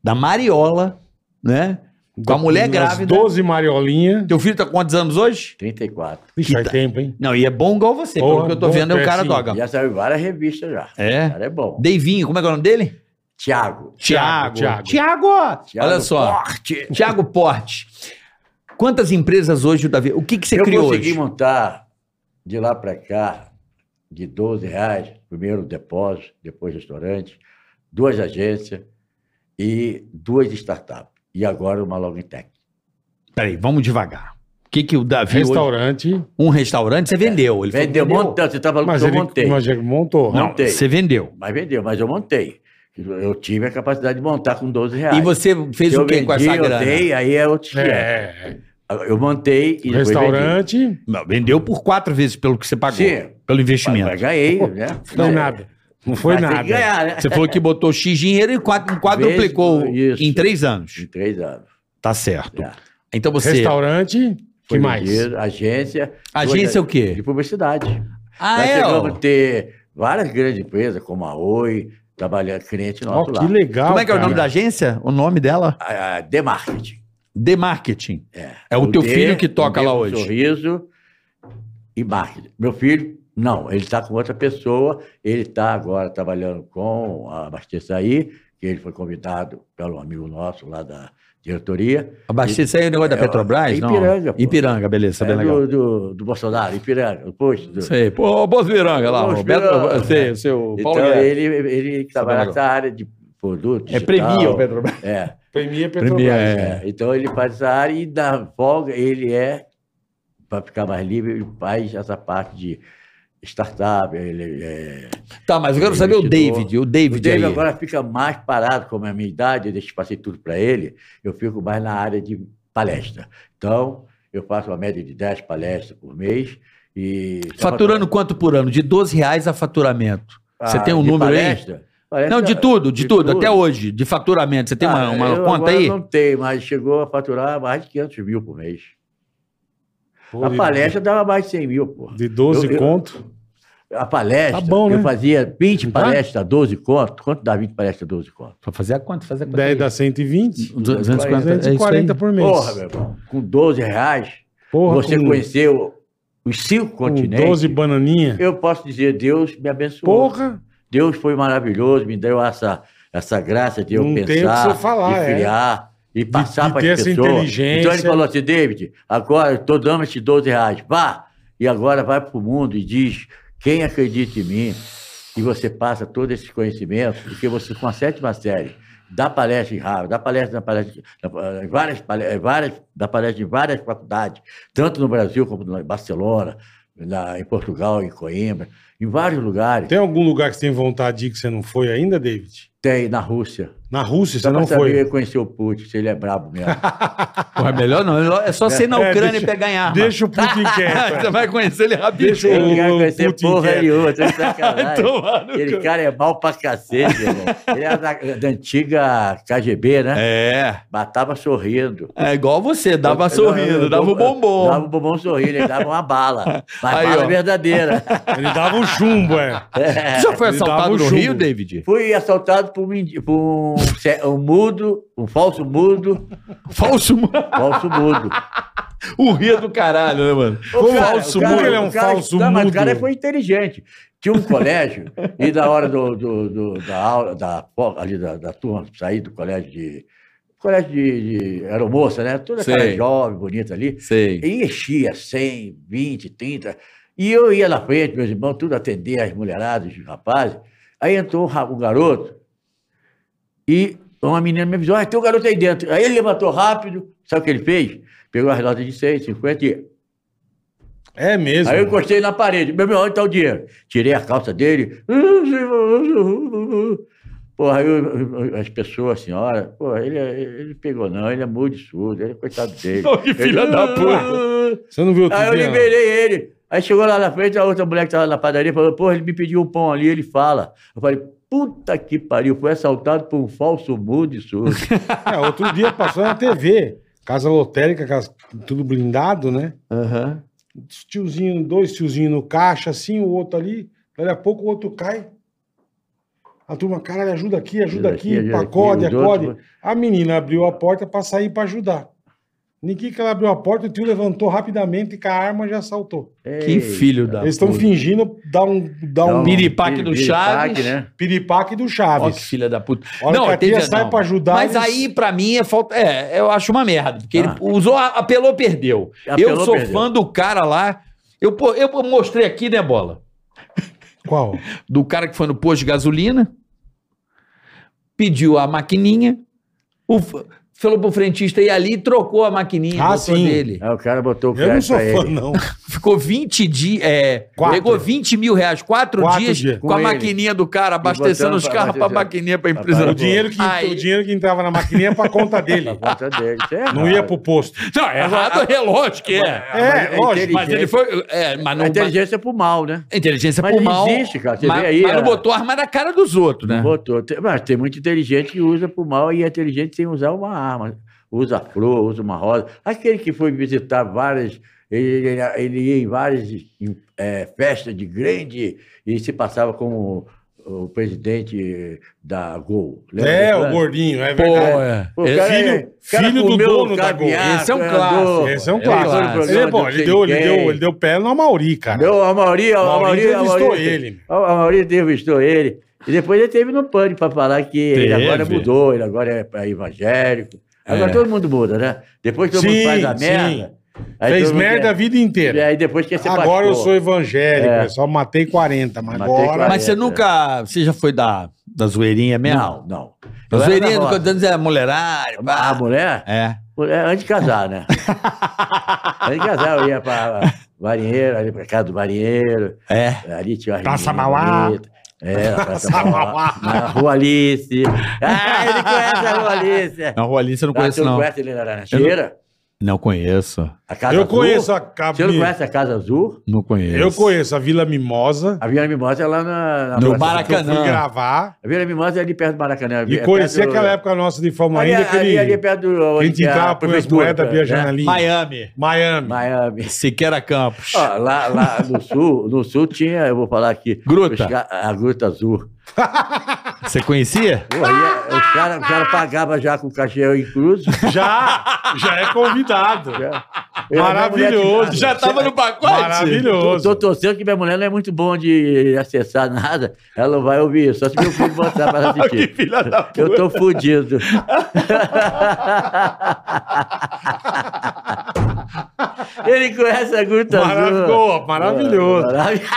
da mariola, né? Com a mulher
Nas
grávida.
12 mariolinhas.
Teu filho tá com quantos anos hoje?
34.
Ixi, faz tempo, hein?
Não, e é bom igual você, pelo
Boa,
que eu tô
bom,
vendo, é um cara
pertinho.
doga.
Já saiu várias revistas já. O
É.
cara é bom.
Deivinho, como é que é o nome dele?
Tiago.
Tiago.
Thiago,
Tiago.
Thiago.
Thiago
Olha só.
Forte.
Tiago Porte. Quantas empresas hoje o Davi? O que, que você
eu
criou
consegui
hoje?
montar de lá para cá, de 12 reais, primeiro depósito, depois restaurante, duas agências e duas startups. E agora uma Logitech.
Peraí, vamos devagar. O que, que o Davi. Hoje...
Restaurante.
Um restaurante, você vendeu. Ele falou que
vendeu, montando. Você estava falando
Mas
que eu
ele
montei.
mas ele montou.
Não,
Montei.
você vendeu.
Mas vendeu, mas eu montei. Eu tive a capacidade de montar com 12 reais.
E você fez
eu
o quê com
vendi,
essa
eu
grana?
dei, aí é outro esquema.
É.
Eu montei e depois vendi.
Restaurante.
Não, vendeu por quatro vezes pelo que você pagou.
Sim.
Pelo
Mas,
investimento.
mas ganhei, né?
Não,
Mas-
nada. Não foi
mas Tem que
nada.
ganhar, né?
Você falou que botou X dinheiro e quatro, quadruplicou
Vezes, isso.
em três anos.
Em três anos.
Tá certo.
já.
Então você.
Restaurante.
Foi
que mais?
vendido, agência.
Agência é o
Duas-
quê?
De publicidade.
Ah,
Nós
é?
chegamos a
ó.
ter várias grandes empresas, como a Oi, trabalhando cliente
Ó,
nosso
que
lá.
legal.
Como é que é o
cara.
nome da agência? O nome dela?
A, a The Marketing.
The Marketing.
É,
É o teu
D,
filho que toca
o D
lá
com
hoje.
Sorriso e marketing. Meu filho, não, ele está com outra pessoa, ele está agora trabalhando com a Abasteça aí, que ele foi convidado pelo amigo nosso lá da diretoria.
Abastecer aí o negócio da
É,
Petrobras?
é
não.
Ipiranga, pô.
Ipiranga, beleza, bem
é
legal.
do, do, do Bolsonaro, Ipiranga, o posto do,
Sei. Pô, ô, Bolso Piranga lá,
Bolso
o Beto,
Piranga.
sei, o seu
Então,
Paulo Guedes.
ele, ele trabalha nessa área de produto.
É
digital,
premia o Petrobras.
É,
Premier
Premier,
Petrobras.
é.
é. Então, ele faz essa área e da folga ele é, para ficar mais livre, ele faz essa parte de startup. Ele, é...
Tá, mas eu quero saber o
Investidor.
David. O
O
David,
David
aí.
agora fica mais parado, como é a minha idade, eu deixo passei tudo para ele, eu fico mais na área de palestra. Então, eu faço uma média de 10 palestras por mês e...
É Faturando quanto por ano? De 12 reais a faturamento. Você
Ah,
tem um
de
número aí?
palestra? Palestra- é
Não, de tudo, de,
de
tudo,
tudo.
até hoje, de faturamento. Você tem uma,
Ah,
uma
eu
conta
agora
aí?
Não tenho, mas chegou a faturar mais de 500 mil por mês.
Pô,
a
de-
palestra dava mais de 100 mil, porra.
De 12
Eu- eu-
conto.
A palestra,
Tá bom,
eu
né?
fazia 20
Tá?
palestras, 12 conto. Quanto dá 20 palestras, 12 conto?
Pra fazer a conta, fazer a conta.
10 dá 120.
240, é isso aí.
240 por mês.
Porra, meu irmão, com 12 reais,
Porra,
você
com-
conheceu os cinco
com
continentes.
12 bananinha.
Eu posso dizer, Deus me abençoou.
Porra.
Deus foi maravilhoso, me deu essa, essa graça de eu
Não tem o que
pensar,
você falar,
de
é.
criar e passar
de
para
ter
as
essa
pessoas.
inteligência.
Então ele falou assim, David, agora eu estou dando esses 12 reais, vá! E agora vai para o mundo e diz, quem acredita em mim? E você passa todo esse conhecimento, porque você com a sétima série, dá palestra em Harvard, dá palestra na palestra, na- eh, em várias, pale- em várias, dá palestra em várias faculdades, tanto no Brasil como na- em Barcelona, na- em Portugal, em Coimbra. em vários lugares.
Tem algum lugar que você tem vontade de ir que você não foi ainda, David?
Tem na Rússia.
Na Rússia você
Só pra
não
saber
foi.
conhecer o Putin, se ele é brabo mesmo.
Porra, melhor não. melhor- É só ser na
É,
Ucrânia
deixa-
e pegar
Ah,
em arma.
Deixa o Putin
Você
quieto.
vai conhecer ele rapidinho.
Deixa
Ele quer
o
conhecer
Putin
porra
quer.
nenhuma, tá de sacanagem.
Tomar no
Aquele
cu.
cara é mal pra cacete, irmão. Ele era da, da antiga KGB, né?
É.
Batava sorrindo.
É igual você, dava
Eu-
sorrindo,
eu-
dava o
eu-
bombom.
Dava o bombom sorrindo, ele dava uma bala. Mas
Aí,
bala
ó.
verdadeira.
é. Ele dava o chumbo, é.
Tu já foi
Ele dava
assaltado
o
no
chumbo.
Rio, David?
Fui assaltado por um, indi- por um, ce- um mudo, um falso mudo, um
Falso, mano.
falso mudo.
O Rio é do caralho, né, mano?
Ô,
falso mudo, ele é um falso
não, Mas o
mudo.
cara foi inteligente. Tinha um colégio, e na hora do, do- do- da aula, da, ali da, da turma, sair do colégio de. Colégio de, de aeromoça, né? Toda aquela
Sei.
jovem, bonita ali.
Sei.
E enchia 100, 20, 30. E eu ia na frente, meus irmãos, tudo atender as mulheradas, os rapazes. Aí entrou um, ra- um garoto e uma menina me avisou: ah, tem um garoto aí dentro. Aí ele levantou rápido, sabe o que ele fez? Pegou as notas de 6, 50 e.
É mesmo.
Aí eu encostei na parede. Meu irmão, onde está o dinheiro? Tirei a calça dele. Porra, aí eu- as pessoas, a senhora, pô, ele, é- ele pegou não, ele é mudo e surdo, ele é coitado dele.
Pô, que filha
Ele-
da puta.
Você não viu outro
Aí eu
dia? não?
liberei ele. Aí chegou lá na frente, a outra mulher que estava na padaria falou: Porra, ele me pediu um pão ali, ele fala. Eu falei: Puta que pariu, foi assaltado por um falso mudo e surdo.
É, outro dia passou na TV. Casa lotérica, casa- tudo blindado, né?
Aham.
Tiozinho, dois tiozinhos no caixa, assim, o outro ali. Daqui a pouco o outro cai. A turma, caralho, ajuda aqui,
Ajuda
ajuda, aqui,
aqui, ajuda
acode,
aqui, os outros-
acode. A menina abriu a porta pra sair pra ajudar. Ninguém que ela abriu a porta, o tio levantou rapidamente e com a arma já saltou.
Que
Ei, então,
filho da
Eles estão
puta.
fingindo dar um, dar
Tá dá
um
piri- piripaque do
piripaque,
Chaves.
né?
piripaque do
Ó, que
Chaves.
filha da puta.
A hora que a tia sai pra ajudar,
Mas
eles-
aí, pra mim, é falta. É, eu acho uma merda. Porque
Ah.
ele usou, a- apelou, perdeu. eu
Apelou,
sou
perdeu.
fã do cara lá. Eu, pô- eu mostrei aqui, né, bola?
Qual?
Do cara que foi no posto de gasolina, pediu a maquininha, o f- falou pro frentista ir ali e trocou a maquininha
Ah,
botou
sim.
dele.
Aí o cara botou o
Eu não
crédito
sou
pra
fã,
ele.
não.
Ficou 20 dias. É,
Quatro.
pegou 20 mil reais, quatro,
Quatro
dias,
dias.
com,
Com
a
ele.
maquininha do cara, abastecendo
botando
os
pra
carros pra
abastecer.
maquininha pra
Papai,
empresa.
O dinheiro, que,
Aí-
o dinheiro que entrava na maquininha é pra conta dele.
Conta dele. Isso é
Não
errado.
ia pro posto.
Não, é errado é lógico que é.
É,
é
lógico.
Mas ele foi. É, mas não.
A inteligência é pro mal, né?
Inteligência
Mas
por mal.
existe, cara. Você
mas,
vê aí,
mas não
é.
botou arma na cara dos outros,
É.
né?
Botou. Tem- Mas tem muito inteligente que usa pro mal e é inteligente sem usar uma arma. Usa flor, usa uma rosa. Aquele que foi visitar várias. Ele, ele- ele ia em várias em, eh, festas de grande e se passava como o, o presidente da Gol. Lembra
É,
desse
o
cara?
gordinho, é
Pô,
verdade.
é.
O
Esse-
cara,
filho-
é- o cara
filho do
comeu
dono da
caviar,
Gol. Esse é um
andou-
clássico.
Esse é um
Ele foi no
clássico.
programa
Ele, é bom,
do
ele, deu, ele,
Xeriquei.
deu, ele deu pé no Amauri, cara.
Não, a Mauri, a
Mauri
Mauri, a
entrevistou
Mauri,
ele.
A a Mauri entrevistou ele. E depois ele teve no pânico para falar que ele
Teve.
agora mudou, ele agora é pra evangélico. Agora
É.
todo mundo muda, né? Depois todo
Sim,
mundo faz a
sim.
merda. aí
Fez
todo mundo
merda a vida
quer-
inteira.
Aí depois quer ser
Agora eu
pastor.
sou evangélico,
É.
eu só matei 40, mas
Matei
agora.
40.
Mas você
É,
nunca. Você já foi da, da zoeirinha mesmo?
Não, não. Eu
Da
era
zoeirinha
da
do
roça. Ah,
Cantando é mulherário. pá.
A mulher,
É.
mulher, antes de casar, né? antes de casar, eu ia para marinheiro, ali para casa do marinheiro.
É.
Ali tinha uma
Praça
avenida
Mauá.
bonita. É, na Praça
Praça
Mauá.
Mauá.
Na Rua Alice. Ah, ele conhece a Rua Alice.
Não, Rua Alice eu não
Ah,
conheço,
você não
não.
conhece ele na Laranjeira?
Não conheço.
A Casa
eu
Azul?
conheço a
Você não
cabine.
conhece a Casa Azul?
Não conheço.
Eu conheço a Vila Mimosa.
A Vila Mimosa é lá na... na
No
Praça-
Maracanã.
que eu fui
Canã.
gravar.
A Vila Mimosa é Ah, ali perto do Maracanã.
E
é
conheci
perto do-
aquela época nossa de Fama
Ali,
ainda,
ali, ali, é-
aquele.
ali perto do...
que a gente
onde é
entrava por as moedas via
né?
janelinha.
Miami.
Miami.
Miami.
Siqueira Campos.
Ó, lá, lá no sul, no sul tinha, eu vou falar aqui.
Gruta.
os ca- A Gruta Azul.
Você conhecia?
Pô, aí, é, os caras cara pagavam já com cachê incluso.
Já, já é convidado.
Já.
Maravilhoso.
Já tava no pacote?
Eu
é Maravilhoso.
tô torcendo que minha mulher não é muito bom de acessar nada. Ela não vai ouvir isso. Só se meu filho botar pra ela
Que
assistir.
filha da puta.
Eu tô fudido. Ele conhece a Gruta Azul.
Maravilhoso, maravilhoso.
Marav-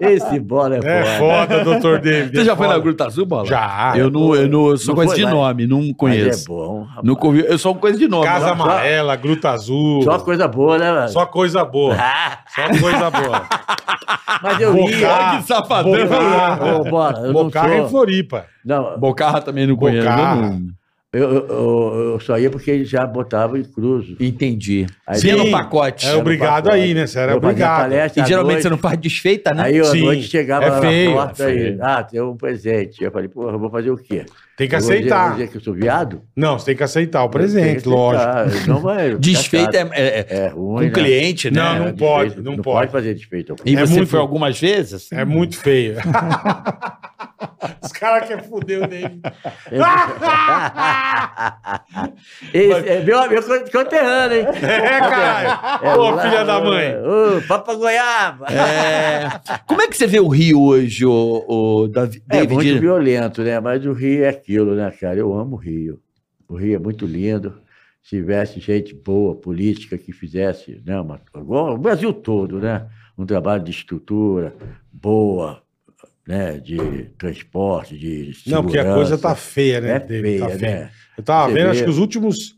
Esse bola é,
É
foda.
foda, doutor David.
Você
é
já foi na
foda.
Gruta Azul, Bola?
Já.
Eu não, eu não, eu só
Não
conheço
foi
de
lá?
nome, não
Mas
conheço.
é bom. rapaz.
Nunca ouvi, eu só conheço de nome.
Casa
né?
Só-
Amarela, Gruta Azul.
né? Só coisa boa, né, mano?
Só coisa boa.
Ah,
Só coisa boa.
mas eu ria.
Bocar.
Olha que safadão.
Bocarra.
Ô, bola, eu não
Bocarra em
sou...
Floripa.
Não,
Bocarra também não conheço.
Bocarra.
eu não-
eu, eu- eu- eu só ia porque ele já botava em cruz.
Entendi.
Aí
Vinha no
Sim.
pacote.
É obrigado aí, né? Você era
Eu fazia
obrigado.
palestra
E
à
geralmente
noite.
você não faz desfeita, né?
Aí eu à
Sim,
noite chegava
é
lá
feio,
na porta
é
e.
feio.
Ah, tem um presente. Eu falei, porra, eu vou fazer o quê?
Tem que
Eu vou dizer-
aceitar.
Vou dizer que eu sou viado?
Não, você tem que aceitar o
Tem que
presente,
aceitar,
lógico.
Não vai.
Desfeita é, é- é
É
com
ruim.
o
né?
cliente, né?
Não,
É,
não
desfeita-
pode, não
Não
pode.
pode fazer desfeita.
E
É
você
muito-
foi algumas vezes?
É muito feio. Os caras querem foder o David.
Esse é meu, meu con- conterrâneo, hein?
É, caralho.
É
Ô,
lá-
filha da mãe.
Ô, Papa Goiaba.
É. Como é que você vê o Rio hoje, o, David?
É muito violento, né? Mas o Rio é aquilo, né, cara? Eu amo o Rio. O Rio é muito lindo. Se tivesse gente boa, política, que fizesse, né? Uma, igual o Brasil todo, né? Um trabalho de estrutura boa, né? De transporte, de segurança.
Não, porque a coisa tá feia, né,
é
David? Tá
feia,
feia.
né?
Eu tava
Você
vendo,
vê.
acho que os últimos.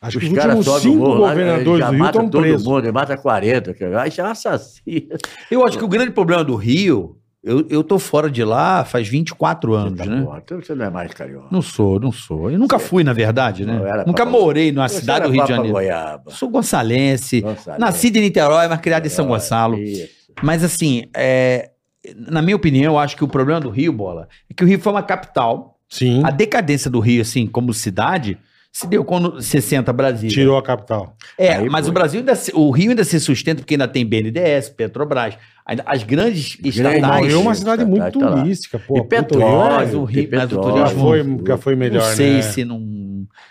Acho que
Os
os
caras
últimos
sobem o
cinco
morro lá,
governadores
já
do Rio
mata
estão
todo
presos.
mundo, ele mata 40. cara. Aí já é um assassino.
Eu acho que o grande problema do Rio, eu, eu tô fora de lá faz 24 anos,
Tá
né?
bom, então você não é mais carioca.
Não sou, não sou. Eu nunca fui, na verdade, né?
Não, era
Nunca
Papa-
morei numa
Você
cidade
era
do Rio de
Papa
Janeiro.
Goiaba.
Sou gonçalense,
Gonçalves.
nascido em Niterói, mas criado em São
Niterói,
Gonçalo.
isso.
Mas assim, é, na minha opinião, eu acho que o problema do Rio, Bola, é que o Rio foi uma capital.
Sim,
A decadência do Rio, assim, como cidade, se deu quando 60 Brasília.
tirou a capital.
É,
Aí
mas
foi.
o Brasil ainda se- o Rio ainda se sustenta porque ainda tem BNDES, Petrobras, ainda- as grandes
Não,
estatais.
Mas-
Rio é uma cidade
tá,
muito
tá lá.
turística, pô.
E
Puta, o Rio
petróleo,
é-
mas o Rio-
tem
mas o
petróleo.
Já Ah, foi, já foi melhor,
não sei
né?
se não.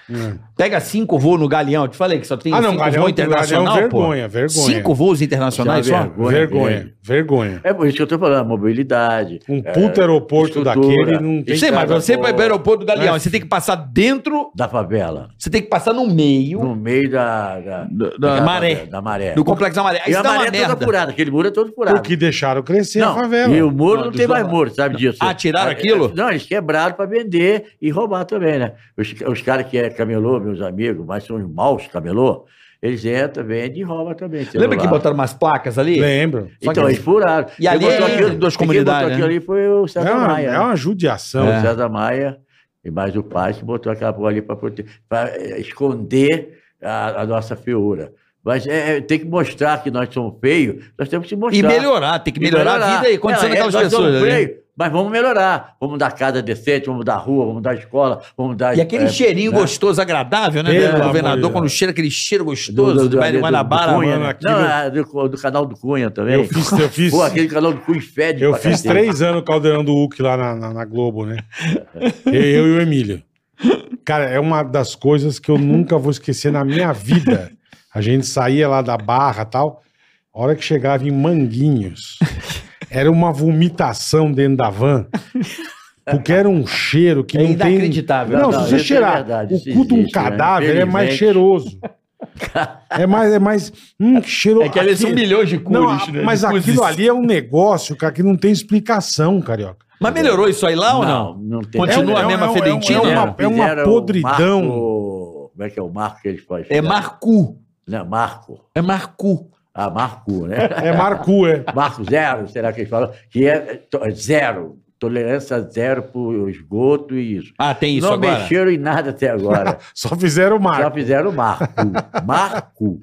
Hum.
Pega cinco voos no Galeão, eu te falei que só tem
Ah, não,
cinco
Galeão,
voos
Galeão
internacional, pô.
vergonha, vergonha.
Cinco voos internacionais
Já
só?
vergonha.
vergonha,
dele.
vergonha.
É por isso que eu tô falando, mobilidade.
Um puta aeroporto
É, estrutura.
daquele não tem...
Sei, mas
casa
você vai
boa.
pro aeroporto do Galeão,
É.
você tem que passar dentro,
Da favela.
você tem que passar no meio
No meio da. Da,
Da-
da maré.
Da maré.
do É. complexo da maré. Aí
E
isso
a
dá
maré
uma
é toda
merda.
furada, aquele muro é todo furado.
Porque deixaram crescer é
não,
a favela.
E o muro
Não,
não,
dos
tem mais
dois-
muro, sabe disso? É,
Ah, tiraram aquilo?
Não, eles quebraram para vender e roubar também, né? Os, os caras que é camelô, meus amigos, mas são os maus camelô, eles entram, vendem e roubam também.
Lembra que
celular.
botaram umas placas ali?
Lembro.
Só
Então,
que-
eles furaram.
E ali
Quem botou
é
aquilo-
duas
quem
comunidades,
botou aquilo
né?
ali foi o
É
César
uma,
Maia.
é
né?
uma judiação.
O César Maia e mais o pai que botou aquela porra ali para eh, esconder a, a nossa feiura. Mas é, é, tem que mostrar que nós somos feios, nós temos que mostrar.
E melhorar, tem que
E
melhorar, a vida e condição
Não, é,
daquelas
nós
tá pessoas. né?
somos
ali.
feios, mas vamos melhorar. Vamos dar casa decente, vamos dar rua, vamos dar escola, vamos dar.
E aquele
é,
cheirinho gostoso, agradável, né?
Pelo
do
amor de
governador,
Deus.
quando cheira aquele cheiro
do-
gostoso,
do-
do,
do-
Velho
do-
Guanabara.
do
mano.
Cunha,
mano,
né?
aquilo-
Não, é, do, do canal do Cunha também.
Eu fiz, eu fiz,
Pô, aquele canal do Cunha fede.
eu
pra
fiz
cacete.
três anos o Caldeirão do Hulk lá na, na- na Globo, né? Eu, eu e o Emílio. Cara, é uma das coisas que eu nunca vou esquecer na minha vida. A gente saía lá da barra tal. A hora que chegava em Manguinhos, era uma vomitação dentro da van. Porque era um cheiro que
É
não tem...
inacreditável.
Não,
Não,
se
isso
você
é
cheirar
verdade,
o
isso
cu de um
existe, né?
cadáver, é mais
Infelizmente.
cheiroso. É mais, é mais. Hum, que cheiro.
É que eles
aqui-
são milhões de
Não,
cores,
a-
né?
mas
De cuzes.
aquilo ali é um negócio, cara, que não tem explicação, carioca.
Mas melhorou isso aí lá ou não?
Não tem.
Continua
É um-
a mesma
é um- é um-
fedentina?
é uma-
Fizeram o
podridão.
Marco- como é que é o Marco que eles fazem?
É Marcu.
Não, Marco.
É Marcu.
Ah, Marco, né?
É Marcu, é.
Marco zero, será que eles falam? Que é to- zero. Tolerância zero por esgoto e isso.
Ah, tem isso
não
agora.
mexeram em nada até agora.
Só fizeram o
Só
Marco.
fizeram Marco. Marco.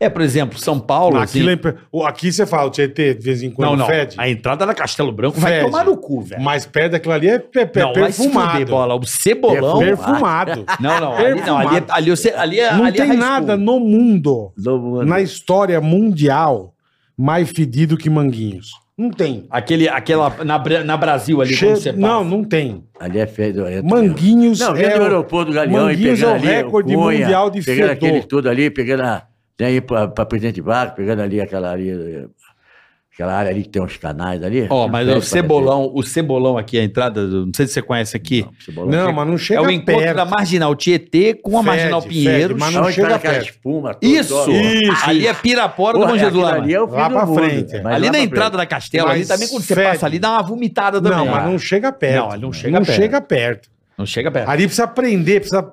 É, por exemplo, São Paulo.
Aquilo é
assim-
impre- o- Aqui você fala, o Tietê, de vez em quando,
não, não.
fede.
A entrada da Castelo Branco vai
Fede.
tomar no cu, velho.
Mas perto daquilo ali é, pe- pe-
Não, vai se
perfumado.
fuder, bola. é. O cebolão.
Perfu-
perfumado.
Não, não. Ali, não, ali, é- ali, você- ali, é-
não
ali é
tem
high school.
nada no mundo,
Do mundo.
na história mundial, mais fedido que Manguinhos. Não tem.
Aquele, aquela, na, Bra- na Brasil ali,
Che-
quando você
Não,
passa.
não tem.
Ali é fedorento.
Manguinhos
Não,
é
vindo do
o-
aeroporto do Galeão e
Manguinhos
pegando
é o
ali
recorde
Cunha,
mundial de
Pegando
fedor.
né, aquele todo ali, pegando a, tem aí para Presidente Vargas, pegando ali aquela ali... eh, Aquela área ali que tem uns canais ali.
Ó, mas é
Tem,
o cebolão, o cebolão aqui, a entrada, do- não sei se você conhece aqui.
Não, cebolão.
Não, mas não chega
é o encontro
perto.
da Marginal Tietê com a
Fede,
Marginal
fede,
Pinheiros.
mas
Não,
não chega
então aquela
perto.
espuma. toda,
Isso!
ó.
Ali é Pirapora
Porra,
do Bom Jesus
aquilo
Lama.
ali é o fim
Lá
do
pra
mundo,
frente, é.
mas
Ali
lá
na
pra
entrada da Castela,
Mas
ali também, quando você
fede.
passa ali, dá uma vomitada também.
Não, mas não chega perto.
Não, ele não chega perto.
chega perto.
Não chega perto.
Ali precisa prender, precisa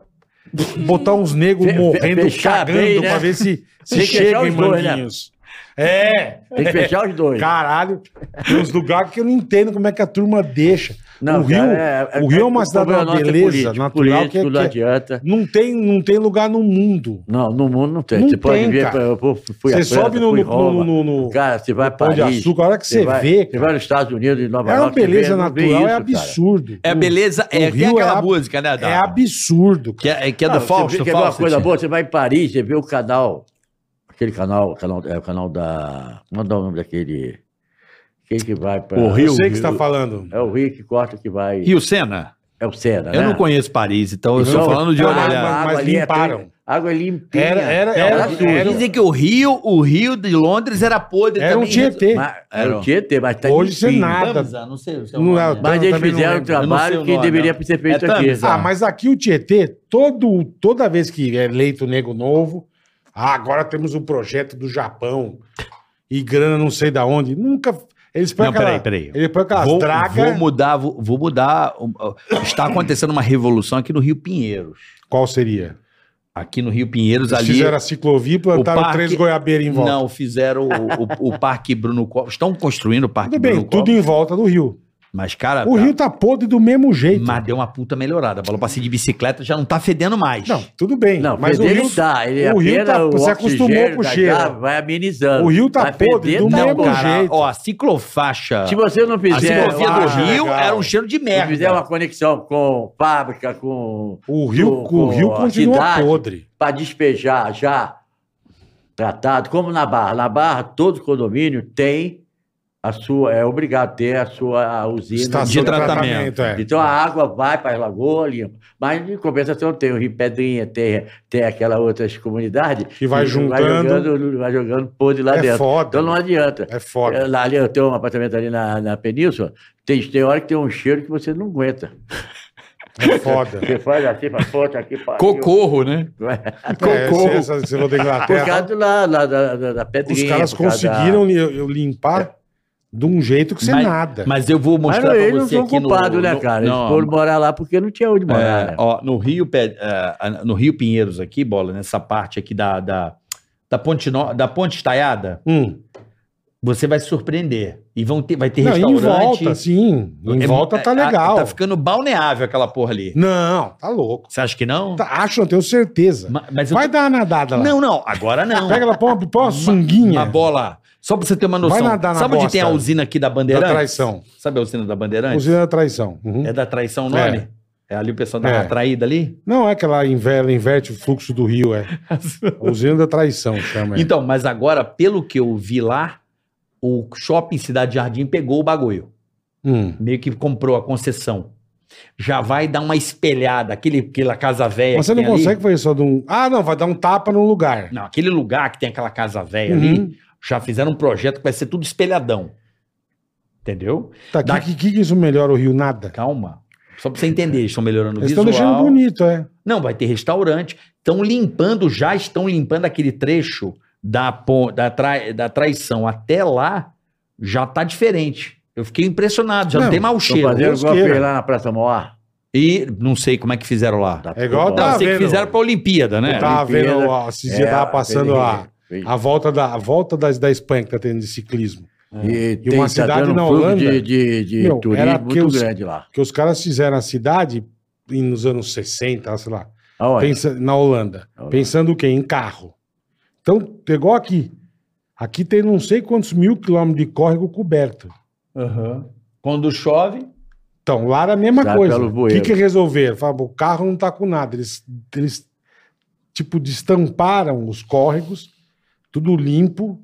botar uns negros
É. Fe- fe-
morrendo,
fechar
cagando,
bem, né?
pra ver se, se
Tem que fechar
chega em
os dois, né?
Manguinhos. É,
frente. Tem que fechar os dois.
caralho. Tem uns lugares que eu não entendo como é que a turma deixa.
Não,
o Rio
cara,
é, o Rio é uma
o
cidade de
problema
uma
nosso é
beleza
político,
natural que,
político, não
é- que é-
adianta.
não, tem, não tem lugar no mundo.
Não, no mundo não tem.
Não
você pode
tem,
ver.
cara.
Eu fui- fui à
Você
França,
sobe no,
fui em
no,
Roma.
no, no, no
Cara, você vai a
Pão de
Paris.
Açúcar, a hora que você
vai,
vê,
Você
cara,
vai nos Estados Unidos, em Nova
é uma
York. você vê,
beleza
não vê
natural, é
isso,
absurdo.
É beleza, é,
o
tem
Rio é
aquela
ab-
música, né, da,
É absurdo.
que é, que é
Cara.
do
Não,
Fausto,
você vê, quer ver uma
Fawcett.
coisa
assim,
boa? Você vai em Paris, você vê o canal. Aquele canal, o canal, é o canal da. Como é o nome daquele. Quem que é vai para.
O Rio.
eu sei o que você tá falando.
É o Rio que corta que vai.
Rio Sena?
É o Senna, né?
Eu não conheço Paris, Tá então eu estou
Então,
falando de
a
Ah,
olhar. É,
mas-
água
mas
ali é
limparam.
tri- Água é limpinha.
Era, era,
Não,
era,
suja.
era-
tá Dizem que o Rio, o Rio de Londres era podre
Era um
também.
Tietê.
Mas, era o Tietê, mas tá
Hoje você
limpinho.
nada.
Tamsa, não sei o seu
Não é
nome, né?
Mas
Eu
eles
também não
fizeram um
lembro. Eu
não sei
trabalho
o
que
nome,
deveria
não.
ser feito
É
aqui.
Tamsa.
Ah, mas aqui o Tietê, todo, toda vez que é eleito nego novo, ah, agora temos um projeto do Japão e grana não sei da onde. Nunca. Eles põem
Não,
aquela,
peraí, peraí.
Ele põe aquelas
Vou, vou
dragas.
mudar, vou, vou mudar. um, ó, Está acontecendo uma revolução aqui no Rio Pinheiros.
Qual seria?
Aqui no Rio Pinheiros,
Eles
ali.
fizeram a ciclovia e plantaram
parque-
três goiabeiras em volta.
Não, fizeram o, o- o Parque Bruno Covas. Estão construindo o Parque
tudo bem,
Bruno
tudo
Covas.
em volta do rio.
Mas, cara,
O
pra-
rio tá podre do mesmo jeito.
mas deu uma puta melhorada. Falou pra ser de bicicleta, já não tá fedendo mais.
Não, tudo bem.
Não,
mas o
feder
rio,
não dá. Ele é
o rio
apenas
tá-
o
você
oxigênio
acostumou com o
da
cheiro.
chave vai amenizando.
O rio tá
Mas
podre
feder
do
não
mesmo
dá.
jeito.
Ó, a ciclofaixa.
Se você não
Assim a
fizer,
ciclovia
uma,
do
ah,
Rio
legal.
era um cheiro de
é
se fizer
merda.
uma conexão com fábrica, com
o rio,
com-
o rio
com a
continua
cidade.
podre.
para despejar já tratado, como na Barra. Na Barra, todo condomínio tem a sua, é obrigado a ter a sua a usina
Estação de
tratamento.
tratamento, é.
Então a água vai para as lagoas, limpa. Mas em compensação tem o Rio Pedrinha, tem, tem aquela outras comunidades.
Que vai juntando.
Vai jogando, vai jogando podre lá
É
dentro.
foda.
Então não adianta.
É foda.
É, Lá, ali, eu tenho um apartamento ali na, na península, tem, tem hora que tem um cheiro que você não aguenta.
É foda.
Você faz assim para fora, aqui para
Cocorro, né?
É, esse- essa- Você falou da
Por
Inglaterra.
causa do lá, lá da, da, da pedrinha.
É. Os caras
por causa da-
conseguiram li- eu limpar de um jeito que você
É. Mas-
nada.
Mas eu vou
Mas
mostrar
não,
pra
eles não
você
são
aqui
culpados,
no,
né,
no-
cara?
não,
eles foram morar lá porque não tinha onde morar.
É,
né?
ó, no Rio, Pe- é, no Rio Pinheiros aqui, bola, nessa parte aqui da da, da ponte no, da ponte estaiada,
Hum.
você vai se surpreender e vão ter, vai ter
Não, em
restaurante.
volta, sim. Em
É-
volta tá
é- é-
legal.
Tá ficando balneável aquela porra ali.
Não, tá louco.
Você acha que não?
Tá- acho, eu tenho certeza.
Ma- Mas eu
Vai
tô-
dar uma nadada lá.
Não, não, agora não.
Pega lá, põe uma, põe uma
Uma
sunguinha
bola. Só pra você ter uma noção.
Vai nadar na
Sabe onde
bosta
tem a usina aqui da
da
Bandeirantes?
traição.
Sabe a usina da Bandeirantes?
Usina da traição. Uhum.
É da traição o nome? É. ali o pessoal dá
É.
uma traída ali?
Não é que ela inverte, inverte o fluxo do rio, é. A usina da traição chama. é.
Então, mas agora, pelo que eu vi lá, o shopping Cidade Jardim pegou o bagulho.
Hum.
Meio que comprou a concessão. Já vai dar uma espelhada, aquele, aquela casa velha.
Mas
que
você não
tem ali.
consegue fazer só de um. Ah, não, vai dar um tapa num lugar.
Não, aquele lugar que tem aquela casa velha
Uhum.
ali, já fizeram um projeto que vai ser tudo espelhadão. Entendeu?
Tá, o
Da-
que, que, que isso melhora o rio? Nada.
Calma. Só pra você entender, eles estão melhorando o
Eles estão
visual.
deixando bonito, é.
Não, vai ter restaurante. Estão limpando, já estão limpando aquele trecho da, pon- da, trai- da traição até lá, já tá diferente. Eu fiquei impressionado, já não,
Não,
tem mau
Estão
cheiro.
fazendo igual
Deus
fez
queira.
lá na Praça Mauá.
E não sei como é que fizeram lá.
Tá
É igual
tudo
tá
não,
lá.
eu sei que
vendo? Tá.
fizeram pra Olimpíada, né?
Tava
Olimpíada.
vendo, ó, esses dias
É,
tava passando a,
fez-
a volta, da, a volta das, da Espanha que tá tendo de ciclismo.
E, tem,
uma
tá
cidade
dando um
na
fluxo
Holanda,
de, de, de
meu,
turismo
era que
muito
os-
grande lá.
Que os caras fizeram a cidade em- nos anos 60, sei lá,
Aonde?
pensa- na Holanda.
Na Holanda.
Pensando o quê? Em carro. Então, igual aqui. Aqui tem não sei quantos mil quilômetros de córrego coberto.
Quando chove,
Então, lá era a mesma
Já
coisa.
pelo
O que,
bueiro.
que resolveram? Falaram, "Bom, o carro não tá com nada. Eles, eles, tipo, destamparam os córregos, tudo limpo,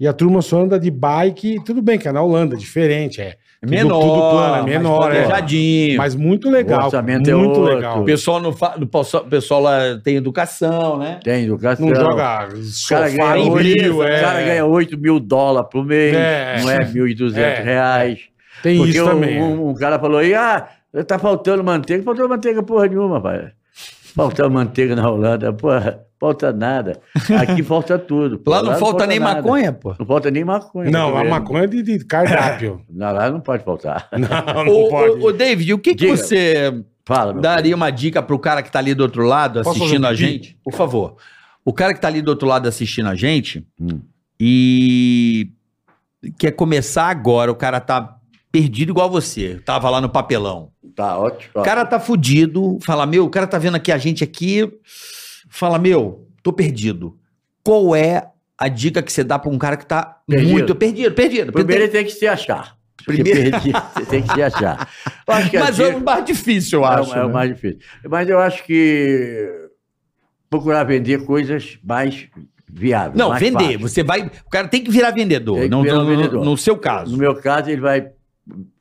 e a turma só anda de bike. Tudo bem que é na Holanda, é diferente, é
Menor,
tudo plano, é menor,
mais
é.
planejadinho.
Mas muito legal.
O orçamento é
muito
outro.
legal.
O pessoal, não fa... o pessoal- o pessoal lá tem educação, né?
Tem educação.
Não joga
O cara,
sofá
ganha
no
oito-
frio, é.
o cara ganha 8 mil dólares por mês,
É.
não é 1.200
É.
reais.
Tem
Porque
isso
um,
também. é.
um- um cara falou aí, ah, tá faltando manteiga. Faltou manteiga porra nenhuma, pai. Falta manteiga na Holanda, porra, falta nada. Aqui falta tudo. pô.
Lá não falta, nem
nada.
maconha, pô.
Não falta nem maconha.
Não,
tá
a
vendo?
maconha é de, de cardápio.
Não, lá não pode faltar.
não, não
Ô,
pode.
ô, ô, David, o que, que
Diga.
você
Fala, meu.
daria uma dica pro cara que tá ali do outro lado
Posso
um
assistindo a
repetir?
gente? Por favor. O cara que tá ali do outro lado assistindo a gente
Hum.
e quer começar agora, o cara tá perdido igual você, tava lá no papelão.
Tá ótimo.
O cara tá fudido, fala, meu, o cara tá vendo aqui a gente aqui, fala, meu, tô perdido. Qual é a dica que você dá pra um cara que tá
Perdido.
muito perdido, perdido?
Primeiro ele tem que se achar.
Primeiro-
Primeiro você tem que se achar. Eu acho que a
Mas
dica-
é o mais difícil, eu
É o-
acho.
É, o
né?
mais difícil. Mas eu acho que procurar vender coisas mais viáveis.
Não,
mais
vender.
fáceis.
Você vai. O cara tem que virar vendedor.
é Tem que
não,
virar
no- no-
vendedor.
No seu caso.
No meu caso, ele vai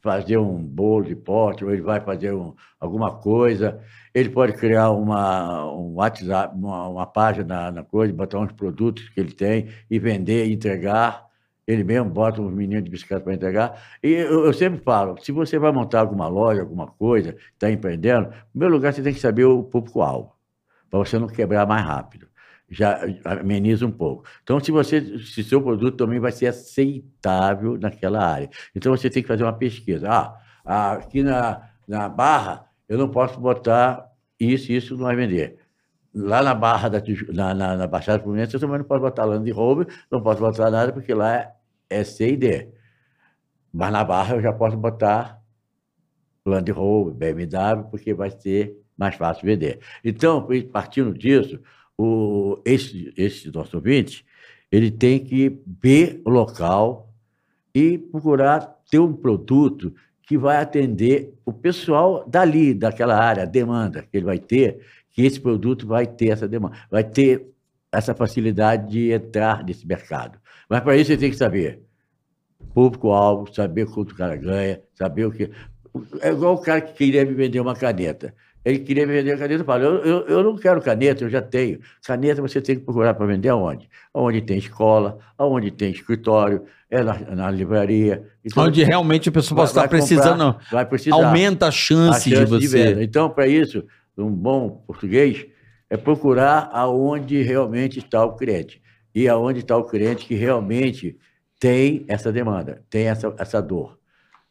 fazer um bolo de pote, ou ele vai fazer um- alguma coisa. Ele pode criar uma, um WhatsApp, uma, uma página na coisa, botar uns produtos que ele tem e vender, entregar. Ele mesmo bota uns meninos de bicicleta para entregar. E eu, eu sempre falo, se você vai montar alguma loja, alguma coisa, está empreendendo, em primeiro lugar você tem que saber o público-alvo, para você não quebrar mais rápido. Já ameniza um pouco. Então, se você, se seu produto também vai ser aceitável naquela área. Então, você tem que fazer uma pesquisa. Ah, aqui na, na Barra, eu não posso botar isso, isso não vai vender. Lá na Barra, da, Tiju- na, na, na Baixada Fluminense, eu também não posso botar Land Rover, não posso botar nada, porque lá é, é C e D. Mas na Barra eu já posso botar Land Rover, BMW, porque vai ser mais fácil vender. Então, partindo disso, o, esse, esse nosso ouvinte, ele tem que ver o local e procurar ter um produto que vai atender o pessoal dali, daquela área, a demanda que ele vai ter, que esse produto vai ter essa demanda, vai ter essa facilidade de entrar nesse mercado. Mas para isso ele tem que saber público-alvo, saber quanto o cara ganha, saber o que. É igual o cara que queria me vender uma caneta. Ele queria me vender a caneta, eu falo, eu, eu, eu não quero caneta, eu já tenho. Caneta você tem que procurar para vender aonde? Aonde tem escola, aonde tem escritório, é na, na livraria. Então,
Onde realmente a pessoa pode estar precisando.
vai precisar.
Aumenta a
A
chance, de
chance de
você.
venda. então, para isso, um bom português é procurar aonde realmente está o cliente e aonde está o cliente que realmente tem essa demanda, tem essa, essa dor.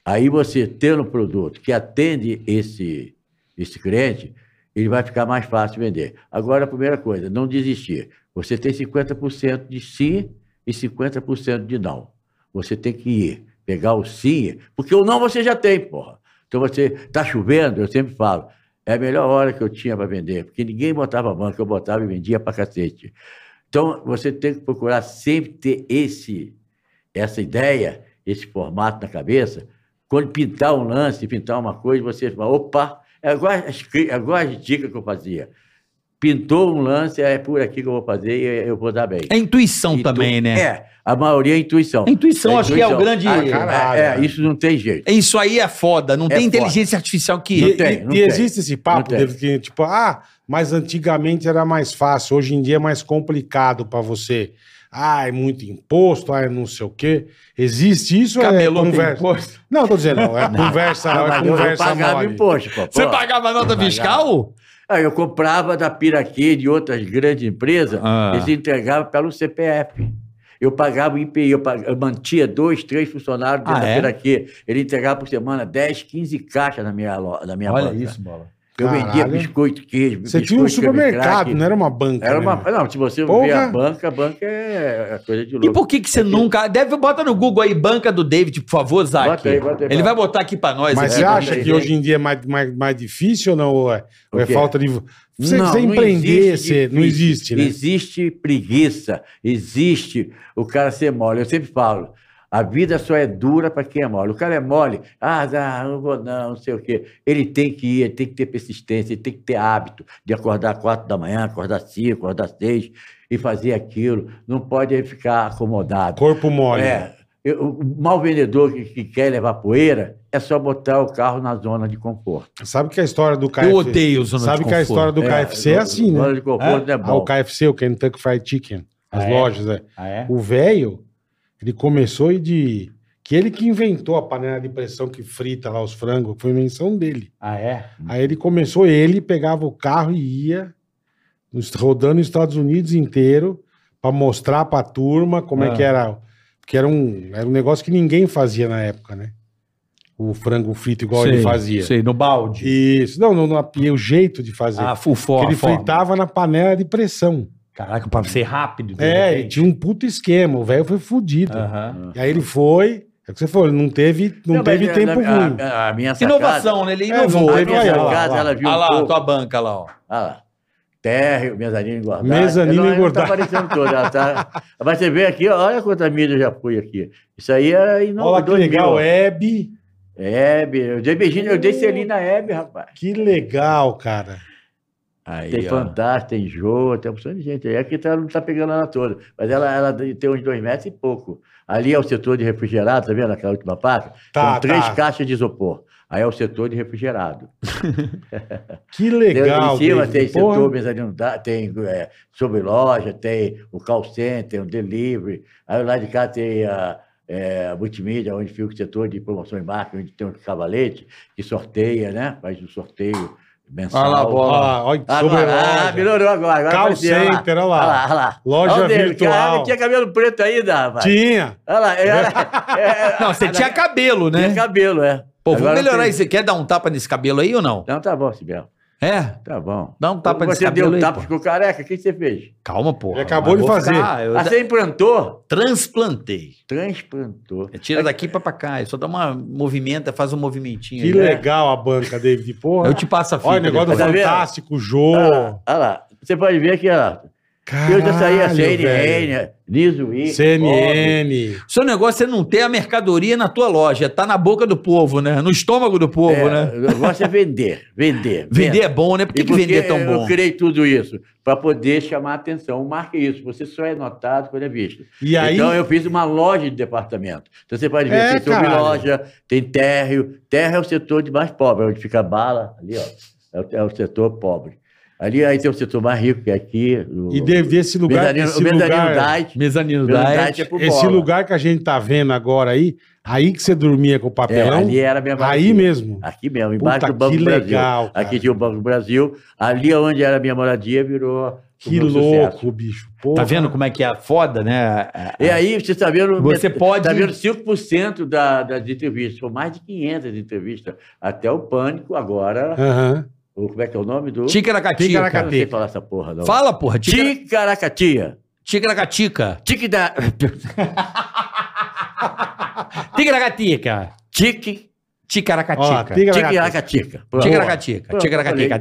Aí você tendo um produto que atende esse, esse cliente, ele vai ficar mais fácil vender. Agora, a primeira coisa, não desistir. Você tem 50% de sim e 50% de não. Você tem que ir, pegar o sim, porque o não você já tem, porra. Então você está chovendo, eu sempre falo, é a melhor hora que eu tinha para vender, porque ninguém botava banca, eu botava e vendia para cacete. Então você tem que procurar sempre ter esse, essa ideia, esse formato na cabeça. Quando pintar um lance, pintar uma coisa, você fala, opa, é igual as, cri- é igual as dicas que eu fazia. Pintou um lance, é por aqui que eu vou fazer e eu vou dar bem.
É intuição
Intu-
também, né?
É, a maioria é intuição.
É intuição, acho que é o grande-
Ah, caralho. é,
Caralho.
é, isso não tem jeito.
É Isso aí é foda. Não
É
tem
foda.
inteligência artificial que.
E,
Não tem,
e-
não
e
tem.
existe esse papo
Não tem.
dele que, tipo, ah, mas antigamente era mais fácil, hoje em dia é mais complicado pra você. Ah, é muito imposto, ah, é não sei o quê. Existe isso? ou
Camelô
é
tem
conversa?
imposto?
Não, tô dizendo, não. É conversa,
Ah,
é
mas eu- eu
conversa
pagava
mole.
imposto, pô,
Você
pô.
pagava nota
Pagava.
fiscal?
Ah, eu comprava da Piraquê e de outras grandes empresas,
Ah.
eles entregavam pelo CPF. Eu pagava o IPI, eu, pag- eu mantinha dois, três funcionários dentro
Ah,
da
é?
Piraquê. Ele entregava por semana 10, 15 caixas na minha, lo- na minha banca.
bola.
Eu vendia
Caralho.
biscoito, queijo,
Você
biscoito,
tinha um
creme
supermercado,
crack.
não era uma banca.
Era
né,
uma...
meu?
Não, se você
Porra.
ver a banca, a banca é é coisa de louco.
E por que, que você nunca. Deve bota no Google aí, banca do David, por favor, Zac.
Bota aí, bota aí,
Ele
bota.
vai botar aqui pra nós.
Mas
aqui
você
é,
pra
acha
gente.
que hoje em dia é mais, mais, mais difícil ou não? Ou é, ou
O
é
quê?
falta de. Você,
Não,
você
não
empreender,
existe
você- não
difícil.
existe, né?
Existe preguiça, existe o cara ser mole. Eu sempre falo, a vida só é dura para quem é mole. O cara é mole, ah, ah, não vou não, não sei o quê. Ele tem que ir, ele tem que ter persistência, ele tem que ter hábito de acordar quatro da manhã, acordar cinco, acordar seis e fazer aquilo. Não pode ficar acomodado.
Corpo mole.
É, eu- o mau vendedor que, que quer levar poeira é só botar o carro na zona de conforto.
Sabe que a história do KFC.
Eu odeio zona
Sabe
de
que a
conforto.
história do
É,
KFC é
zona-
assim,
zona
né?
de conforto é bom.
Ah, o KFC, o Kentucky Fried Chicken. As
Ah, é?
lojas, é.
Ah, é?
O velho, ele começou e de. Que ele que inventou a panela de pressão que frita lá os frangos, foi invenção dele.
Ah, é?
Aí ele começou, ele pegava o carro e ia nos- rodando os Estados Unidos inteiro pra mostrar pra turma como é
Ah.
que era. Porque era um, era um negócio que ninguém fazia na época, né? O frango frito igual ele fazia.
Sei, no balde.
Isso, não, não, não, e o jeito de fazer.
Ah, full
Porque
form.
ele fritava na panela de pressão.
Caraca, pra ser rápido. de
É, então. ele
repente.
tinha um puto esquema, o velho foi fudido.
Aham.
E aí ele foi, é o que você falou, ele não teve, não teve
mas,
tempo
a,
ruim.
A, a minha sacada,
Inovação, né? Ele
É,
inovou.
não
A
teve-
minha
Olha lá,
sacada,
lá.
ela viu
Olha
um
lá, tá.
pouco.
tua banca lá, ó.
Olha lá. Térreo, mezanino engordado.
Mezanino
Ela não
engordado.
Tá aparecendo toda. ela tá- Mas você vê aqui, ó, olha quanta mídia já foi aqui. Isso aí era em
Olha que
2000.
legal, é. Hebe.
Hebe, eu dei beijinho, eu dei selinho na Hebe, rapaz.
Que legal, cara.
Aí,
Tem
ó.
Fantástico, tem Jô, tem um opção de gente. aí. É que tá, não tá pegando ela toda. Mas ela, ela tem uns dois metros e pouco. Ali é o setor de refrigerado, tá vendo aquela última parte?
Tá,
São três
tá.
caixas de isopor. Aí é o setor de refrigerado.
Que
Tem
legal.
em cima
David.
tem
Porra.
setor mezanino, da- tem é, sobre loja, tem o call center, tem o delivery. Aí lá de cá tem a, é, a multimídia, onde fica o setor de promoção e marca, onde tem o cavalete, que sorteia, né? Faz um sorteio mensal.
Olha lá a
Olha
bola.
lá, olha que sobre
Agora, ah,
loja.
melhorou agora. agora
Call
apareceu, olha lá.
center, olha lá.
Olha lá, olha lá.
Loja
Olha o dele,
virtual.
Cara, tinha cabelo preto ainda, rapaz.
Tinha. Né?
Olha lá. Era, era-
Não, você
era-
tinha cabelo,
tinha
né?
cabelo, é.
Pô, vamos
Agora não
melhorar
tem.
isso. Você quer dar um tapa nesse cabelo aí ou não?
Não, tá bom, Sibel.
É?
Tá bom.
Dá um tapa nesse
Você deu
cabelo
um
aí,
tapa,
pô.
ficou careca. O que você fez?
Calma, pô.
Ele acabou de fazer.
eu
Ah,
da-
Você implantou?
Transplantei.
Transplantou.
É, Tira daqui pra, pra cá. é Só dá uma... Movimenta, faz um movimentinho.
Que
aí, né?
legal a banca, David. Porra.
Eu te passo a tipo fita.
Olha o negócio do
Tá vendo?
Fantástico,
Olha
Jô.
lá, olha lá. Você pode ver aqui, ó. Ah, Eu já saí a
Caralho, velho.
CNN, Nisuí.
CNN.
Seu negócio é não ter a mercadoria na tua loja. Tá na boca do povo, né? No estômago do povo, né?
O negócio é vender, vender.
Vender é bom, né? Por que,
E
que vender é tão
Eu
bom?
criei tudo isso para poder chamar a atenção. Marque isso. Você só é notado quando é visto.
E aí-
Então eu fiz uma loja de departamento. Então você pode ver,
É,
tem sobre
caralho.
loja, tem térreo. Terra é o setor de mais pobre, é onde fica a bala, ali, ó. É o, é o setor pobre. Ali aí tem o setor mais rico, que é aqui. O,
E deve esse lugar.
mezanino-
Esse
o mezanino
lugar,
Diet.
Mezanino
Mezanino
Diet.
Diet é pro
esse
bola.
lugar que a gente tá vendo agora aí, aí que você dormia com o
É,
papelão.
ali era minha
Aí
barraquinha.
mesmo.
Aqui mesmo, embaixo
Puta,
do Banco
que
do Brasil.
legal, cara.
Aqui tinha o Banco do Brasil. Ali onde era a minha moradia virou. o
Que
meu
louco,
sucesso.
bicho. Porra.
Tá vendo como é que é foda, né?
E aí, você está vendo.
Você pode-
Está vendo 5% da, das entrevistas. São mais de 500 entrevistas. Até o Pânico, agora.
Aham.
o- como é que é o nome do.
Ticaracatica.
Eu não sei
Ticaracatica.
falar essa porra, não.
Fala, porra. Tica-
Ticaracatia.
Ticaracatica.
Tique da.
Ticaracatica.
Tique.
Ó,
Ticaracatica.
tem galera-
Ticaracatica.
Ticaracatica.
Boa.
Ticaracatica.
Pronto,
Que
Ticaracatica.
legal,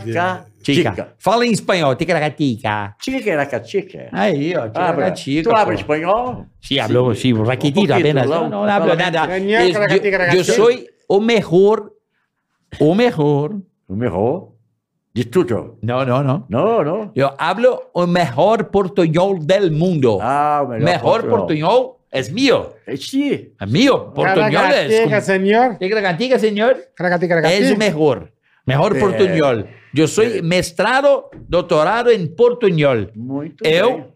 Tica.
Ticaracatica.
Fala em espanhol. Ticaracatica.
né, é Ticaracatica.
Aí, ó.
Abra.
Ticaracatica.
Ah, Tu abre
é pô. um
espanhol? Um
Sí, hablo, sí, raquitito
poquito,
apenas.
¿no?
No, no, no hablo nada.
Gañá,
Es-
caracatí,
yo,
caracatí.
yo soy o mejor, o mejor.
O melhor de tudo.
No, no, no.
Não, não.
Yo hablo o mejor portuñol del mundo.
Ah, o melhor.
mejor
português.
portuñol es mío.
É, Sim.
Es mío. Portuñol es.
Caracateca, senhor.
Ticaracatica, señor.
Caracateca,
Es
caracateca.
mejor. Mejor portuñol. Yo soy maestrado, doctorado en portuñol.
Muito bem.
Eu,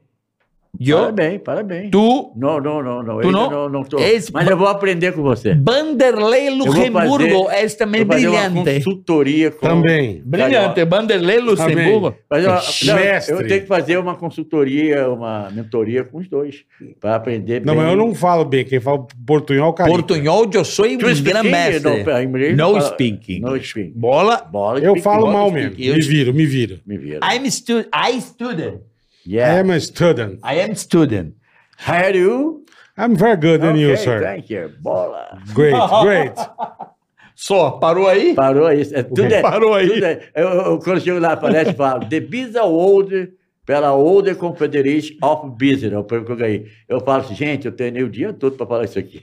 yo,
Parabéns, parabéns.
tú,
Não, não, não, não.
Tu
eu
não?
ainda não, não tô.
Esse-
Mas eu vou aprender com você.
Vanderlei
Eu vou
Luxemburgo,
fazer-
es también
Vou fazer uma
brillante.
consultoria com...
Também.
Brilhante, Vanderlei Luxemburgo.
Fazer uma- não,
Mestre.
eu tenho que fazer uma consultoria, uma mentoria com os dois, para aprender
Não, mas eu não falo bem. Quem fala portunhol, cara.
Portunhol, eu sou um
Tu speak
grande
English?
mestre.
Não, inglês
No
não fala-
speaking.
No speaking.
Bola.
Bola
Eu
speaking,
falo
bola
mal
speaking.
mesmo. Me viro, me viro. É,
Me vira.
I'm stu I student.
I
Yeah.
am a student.
I am student.
How are you?
I'm very É. good than you,
Okay,
sir.
thank you. Bola.
Great, great.
Só, parou aí?
Parou aí. É, tudo é,
Parou aí.
tudo é- eu, eu- quando chego na palestra, eu falo The Visa Old pela Old Confederation of Business. É o prêmio que eu ganhei. Eu falo assim, gente, eu treinei o dia todo para falar isso aqui.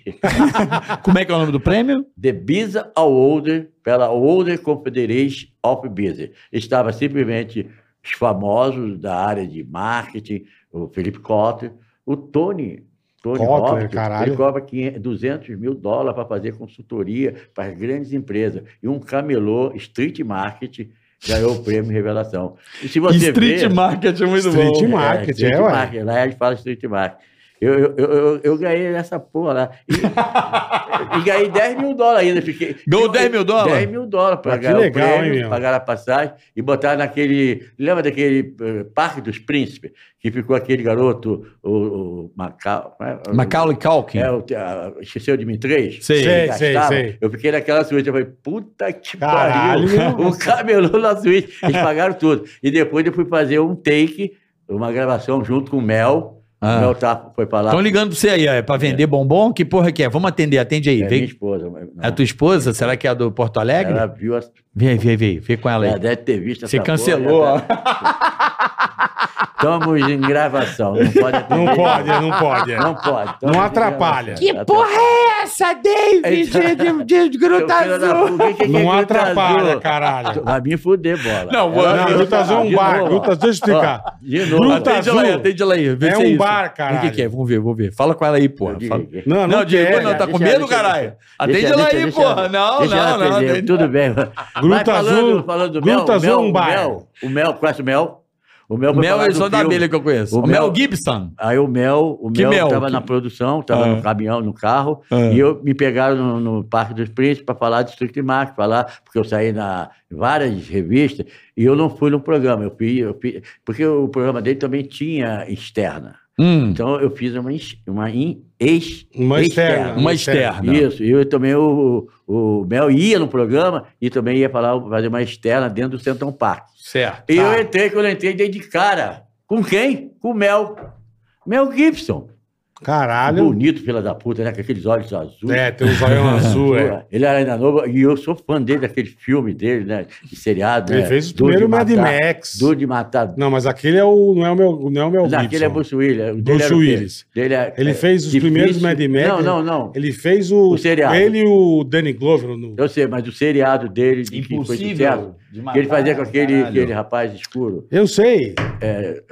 Como é que é o nome do prêmio?
The Visa Old pela Old Confederation of Business. Estava simplesmente os famosos da área de marketing, o Felipe Cotter, o Tony Tony
Kotler,
Robbins,
caralho.
ele cobra 500, 200 mil dólares para fazer consultoria para as grandes empresas. E um camelô, Street Market, ganhou o prêmio Revelação. E se você
Street
vê,
Market é muito
Street
bom.
Market. é,
street
ué.
market, lá a gente fala Street Market. Eu, eu, eu, eu- eu ganhei essa porra lá. E, e ganhei 10 mil dólares ainda. Fiquei,
Ganhou 10 mil dólares?
10 mil dólares para
Ah, que
ganhar
legal,
o
hein,
prêmio,
meu?
pagar a passagem e botar naquele. Lembra daquele eh, Parque dos Príncipes? Que ficou aquele garoto, o, o Macau. como é?
Macaulay Culkin.
É, o, te- a, esqueceu de mim três?
Sei.
Sei.
Gastava.
sei.
Eu fiquei naquela suíte, eu falei, puta que
Caralho.
pariu, o camelô na suíte, eles pagaram tudo. E depois eu fui fazer um take, uma gravação junto com o Mel,
Ah.
o Mel tá, foi pra lá,
Estão ligando pra você aí, ó, é pra vender bombom? Que porra que é? Vamos atender, atende aí.
é minha
Vem.
esposa. mas não.
É a tua esposa? Será que é a do Porto Alegre?
Ela viu, as-
Vem aí, vem aí, vem aí. Vem com ela aí.
ela deve ter visto
Você
essa
cancelou,
porra, ela- Estamos em gravação, não pode atender.
Não pode, é, não pode. é.
Não pode.
Não atrapalha.
Que
é,
porra é
Essa, David!
de-
gruta
é
Não atrapalha, caralho.
Vai me fuder, bola.
Não,
Ela-
Não, Gruta Azul é um
De
bar.
novo, ó.
Gruta Azul, deixa eu explicar.
De novo.
Gruta
Atende
Azul.
ela aí, atende ela aí. Vê
É
se
um
isso.
bar,
O que,
caralho.
que é? Vamos ver, vamos ver. Fala com ela aí, porra. Fala.
Não,
Não,
não,
Diego,
quer.
não, tá com
Deixa ela,
medo,
deixa ela.
caralho? Atende
Deixa-
ela
deixa-
aí,
deixa
porra.
ela-
Não,
deixa
não,
ela
não.
atender,
atende-
Tudo bem. Vai
Gruta
falando,
Azul-
Falando do
Gruta
mel, o
Azul é um
mel,
bar.
o mel, o mel, conhece o mel? O mel,
O
foi
Mel
falar
é
do
só da
filme.
abelha que eu conheço. O
O
Mel
Mel-
Gibson.
Aí o Mel, o
Que
Mel,
Mel?
estava na produção, estava
Ah.
no caminhão, no carro,
Ah.
e eu me pegaram no, no Parque dos Príncipes para falar de Street Market, falar, porque eu saí na várias revistas, e eu não fui no programa, eu fui, eu fui- porque o programa dele também tinha externa.
Hum,
Então eu fiz uma, ex- uma in- ex,
Uma externa.
uma externa.
Isso, e eu também, o, o Mel ia no programa e também ia falar, fazer uma externa dentro do Central Park.
Certo.
E
Tá.
eu entrei, quando eu entrei, dei de cara. Com quem? Com o Mel. Mel Gibson.
Caralho.
Bonito, filha da puta, né? Com aqueles olhos azuis.
Ah, É, tem um zoião azul, é.
Ele era ainda novo, e eu sou fã dele, daquele filme dele, né? De seriado.
Ele
né?
fez o
Duro
primeiro
de
Mad
Matar.
Max.
Duro de matar.
Não, mas aquele é o. Não é o meu. Não é o meu
Não, aquele é
Gibson.
Bruce Willis. O dele
Bruce
era o quê?
Willis.
Dele é-
Ele
é,
fez os
difícil.
primeiros Mad Max.
Não, não, não.
Ele fez o.
O seriado.
ele e o Danny Glover. No...
Eu sei, mas o seriado dele, de que foi sucesso, que ele fazia com aquele, aquele rapaz escuro.
Eu sei.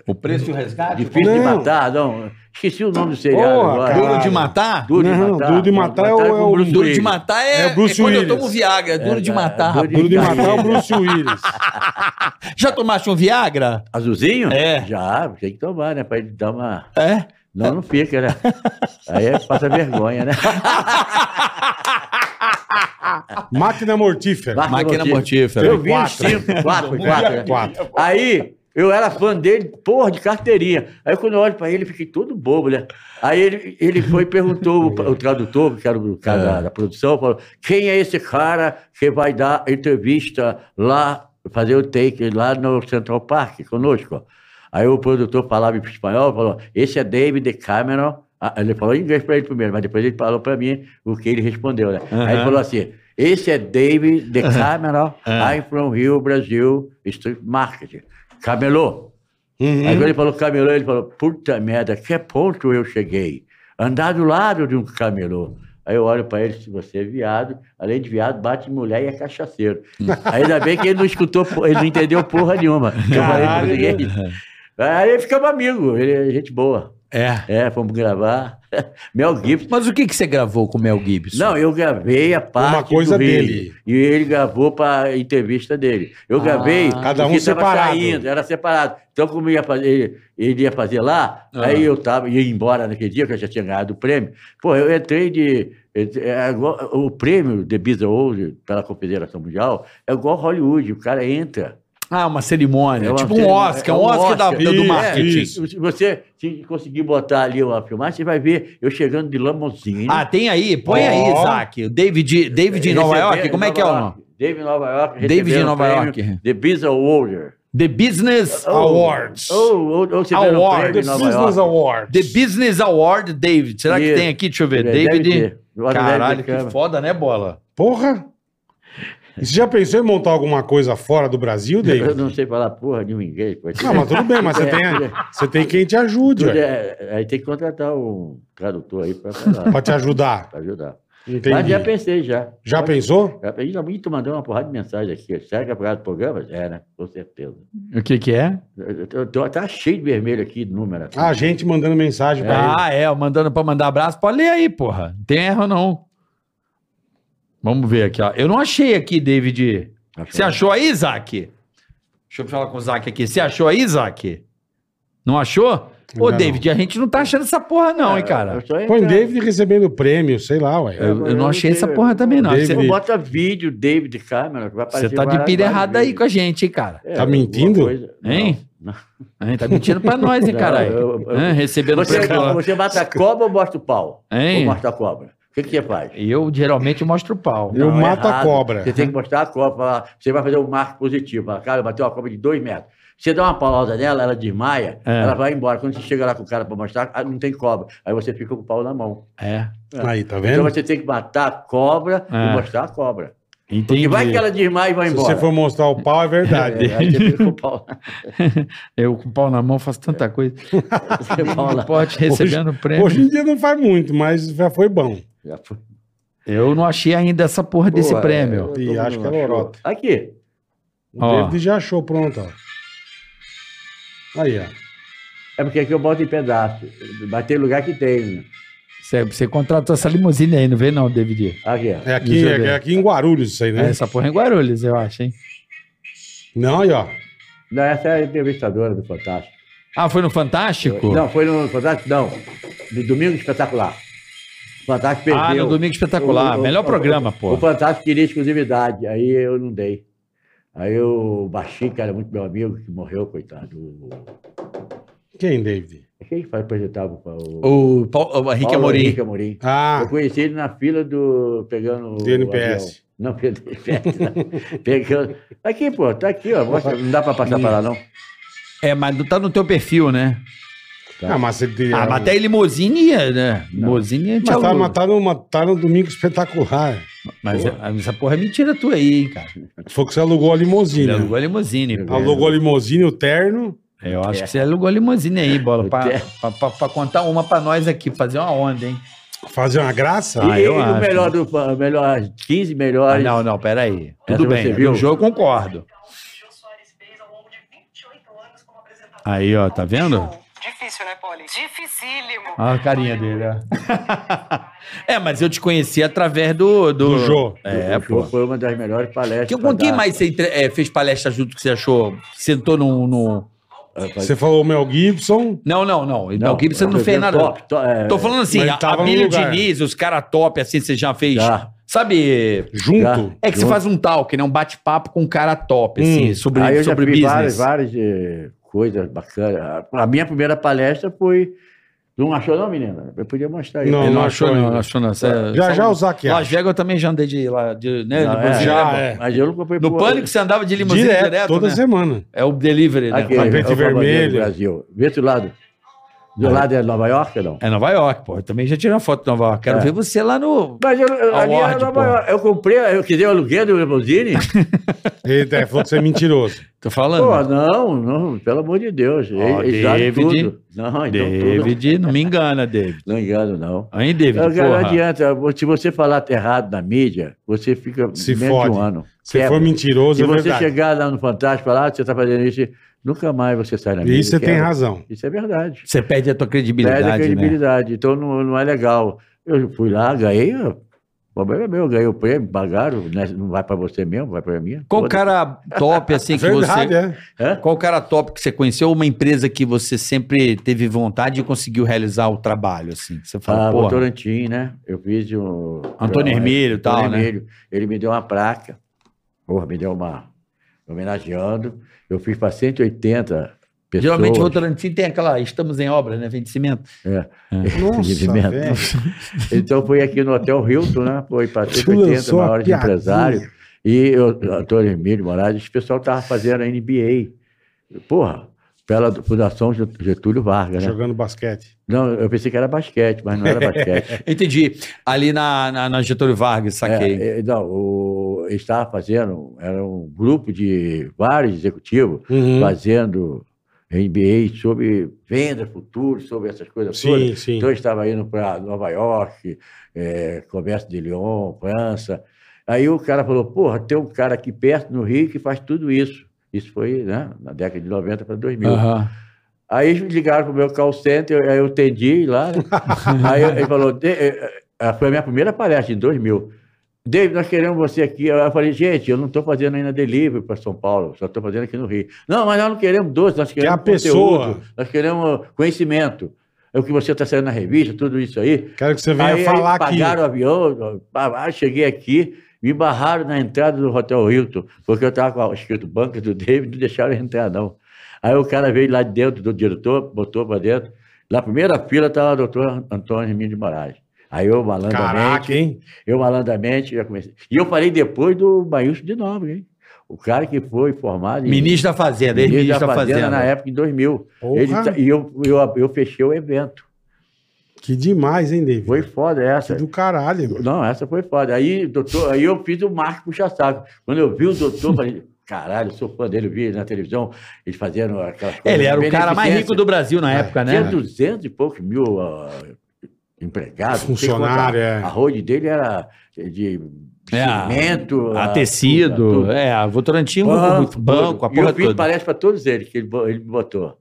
O preço e o resgate?
Difícil de
Não.
matar, não. Esqueci o nome do seriado
Porra,
agora.
cara.
Duro de matar?
Duro de
Não,
matar.
Duro de Matar é o-
Mataram
é
com
o-
Bruce
Duro de
Willis.
matar é,
É o Bruce
é quando eu
Willis.
tomo Viagra. É duro de
é,
matar,
duro
rapaz.
de-
Duro de
Caralho.
matar é o Bruce Willis.
Já tomaste um Viagra?
Azulzinho?
É.
Já, tem que tomar, né? Pra ele dar uma.
É?
Não, não fica, né? Aí é- passa vergonha, né?
Máquina mortífera.
Marca
Máquina mortífera.
Eu vi os
Quatro.
cinco, quatro, foi quatro. né?
Quatro.
Aí eu era fã dele, porra, de carteirinha. Aí quando eu olho pra ele, eu fiquei todo bobo, né? Aí ele, ele foi e perguntou, o, o tradutor, que era o
É.
cara da, da produção, falou: quem é esse cara que vai dar entrevista lá, fazer o take lá no Central Park conosco? Aí o produtor falava em espanhol, falou: esse é David Cameron. Ah, Ele falou em inglês para ele primeiro, mas depois ele falou para mim o que ele respondeu, né? Aí ele falou assim: esse é David de Cameron, I'm from Rio, Brasil, Street Market. Camelô.
Uhum.
Aí quando ele falou camelô, ele falou, puta merda, que ponto eu cheguei? Andar do lado de um camelô. Aí eu olho para ele, se você é viado, além de viado, bate em mulher e é cachaceiro. Ainda bem que ele não escutou, por- ele não entendeu porra nenhuma. que Eu falei
Caralho.
em português. Aí ficamos amigos, ele é gente boa.
É.
É, fomos gravar. Mel Gibson.
Mas o que, que você gravou com o Mel Gibson?
Não, eu gravei a parte
Uma coisa
do Rio.
dele.
E ele gravou para entrevista dele. Eu gravei
Cada um
porque tava
separado.
saindo, era separado. Então como ia fazer, ele, ele ia fazer lá, aí eu tava ia embora naquele dia que eu já tinha ganhado o prêmio. Pô, eu entrei de é, agora- o prêmio The Biz Award pela Confederação Mundial é igual Hollywood, o cara entra.
Ah, uma cerimônia.
É uma
tipo um
cerimônia,
Oscar.
é
um
um
Oscar, da,
Oscar.
do
Isso,
marketing.
isso.
Se você se conseguir botar ali uma filmagem, você vai ver eu chegando de Lamborghini.
Ah, tem aí? Põe aí,
Ó.
Isaac. O David, David em Nova
Receber-
York? Como é
Nova
que é o
York.
nome?
David Nova York.
David
recebeu
em Nova
o prêmio
York.
The Biz Award.
The Business,
Awards.
Ou, ou, ou receberam o
Award,
prêmio
The
em Nova
Business
York.
Awards.
The Business Award David. Será que
Isso.
tem aqui? Deixa eu ver.
É, Deve
David.
ter. Olha, deve
Caralho,
ter
que
câmera.
foda, né, bola?
Porra! E você já pensou em montar alguma coisa fora do Brasil,
Eu
David?
não sei falar porra de inglês. pode
Não, mas tudo bem, mas você
É,
tem,
é.
você tem quem te ajude,
Tudo
ué,
é- Aí tem que contratar um tradutor aí pra falar,
pra te ajudar.
pra ajudar.
Entendi.
Mas já pensei já.
Já pensou?
Já pensei, não, e tu mandou uma porrada de mensagem aqui. Será que é por causa do programa? É, né? Com certeza.
O que que é?
Eu- eu tô- tá cheio de vermelho aqui, de número. aqui.
Ah, A gente mandando mensagem pra ele.
Ah, é, eu mandando pra mandar abraço. Pode ler aí, porra. Não tem erro, não. Vamos ver aqui, ó. Eu não achei aqui, David.
Ah,
Acho
Você
que-
achou aí, Isaac? Deixa eu falar com o Isaac aqui. Você achou aí, Isaac? Não achou? Ô,
Não.
David, a gente não tá achando essa porra, não, hein, cara?
É, Eu só
Põe
entrar.
David recebendo prêmio, sei lá, ué.
Eu, eu
eu
não
não
achei
sei,
essa porra também, não.
David,
Você
Não bota vídeo, David Cameron, que vai
você
aparecer.
tá de pilha errada aí com a gente, hein, cara?
É,
Tá
alguma
mentindo?
coisa-
Hein?
Não.
Hein, Tá mentindo pra nós, hein,
Não,
caralho?
eu- eu-
Hein, Recebendo
Você, é
prêmio.
você mata a cobra ou mostra o pau?
Hein?
Ou mostra a cobra? O que, que você faz?
Eu geralmente mostro o pau.
Eu
Não, é
mato a
errado.
cobra.
Você tem que mostrar a cobra. falar- Você vai fazer um marco positivo. Fala, cara, bateu uma cobra de dois metros. Você dá uma paulada nela, ela desmaia,
É.
ela vai embora. Quando você chega lá com o cara pra mostrar, ah, não tem cobra. Aí você fica com o pau na mão.
É.
Aí, tá
Então
vendo?
você tem que matar a cobra
É.
e mostrar a cobra.
Entendi.
E vai que ela desmaia e vai
Se
embora.
você for mostrar o pau, é verdade.
É, aí você fica com o pau,
Eu com o pau na mão faço tanta coisa.
com o pau lá.
Pode recebendo prêmio.
Hoje em dia não faz muito, mas já foi bom.
Já foi.
Eu não achei ainda essa porra desse
Pô,
prêmio.
é,
Ih,
todo
acho
mundo
que é
achou.
lorota.
Aqui.
O
Ó.
David já achou, pronto, ó. Aí, ó.
É porque aqui eu boto em pedaço. Bater em lugar que tem. né?
Você, você contratou essa limusine aí, não vê não, David?
Aqui, ó.
É aqui,
Deixa eu
é,
ver.
é aqui em Guarulhos isso aí, né?
Essa porra é em Guarulhos, eu acho, hein?
Não, aí, ó.
Não, essa é a entrevistadora do Fantástico.
Ah, foi no Fantástico?
Não, foi no Fantástico, não. Do Domingo Espetacular. O Fantástico perdeu.
Ah, no Domingo Espetacular.
O- o-
Melhor
o-
programa, pô.
O Fantástico queria exclusividade, aí eu não dei. Aí o Baixinho, que era muito meu amigo, que morreu, coitado. O-
Quem, David?
Quem que apresentava o... o...
O, Paul, o Henrique
Paulo
Amorim.
Henrique Amorim.
Ah,
Eu conheci ele na fila do. Pegando. o
Do NPS.
avião. Não, PNPS. não. Pegando. Aqui, pô, tá aqui, ó. Mostra, não dá pra passar pra lá, não.
É, mas não tá no teu perfil, né?
ah mas
É.
ele...
Ah, mas até limusine ia, né? Limusine ia te
Mas tá,
alugar.
mas tá no, tá no domingo espetacular.
Mas é- essa porra é mentira tua aí, hein, cara.
Foi que você alugou a
Ele
limusine. né?
alugou a limusine.
É
pô.
Alugou a limusine, o terno.
Eu acho que você alugou a limusine aí, bola.
É.
Pra, pra- pra- pra contar uma pra nós aqui, fazer uma onda, hein?
Fazer uma graça.
Ah,
e
eu
e
acho.
o melhor do. o Melhor, 15
Ah,
melhores.
não, não, peraí.
Essa
Tudo
você
bem,
viu?
no jogo eu concordo.
Jô Soares fez ao longo de 28 anos como apresentador.
Aí, ó, tá vendo?
Difícil, né, Poli? Dificílimo.
Olha a carinha dele, ó. é, mas eu te conheci através do. Do,
Do Jô.
É,
O show
pô. É
Foi uma das melhores palestras. Ah,
Que, com quem
da-
mais você entre- é, fez palestra junto que você achou? Sentou num. num-
Você falou o Mel Gibson.
Não, não, não. Não, o Gibson
eu
não
tô
fez
vendo
nada.
top, to- é,
Tô falando assim,
Mas
a, a
tava no
Bíblia
lugar.
Diniz, os caras top, assim, você já fez.
Já.
Sabe?
Junto.
É que você
Junto.
faz um talk, né? Um bate-papo com um cara top, assim,
Hum.
sobre,
Aí eu já
sobre
vi
business.
várias, várias eh, coisas bacanas. A- A minha primeira palestra foi. Não achou, não, menina? Eu podia mostrar aí.
Não,
Ele não
não
achou,
achou
não,
ainda.
não achou, não. Você-
Já
só- um
já o Zac
Las
acha.
Vegas eu também já andei de lá, de, né?
Não,
de Brasília,
Já,
né?
é.
Mas eu nunca fui
No
pro-
Pânico você andava de limusine
Direto,
direto,
toda
né?
semana.
É o delivery, né?
Aqui,
Vai-
Tapete
é o Cavaleiro
vermelho.
do Brasil. Vê do lado. Do lado é Nova York, não?
É Nova York, pô. Eu também já tirei uma foto de Nova York. Quero
É.
ver você lá no...
Mas eu, eu, ali era
Award,
Nova
pô.
York. Eu comprei, eu queria o aluguel do Limousine.
Ele é, falou que você é mentiroso.
Tô falando.
Pô, não, não, pelo amor de Deus.
Ó,
eles daram
David.
tudo. Não, então tudo. É
David, não me engana, David.
Não engano, não.
Hein, David,
Eu, cara, não
porra.
adianta. Se você falar errado na mídia, você fica
Se
menos
fode.
de um ano.
Se
Quebra.
for mentiroso,
Se
é
você
verdade.
chegar lá no Fantástico e falar, ah, você está fazendo isso, nunca mais você sai na mídia.
E isso você tem
quebra.
razão.
Isso é verdade.
Você perde a tua credibilidade,
Perde a
né?
credibilidade. Então não, não é legal. Eu fui lá, ganhei. ó, O problema é meu, eu ganhei o prêmio, pagaram. né, Não vai para você mesmo, vai para mim.
Qual cara top, assim, que
Verdade,
você...
é.
Qual cara top que você conheceu? Uma empresa que você sempre teve vontade e conseguiu realizar o trabalho, assim? que Você fala,
Ah,
pô...
Votorantim, né? Eu fiz o.
Antônio
o-
Hermílio e tal,
Antônio
né?
Hermílio. Ele me deu uma placa. Porra, me deu uma. Homenageando. Eu fiz para 180 pessoas.
Geralmente o Votorantim tem aquela... Estamos em obra, né? Vencimento.
Nossa,
Entendimento.
velho.
Então foi aqui no Hotel Hilton, né? Foi para
Tu lançou
180
uma
maiores
piadinha.
empresários. né? E eu, Antônio Hermílio Moraes, o pessoal tava fazendo a NBA. Porra, pela Fundação Get- Getúlio Vargas, né?
Jogando basquete.
Não, eu pensei que era basquete, mas não era basquete.
Entendi. Ali na, na, na Getúlio Vargas, saquei.
É, é, não, o, eu estava fazendo, era um grupo de vários executivos
Uhum.
fazendo NBA, sobre venda, futuro, sobre essas coisas todas.
Sim, sim.
Então eu estava indo para Nova York, eh, comércio de Lyon, França. Aí o cara falou, porra, tem um cara aqui perto no Rio que faz tudo isso. Isso foi né, na década de 90 para 2000. Aí eles me ligaram para o meu call center, aí eu atendi lá. Né? aí ele falou, "De- eh, eh, foi a minha primeira palestra em 2000. David, nós queremos você aqui. Eu falei, gente, eu não estou fazendo ainda delivery para São Paulo, só estou fazendo aqui no Rio. Não, mas nós não queremos doce, nós
é
queremos
a pessoa.
nós queremos conhecimento. É o que você está saindo na revista, tudo isso aí.
Quero que você venha
Aí,
falar
aí
aqui.
pagaram o avião, ah, ah, cheguei aqui, me barraram na entrada do Hotel Hilton, porque eu estava com a- escrito Banca do David, não deixaram eu entrar, não. Aí o cara veio lá de dentro do diretor, botou para dentro. Na primeira fila estava o doutor Antônio Hermínio de Moraes. Aí eu malandramente,
Caraca, hein?
eu malandramente já comecei. E eu falei depois do Maílson de Nobre, hein? O cara que foi formado em
Ministro da Fazenda,
ministro da Fazenda,
Fazenda.
na época, em 2000.
Porra.
Ele tá- e eu, eu, eu fechei o evento.
Que demais, hein, David?
Foi foda
Que
essa.
do caralho, mano.
Não, essa foi foda. Aí, doutor, aí eu fiz o Marco Puxa Saco. Quando eu vi o doutor, eu falei, caralho, eu sou fã dele, eu vi ele na televisão, eles fazendo aquelas coisas.
Ele era o
de
cara mais
né? beneficência.
rico
É,
do Brasil na época, né?
Tinha 200 e poucos mil ah, empregados. não sei
Funcionário,
quanto.
é.
A rode dele era de
É, a-
cimento.
A
ah,
tecido,
tudo, ah, tudo.
é, a Votorantim,
Banco,
banco, banco, a
tudo. E
porra
eu fiz
toda.
palestra para todos eles que ele, bo- ele me botou.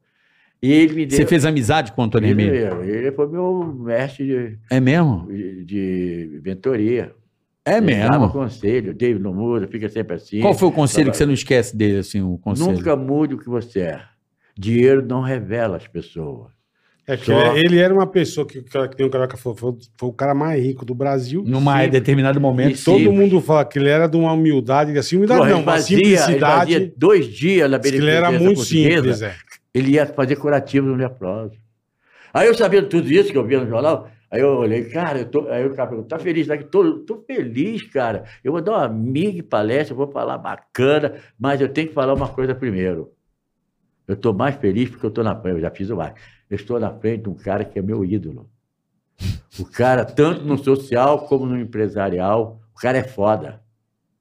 E ele me deu.
Você fez amizade com o Antônio
Ele,
Hermínio?
ele foi meu mestre
É mesmo?
de, de mentoria.
É
Ele Dava
mesmo.
conselho, David não muda, fica sempre assim.
Qual foi o conselho que você não esquece dele, assim, o conselho?
Nunca mude o que você é. Dinheiro não revela as pessoas.
É que
Só-
ele era uma pessoa que, que, que nem o Caraca falou, foi, foi o cara mais rico do Brasil.
Numa
Sempre.
determinado momento.
E
Todo
sempre.
mundo fala que ele era de uma humildade, assim, humildade
Porra,
não,
ele
uma
fazia-
simplicidade.
Ele fazia dois dias na
diz que ele era
beneficência
muito
portuguesa,
simples, é.
Ele ia fazer curativo no leproso. Aí eu sabendo tudo isso que eu via no jornal, aí eu olhei, cara, eu tô, aí o cara perguntou, tá feliz? Né? Tô, tô feliz, cara. Eu vou dar uma mini palestra, eu vou falar bacana, mas eu tenho que falar uma coisa primeiro. Eu estou mais feliz porque eu estou na frente, eu já fiz o mais. Eu estou na frente de um cara que é meu ídolo. O cara, tanto no social como no empresarial, o cara é foda.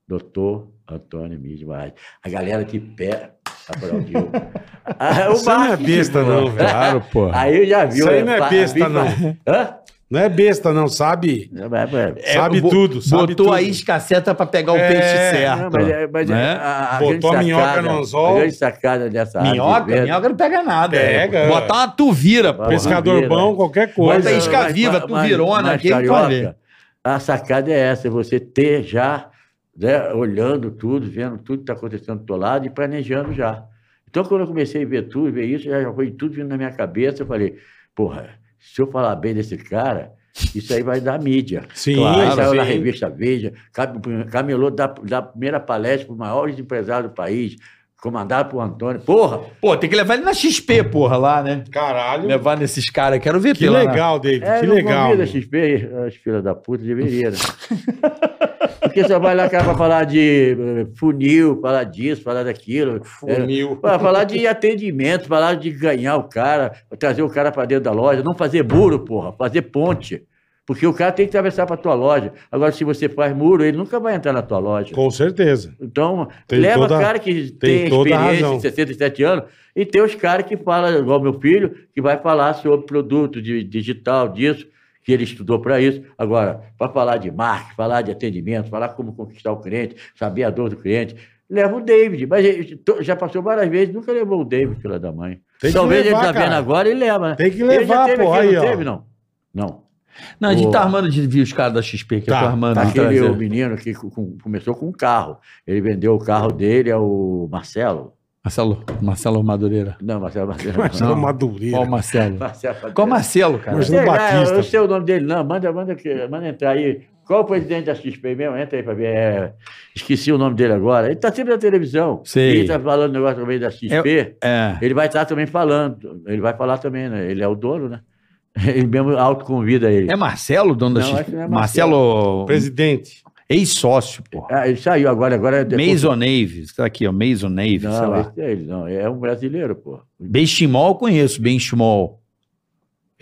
Doutor Antônio Midmar. A galera de pé aplaudiu. Ah, o
Você não é
marketing,
besta,
pô.
não, velho.
Claro, pô.
Aí eu já vi.
Isso
eu
aí não é
fa-
besta,
vi-
não.
Hã?
Não é besta, não, sabe?
Não, mas- mas-
sabe
bo-
tudo, sabe
Botou
tudo.
a escasseta pra pegar o
É,
peixe
não,
certo.
mas é- mas é-
né?
a, a
Botou
grande
a minhoca
sacada-
no anzol.
A grande sacada dessa área Tá de
minhoca?
venda-
Minhoca não pega nada.
Pega, é.
Botar uma tuvira, pô.
Porra,
Pescador
vira.
bom, qualquer
Bota
coisa.
a isca viva, tu virona, aqui tu vai ver.
A sacada é essa, é você ter já, né, olhando tudo, vendo tudo que está acontecendo do teu lado e planejando já. Então, quando eu comecei a ver tudo, ver isso, já foi tudo vindo na minha cabeça, eu falei, porra, se eu falar bem desse cara, isso aí vai dar mídia.
Sim,
Aí saiu na
sim.
revista Veja, cam- camelou da, da primeira palestra para os maiores empresários do país, comandado por Antônio. Porra,
Pô, tem que levar ele na XP, porra, lá, né?
Caralho.
Levar nesses caras, quero ver
Que
lá na-
legal, David.
É,
que
não
legal.
Convida XP, as filhas da puta, deveria, né? Porque só vai lá cá pra falar de eh, funil, falar disso, falar daquilo. É,
Funil.
pra falar de atendimento, falar de ganhar o cara, trazer o cara pra dentro da loja, não fazer muro, porra, fazer ponte. Porque o cara tem que atravessar pra tua loja. Agora, se você faz muro, ele nunca vai entrar na tua loja.
Com certeza.
Então,
Tem
leva
toda-
cara que
tem
tem,
toda a
experiência
razão.
de 67 anos e tem os caras que falam, igual meu filho, que vai falar sobre produto de, digital, disso, que ele estudou para isso. Agora, para falar de marketing, falar de atendimento, falar como conquistar o cliente, saber a dor do cliente, leva o David. Mas ele to- já passou várias vezes, nunca levou o David, filha da mãe.
Tem que
Talvez
levar,
ele tá vendo
cara.
agora e leva, né?
Tem que
Ele já
levar,
teve
pô,
aqui,
aí,
não
ó.
teve, não. Não.
Não, a gente
Boa.
tá armando de vir os caras da XP, que
Tá,
eu tô armando. de
Aquele
trazer.
o menino que co- com- começou com um carro. Ele vendeu o carro dele ao Marcelo.
Marcelo, Marcelo Madureira.
Não, Marcelo Marcelo.
Marcelo
Não.
Madureira.
Qual o Marcelo?
Marcelo
Qual o assim, Marcelo, cara?
Marcelo Batista.
Eu sei o nome dele, não. Manda, manda, que- manda entrar aí. Qual o presidente da XP mesmo? Entra aí pra ver. É, esqueci o nome dele agora. Ele tá sempre na televisão.
Sei.
Ele tá falando negócio também da XP.
É.
Ele vai estar também falando. Ele vai falar também, né? Ele é o dono, né? Ele mesmo autoconvida ele.
É Marcelo, o dono da
Não,
XP?
acho que não é
Marcelo,
Presidente.
ex-sócio, porra.
Ah, ele saiu agora, agora é
Mason Nave, tá aqui, ó, Mason Nave, sei
Não,
lá.
esse é ele, não. É um brasileiro, pô.
Benchimol eu conheço, Benchimol.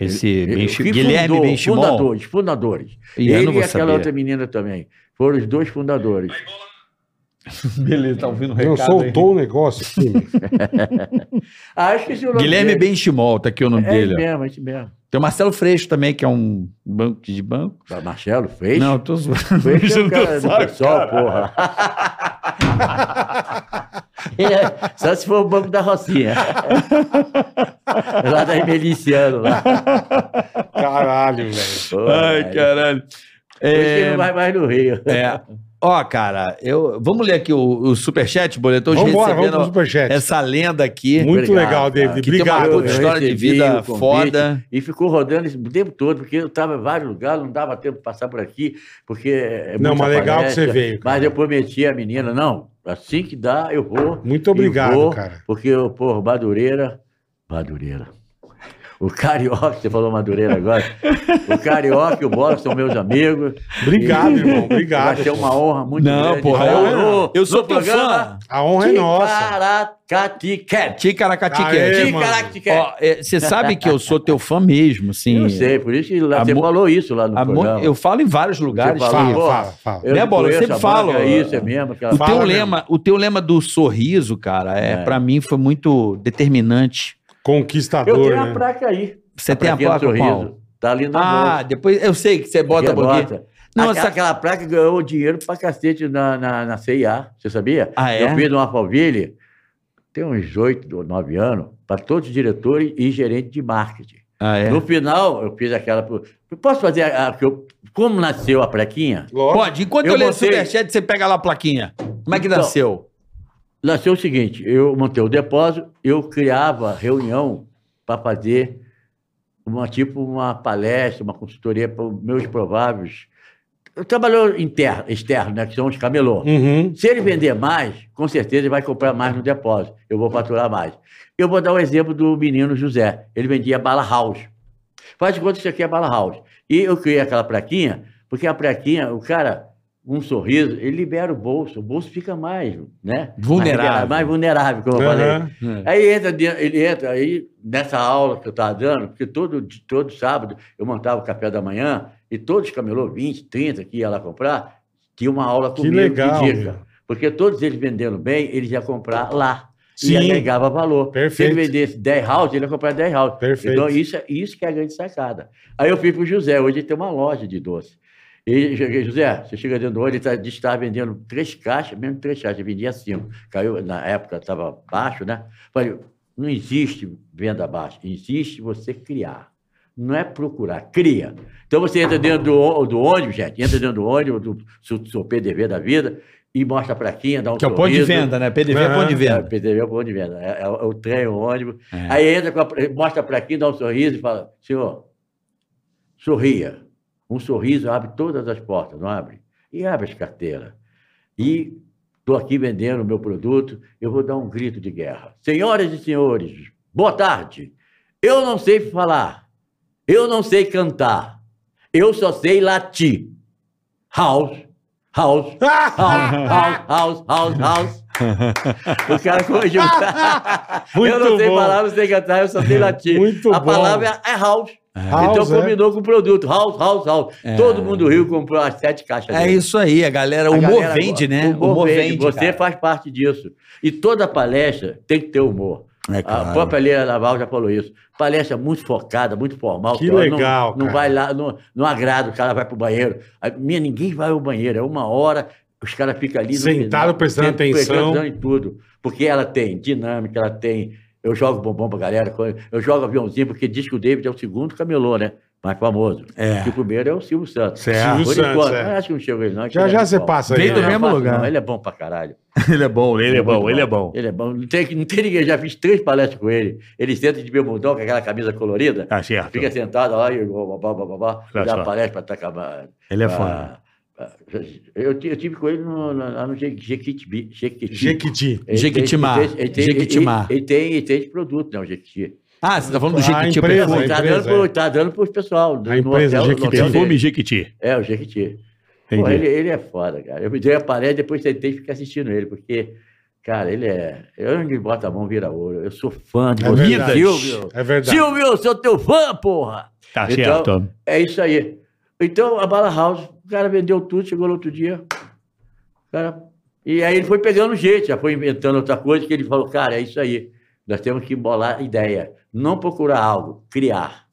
Esse
Ele- é
Benchi-
o que
Guilherme
fundou,
Benchimol.
Fundadores, fundadores.
Ih, eu
ele
não vou
e aquela
saber.
outra menina também. Foram os dois fundadores.
Beleza, tá
Um
ouvindo o
Eu
recado aí.
soltou o negócio aqui, meu.
Acho que esse é o nome
Guilherme
dele.
Benchimol, tá aqui o
É
nome
esse
dele. ó.
mesmo, esse mesmo.
Tem o Marcelo Freixo também, que é um banco de banco.
Da Marcelo fez?
Não, eu tô zoando.
fez é o
Não
cara do
sabe,
pessoal, porra. É, só se for o banco da Rocinha. lá da Emeliciano, lá.
Caralho, velho.
Pô,
Ai,
velho.
caralho.
Por isso
É,
que não vai mais no Rio.
é. Ó, cara, eu, vamos ler aqui o, o superchat, boleto. Hoje
Vambora, vamos pro
recebendo
superchat.
essa lenda aqui.
Muito
Obrigado,
legal,
cara.
David.
que tem uma
Obrigado.
puta
velho.
história de
recebi
vida
o convite.
foda.
E ficou rodando esse tempo todo, porque eu estava em vários lugares, não dava tempo de passar por aqui, porque. é
Não,
muita
mas legal que você
palestra.
veio, cara.
Mas eu prometi à menina, não, assim que dá, eu vou.
Muito
eu
obrigado,
vou,
cara.
Porque, eu, porra, Madureira. Madureira. O Carioca, você falou Madureira agora. o Carioca e o Bola são meus amigos.
Obrigado,
E-
irmão.
Vai
Obrigado.
ser uma honra muito
Não,
grande.
porra,
estar
eu-
no-
eu sou
no
teu
programa
A honra é nossa.
Ticaracatiquete.
Aê,
Ticaracatiquete.
mano.
Ticaracatiquete.
é, Você sabe que eu sou teu fã mesmo, sim.
Eu sei, por isso que lá, você
Amor-
falou isso lá no
Amor-
programa.
eu falo em vários lugares.
Você
Fala,
Pô,
fala, fala.
Né,
não
Bola? Eu
conheço
sempre
a banda,
falo.
É isso, é mesmo. Aquela...
O
Fala
teu,
mesmo.
lema, o teu lema do sorriso, cara, é,
É.
para mim foi muito determinante.
Eu
Conquistador,
tenho a
né?
placa aí. Tá
Você tem a
plaquinha do
placa, Paulo?
Tá ali na
Ah,
mão.
depois eu sei que você bota,
Aqui,
porque... Não,
Aquela-
essa-
Aquela placa ganhou dinheiro pra cacete na, na, na CIA, você sabia?
Ah, é?
Eu fiz uma Alphaville, tem uns oito, nove anos, para todos os diretores e gerentes de marketing.
Ah, é.
No final, eu fiz aquela... pro- Eu Posso fazer a, a- que eu- como nasceu a plaquinha?
Lógico.
Pode, enquanto eu,
Eu
ler o
botei-
superchat, você pega lá a plaquinha. Como é que
Então,
nasceu?
Nasceu o seguinte, eu montei o depósito, eu criava reunião para fazer uma tipo uma palestra, uma consultoria para os meus prováveis. O trabalhador interno, externo, né, que são os camelô.
Uhum.
Se ele vender mais, com certeza ele vai comprar mais no depósito. Eu vou faturar mais. Eu vou dar o exemplo do menino José. Ele vendia bala house. Faz de conta que isso aqui é bala house. E eu criei aquela plaquinha, porque a plaquinha, o cara, um sorriso, ele libera o bolso. O bolso fica mais, né?
Vulnerável.
Mais, mais vulnerável, como eu falei.
Aham.
Aí entra, dentro- ele entra aí nessa aula que eu estava dando, porque todo, di- todo sábado eu montava o café da manhã e todos os camelô, 20, 30 que ia lá comprar, tinha uma aula
Que
comigo
legal,
de dica.
meu.
Porque todos eles vendendo bem, eles iam comprar lá.
Sim.
E agregava valor.
Perfeito.
Se ele vendesse 10 house, ele ia comprar 10 house.
Perfeito.
Então, isso, é- isso que é a grande sacada. Aí eu fui para o José, hoje ele tem uma loja de doce. E cheguei, José, você chega dentro do olho, ele tá, diz que estava vendendo três caixas, mesmo três caixas, ele vendia cinco. Caiu, na época estava baixo, né? Falei, não existe venda baixa, existe você criar. Não é procurar, cria. Então você entra dentro do, ô- do ônibus, gente, entra dentro do ônibus, do seu, seu PDV da vida, e mostra a plaquinha, dá um
Que é o ponto de
sorriso.
venda, né? PDV é
Aham.
ponto de
É,
venda. É.
PDV é o ponto de venda. É, é o- é o trem, o ônibus. Aí entra, com a- mostra para aqui, dá um sorriso e fala: senhor, sorria. Um sorriso abre todas as portas, não abre? E abre as carteiras. E estou aqui vendendo o meu produto, eu vou dar um grito de guerra. Senhoras e senhores, boa tarde. Eu não sei falar. Eu não sei cantar. Eu só sei latir. House, house, house, house, house, house, house. O cara corrigiu. eu não
Muito
sei
bom.
falar, não sei cantar, eu só sei latir.
Muito
A
bom.
palavra é house.
House,
então
é?
combinou com o produto. House, house, house. Todo mundo riu e comprou as sete caixas.
É
dele.
isso aí, a galera. O
A
humor
galera
vende,
gosta.
né?
O humor, vende. Você
cara.
faz parte disso. E toda palestra tem que ter humor.
É
A própria Leila Naval já falou isso. Palestra muito focada, muito formal.
Que
só
legal,
Não, não
cara.
vai lá, não, não agrada, o cara vai pro banheiro. A minha, ninguém vai ao banheiro, é uma hora, os caras ficam ali... no
Sentado,
final,
prestando
sempre
atenção.
Prestando em tudo. Porque ela tem dinâmica, ela tem... Eu jogo bombom pra galera, eu jogo aviãozinho, porque diz que o David é o segundo camelô, né? Mais famoso.
É.
Que o primeiro é o Silvio Santos.
Certo.
Por
Silvio
enquanto,
Santos, é.
eu acho que não chegou ele, não. que
Já
ele é
já
muito
você
bom.
passa aí.
Vem do
Não,
né?
mesmo
não faço,
lugar.
não, Ele é bom pra caralho.
Ele é bom, ele é bom, ele é bom.
Ele é bom. Não tem, não tem ninguém, já fiz três palestras com ele. Ele senta de bermudão com aquela camisa colorida,
Tá certo.
fica sentado lá e blá, blá, blá, blá, blá,
Olha
dá
só.
palestra para atacar.
Ele é foda.
pra- pra- Eu, ti- eu tive com ele no, no, lá no Je- Jequitibi. Jequiti.
Jequiti.
Ele tem-
Jequitimá.
ele tem- ele tem- ele-
Jequitimá.
Ele tem, ele tem de produto, não, Jequiti.
Ah, você tá falando do
A
Jequiti
empresa,
Perfume.
a
Está
empresa,
dando para
é.
o tá dando pros pessoal. do-
A empresa
hotel-
Jequiti.
hotel dele.
Perfume
Jequiti.
É, o Jequiti. Pô, ele, ele é foda, cara. Eu me dei a parede depois tentei ficar assistindo ele, porque, cara, ele é. Eu onde bota a mão vira ouro. Eu sou fã do
É verdade.
Silvio.
É verdade.
Silvio, eu sou teu fã, porra!
Tá
Então, É isso aí. Então, a Bala House, o cara vendeu tudo, chegou no outro dia. O cara, E aí ele foi pegando jeito, já foi inventando outra coisa que ele falou, cara, é isso aí. Nós temos que bolar ideia. Não procurar algo, criar.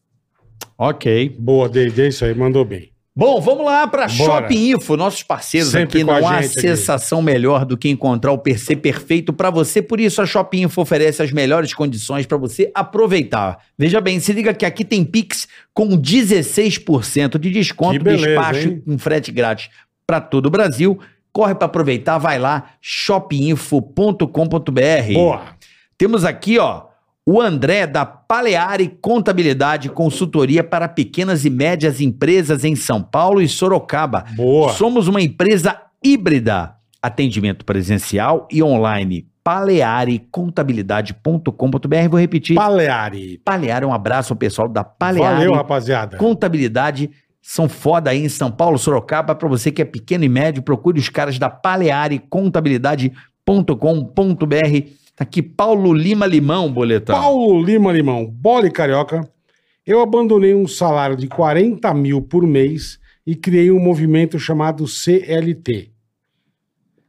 Ok.
Boa, David, é isso aí, mandou bem.
Bom, vamos lá para
Bora.
Shopping Info, nossos parceiros
Sempre
aqui.
com a
Não há
gente aqui.
sensação melhor do que encontrar o PC perfeito para você. Por isso, a Shopping Info oferece as melhores condições para você aproveitar. Veja bem, se liga que aqui tem Pix com 16% de desconto,
Que beleza,
despacho
hein?
com frete grátis para todo o Brasil. Corre para aproveitar, vai lá, shoppinginfo.com.br.
Boa.
Temos aqui, ó, o André da Paleari Contabilidade Consultoria para pequenas e médias empresas em São Paulo e Sorocaba.
Boa.
Somos uma empresa híbrida. Atendimento presencial e online. Palearicontabilidade.com.br. Vou repetir.
Paleari.
Paleari, um abraço ao pessoal da Paleari
Valeu, rapaziada.
É. contabilidade são foda aí em São Paulo, Sorocaba. Pra você que é pequeno e médio, procure os caras da Paleari Contabilidade.com.br. Tá aqui Paulo Lima Limão, boletão.
Paulo Lima Limão, bola e carioca. Eu abandonei um salário de 40 mil por mês e criei um movimento chamado CLT.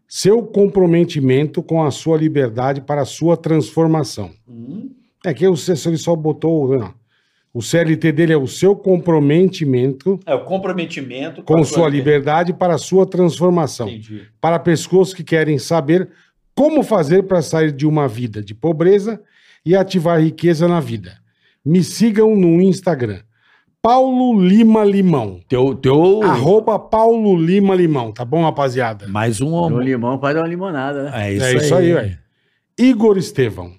Seu comprometimento com a sua liberdade para a sua transformação.
Uhum.
É que o Cícero ele só botou. o- não. O CLT dele é o seu comprometimento
É o comprometimento
com sua liberdade para a sua transformação para pessoas que querem saber como fazer para sair de uma vida de pobreza e ativar riqueza na vida. Me sigam no Instagram. Paulo Lima Limão.
Teu, teu...
Arroba Paulo Lima Limão, tá bom, rapaziada?
Mais um
Um
homem.
limão faz uma limonada, né?
É isso,
é isso aí, ué. Igor Estevão.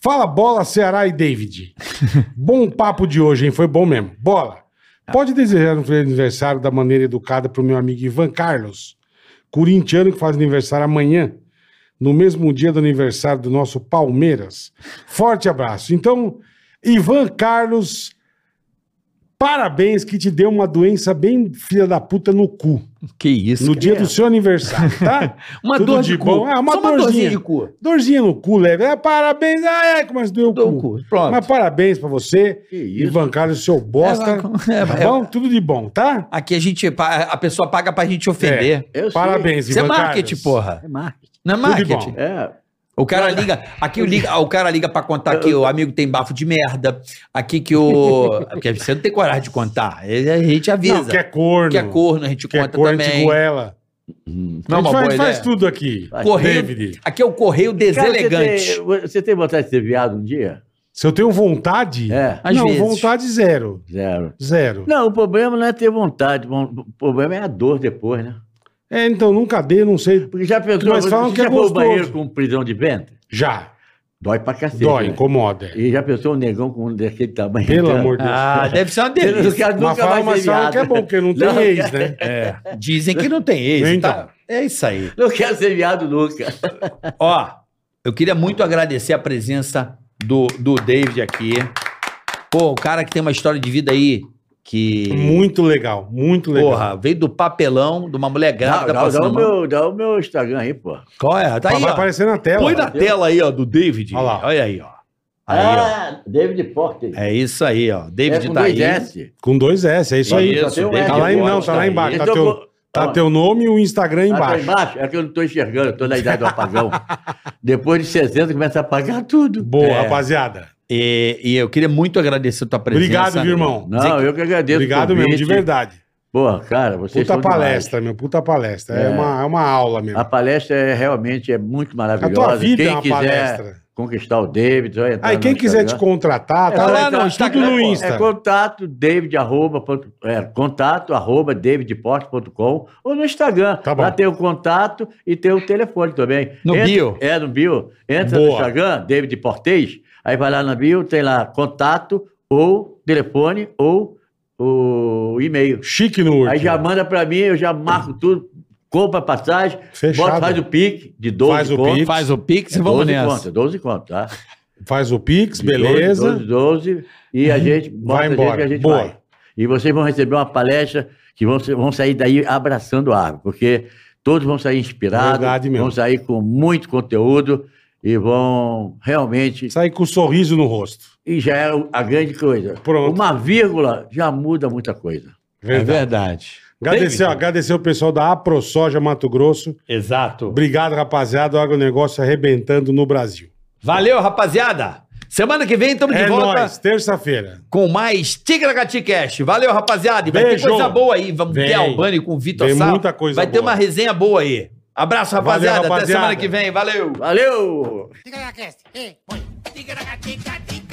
Fala bola, Ceará e David. bom papo de hoje, hein? Foi bom mesmo. Bola. Pode desejar um feliz aniversário da maneira educada pro meu amigo Ivan Carlos, corintiano que faz aniversário amanhã, no mesmo dia do aniversário do nosso Palmeiras. Forte abraço. Então, Ivan Carlos, parabéns que te deu uma doença bem filha da puta no cu,
Que isso.
no
cara.
dia do seu aniversário, tá?
Uma
Tudo
dor
de
de cu.
bom. É, uma
Só uma
dorzinha.
dorzinha de cu.
Dorzinha no cu, leve. É, parabéns. Ai, é ai, começa a doer o
Dor
cu.
no cu. Pronto.
Mas parabéns pra você.
Que isso.
Ivan Carlos, seu bosta.
É, mas- é,
tá
é.
bom? Tudo de bom, tá?
Aqui a gente... pa- A pessoa paga pra gente ofender.
Eu sei.
Parabéns,
Isso é
Ivan
marketing,
Carlos.
porra.
É marketing.
Não é
Tudo de
marketing.
bom.
É,
O cara liga, aqui o, liga, o cara liga pra contar que o amigo tem bafo de merda, aqui que o... Porque você não tem coragem de contar, a gente avisa.
Não, que é corno.
Que é corno, a gente
Que é
conta
corno, a gente
também.
goela.
Não,
a
uma
gente
boa
faz, faz
ideia.
tudo aqui.
um Correio-
David.
Aqui é o correio
Cara, você
deselegante.
tem- Você tem vontade de ser viado um dia?
Se eu tenho vontade...
É,
Às
não,
vezes.
vontade zero.
zero.
Zero.
Não, o problema não é ter vontade, o problema é a dor depois, né?
É, então, nunca dei, não sei.
Porque já pensou,
Mas falam
você
que é
já foi ao
gostoso.
banheiro com um prisão de ventre?
Já.
Dói pra cacete.
Dói,
né?
incomoda.
E já pensou um negão com um daquele tamanho?
Pelo
entrando?
amor de Deus.
Ah, deve ser uma
Os
delícia.
caras
mas
nunca
fala,
mais
mas fala que é bom, porque não tem
Não,
ex, né?
É. Dizem que não tem ex,
Então.
tá? É isso aí.
Não quero ser viado nunca.
Ó, eu queria muito agradecer a presença do, do David aqui. Pô, o cara que tem uma história de vida aí que...
Muito legal, muito legal.
Porra, veio do papelão, de uma mulher
Dá, dá,
grávida
dá,
passando
o
mal.
meu, dá o meu Instagram aí, pô.
Qual é? Tá
Mas
aí,
vai
ó.
aparecer na tela.
Põe na tela aí, ó, do David.
Olha
Olha,
lá.
aí, ó. Aí, ó.
Ah, David Porter.
É isso aí, ó. David
é com
tá
dois
aí.
S.
Com dois S, é isso aí.
Isso,
tem um
David
S
Tá lá em-
agora,
não, tá lá embaixo,
aí.
tá
Eu tô
teu-
com-
Tá
Ó,
teu nome e o Instagram
tá
embaixo.
embaixo. É que eu não tô enxergando, eu tô na idade do apagão. Depois de 60 começa a apagar tudo.
Boa,
É.
rapaziada.
E, e eu queria muito agradecer a tua presença.
Obrigado, viu, irmão?
Não, eu que agradeço. o
Obrigado mesmo, de
convite.
verdade.
Porra, cara, vocês
Puta
são demais.
palestra, meu. Puta palestra. É,
É.
uma, é uma aula mesmo.
A palestra é realmente é muito
A
maravilhosa.
tua vida
quem
é uma
quiser
palestra.
conquistar o David, vai entrar
Aí,
no
quem quiser te
Instagram.
contratar,
É
tá
só
lá
entrar
no, tudo no
pô.
Insta.
É contato david, arroba, ponto- é, contato, arroba davidporte.com ou no Instagram.
Tá bom.
Lá tem o contato e tem o telefone também.
No bio.
É, no bio. Entra
Boa.
no Instagram, David Portês, aí vai lá na bio, tem lá contato ou telefone ou o e-mail.
Chique no último.
Aí já manda pra mim, eu já marco tudo, compra a passagem,
Fechado.
bota, faz o pique de 12
Faz o
conto.
pique,
Faz o pix e
12
vamos nessa.
conto, 12 conto, tá?
Faz o Pix,
De 12,
beleza.
12,
Uhum.
12, e a gente bota
Vai
a gente
embora.
que a gente
Boa.
vai. E vocês vão receber uma palestra que vão, ser- vão sair daí abraçando a árvore, porque todos vão sair inspirados,
Verdade mesmo.
vão sair com muito conteúdo e vão realmente.
Sai com um sorriso no rosto.
E já é a grande coisa.
Pronto.
Uma vírgula já muda muita coisa.
É
Verdade.
verdade.
Agradecer, ó, agradecer o pessoal da AproSoja Mato Grosso.
Exato.
Obrigado, rapaziada. O agronegócio arrebentando no Brasil.
Valeu, rapaziada. Semana que vem estamos
é
de volta
nóis, terça-feira.
com mais Tigracati Cash. Valeu, rapaziada. E vai
Beijo.
ter coisa boa aí. Vamos
Vem.
ter Albani com o Vitor
Tem
Sá.
muita coisa
Vai ter
boa.
uma resenha boa aí. Abraço,
Valeu,
rapaziada. Até
rapaziada.
semana que vem. Valeu.
Valeu!
Tigaracast, eh, põe. Tigaracati, cati,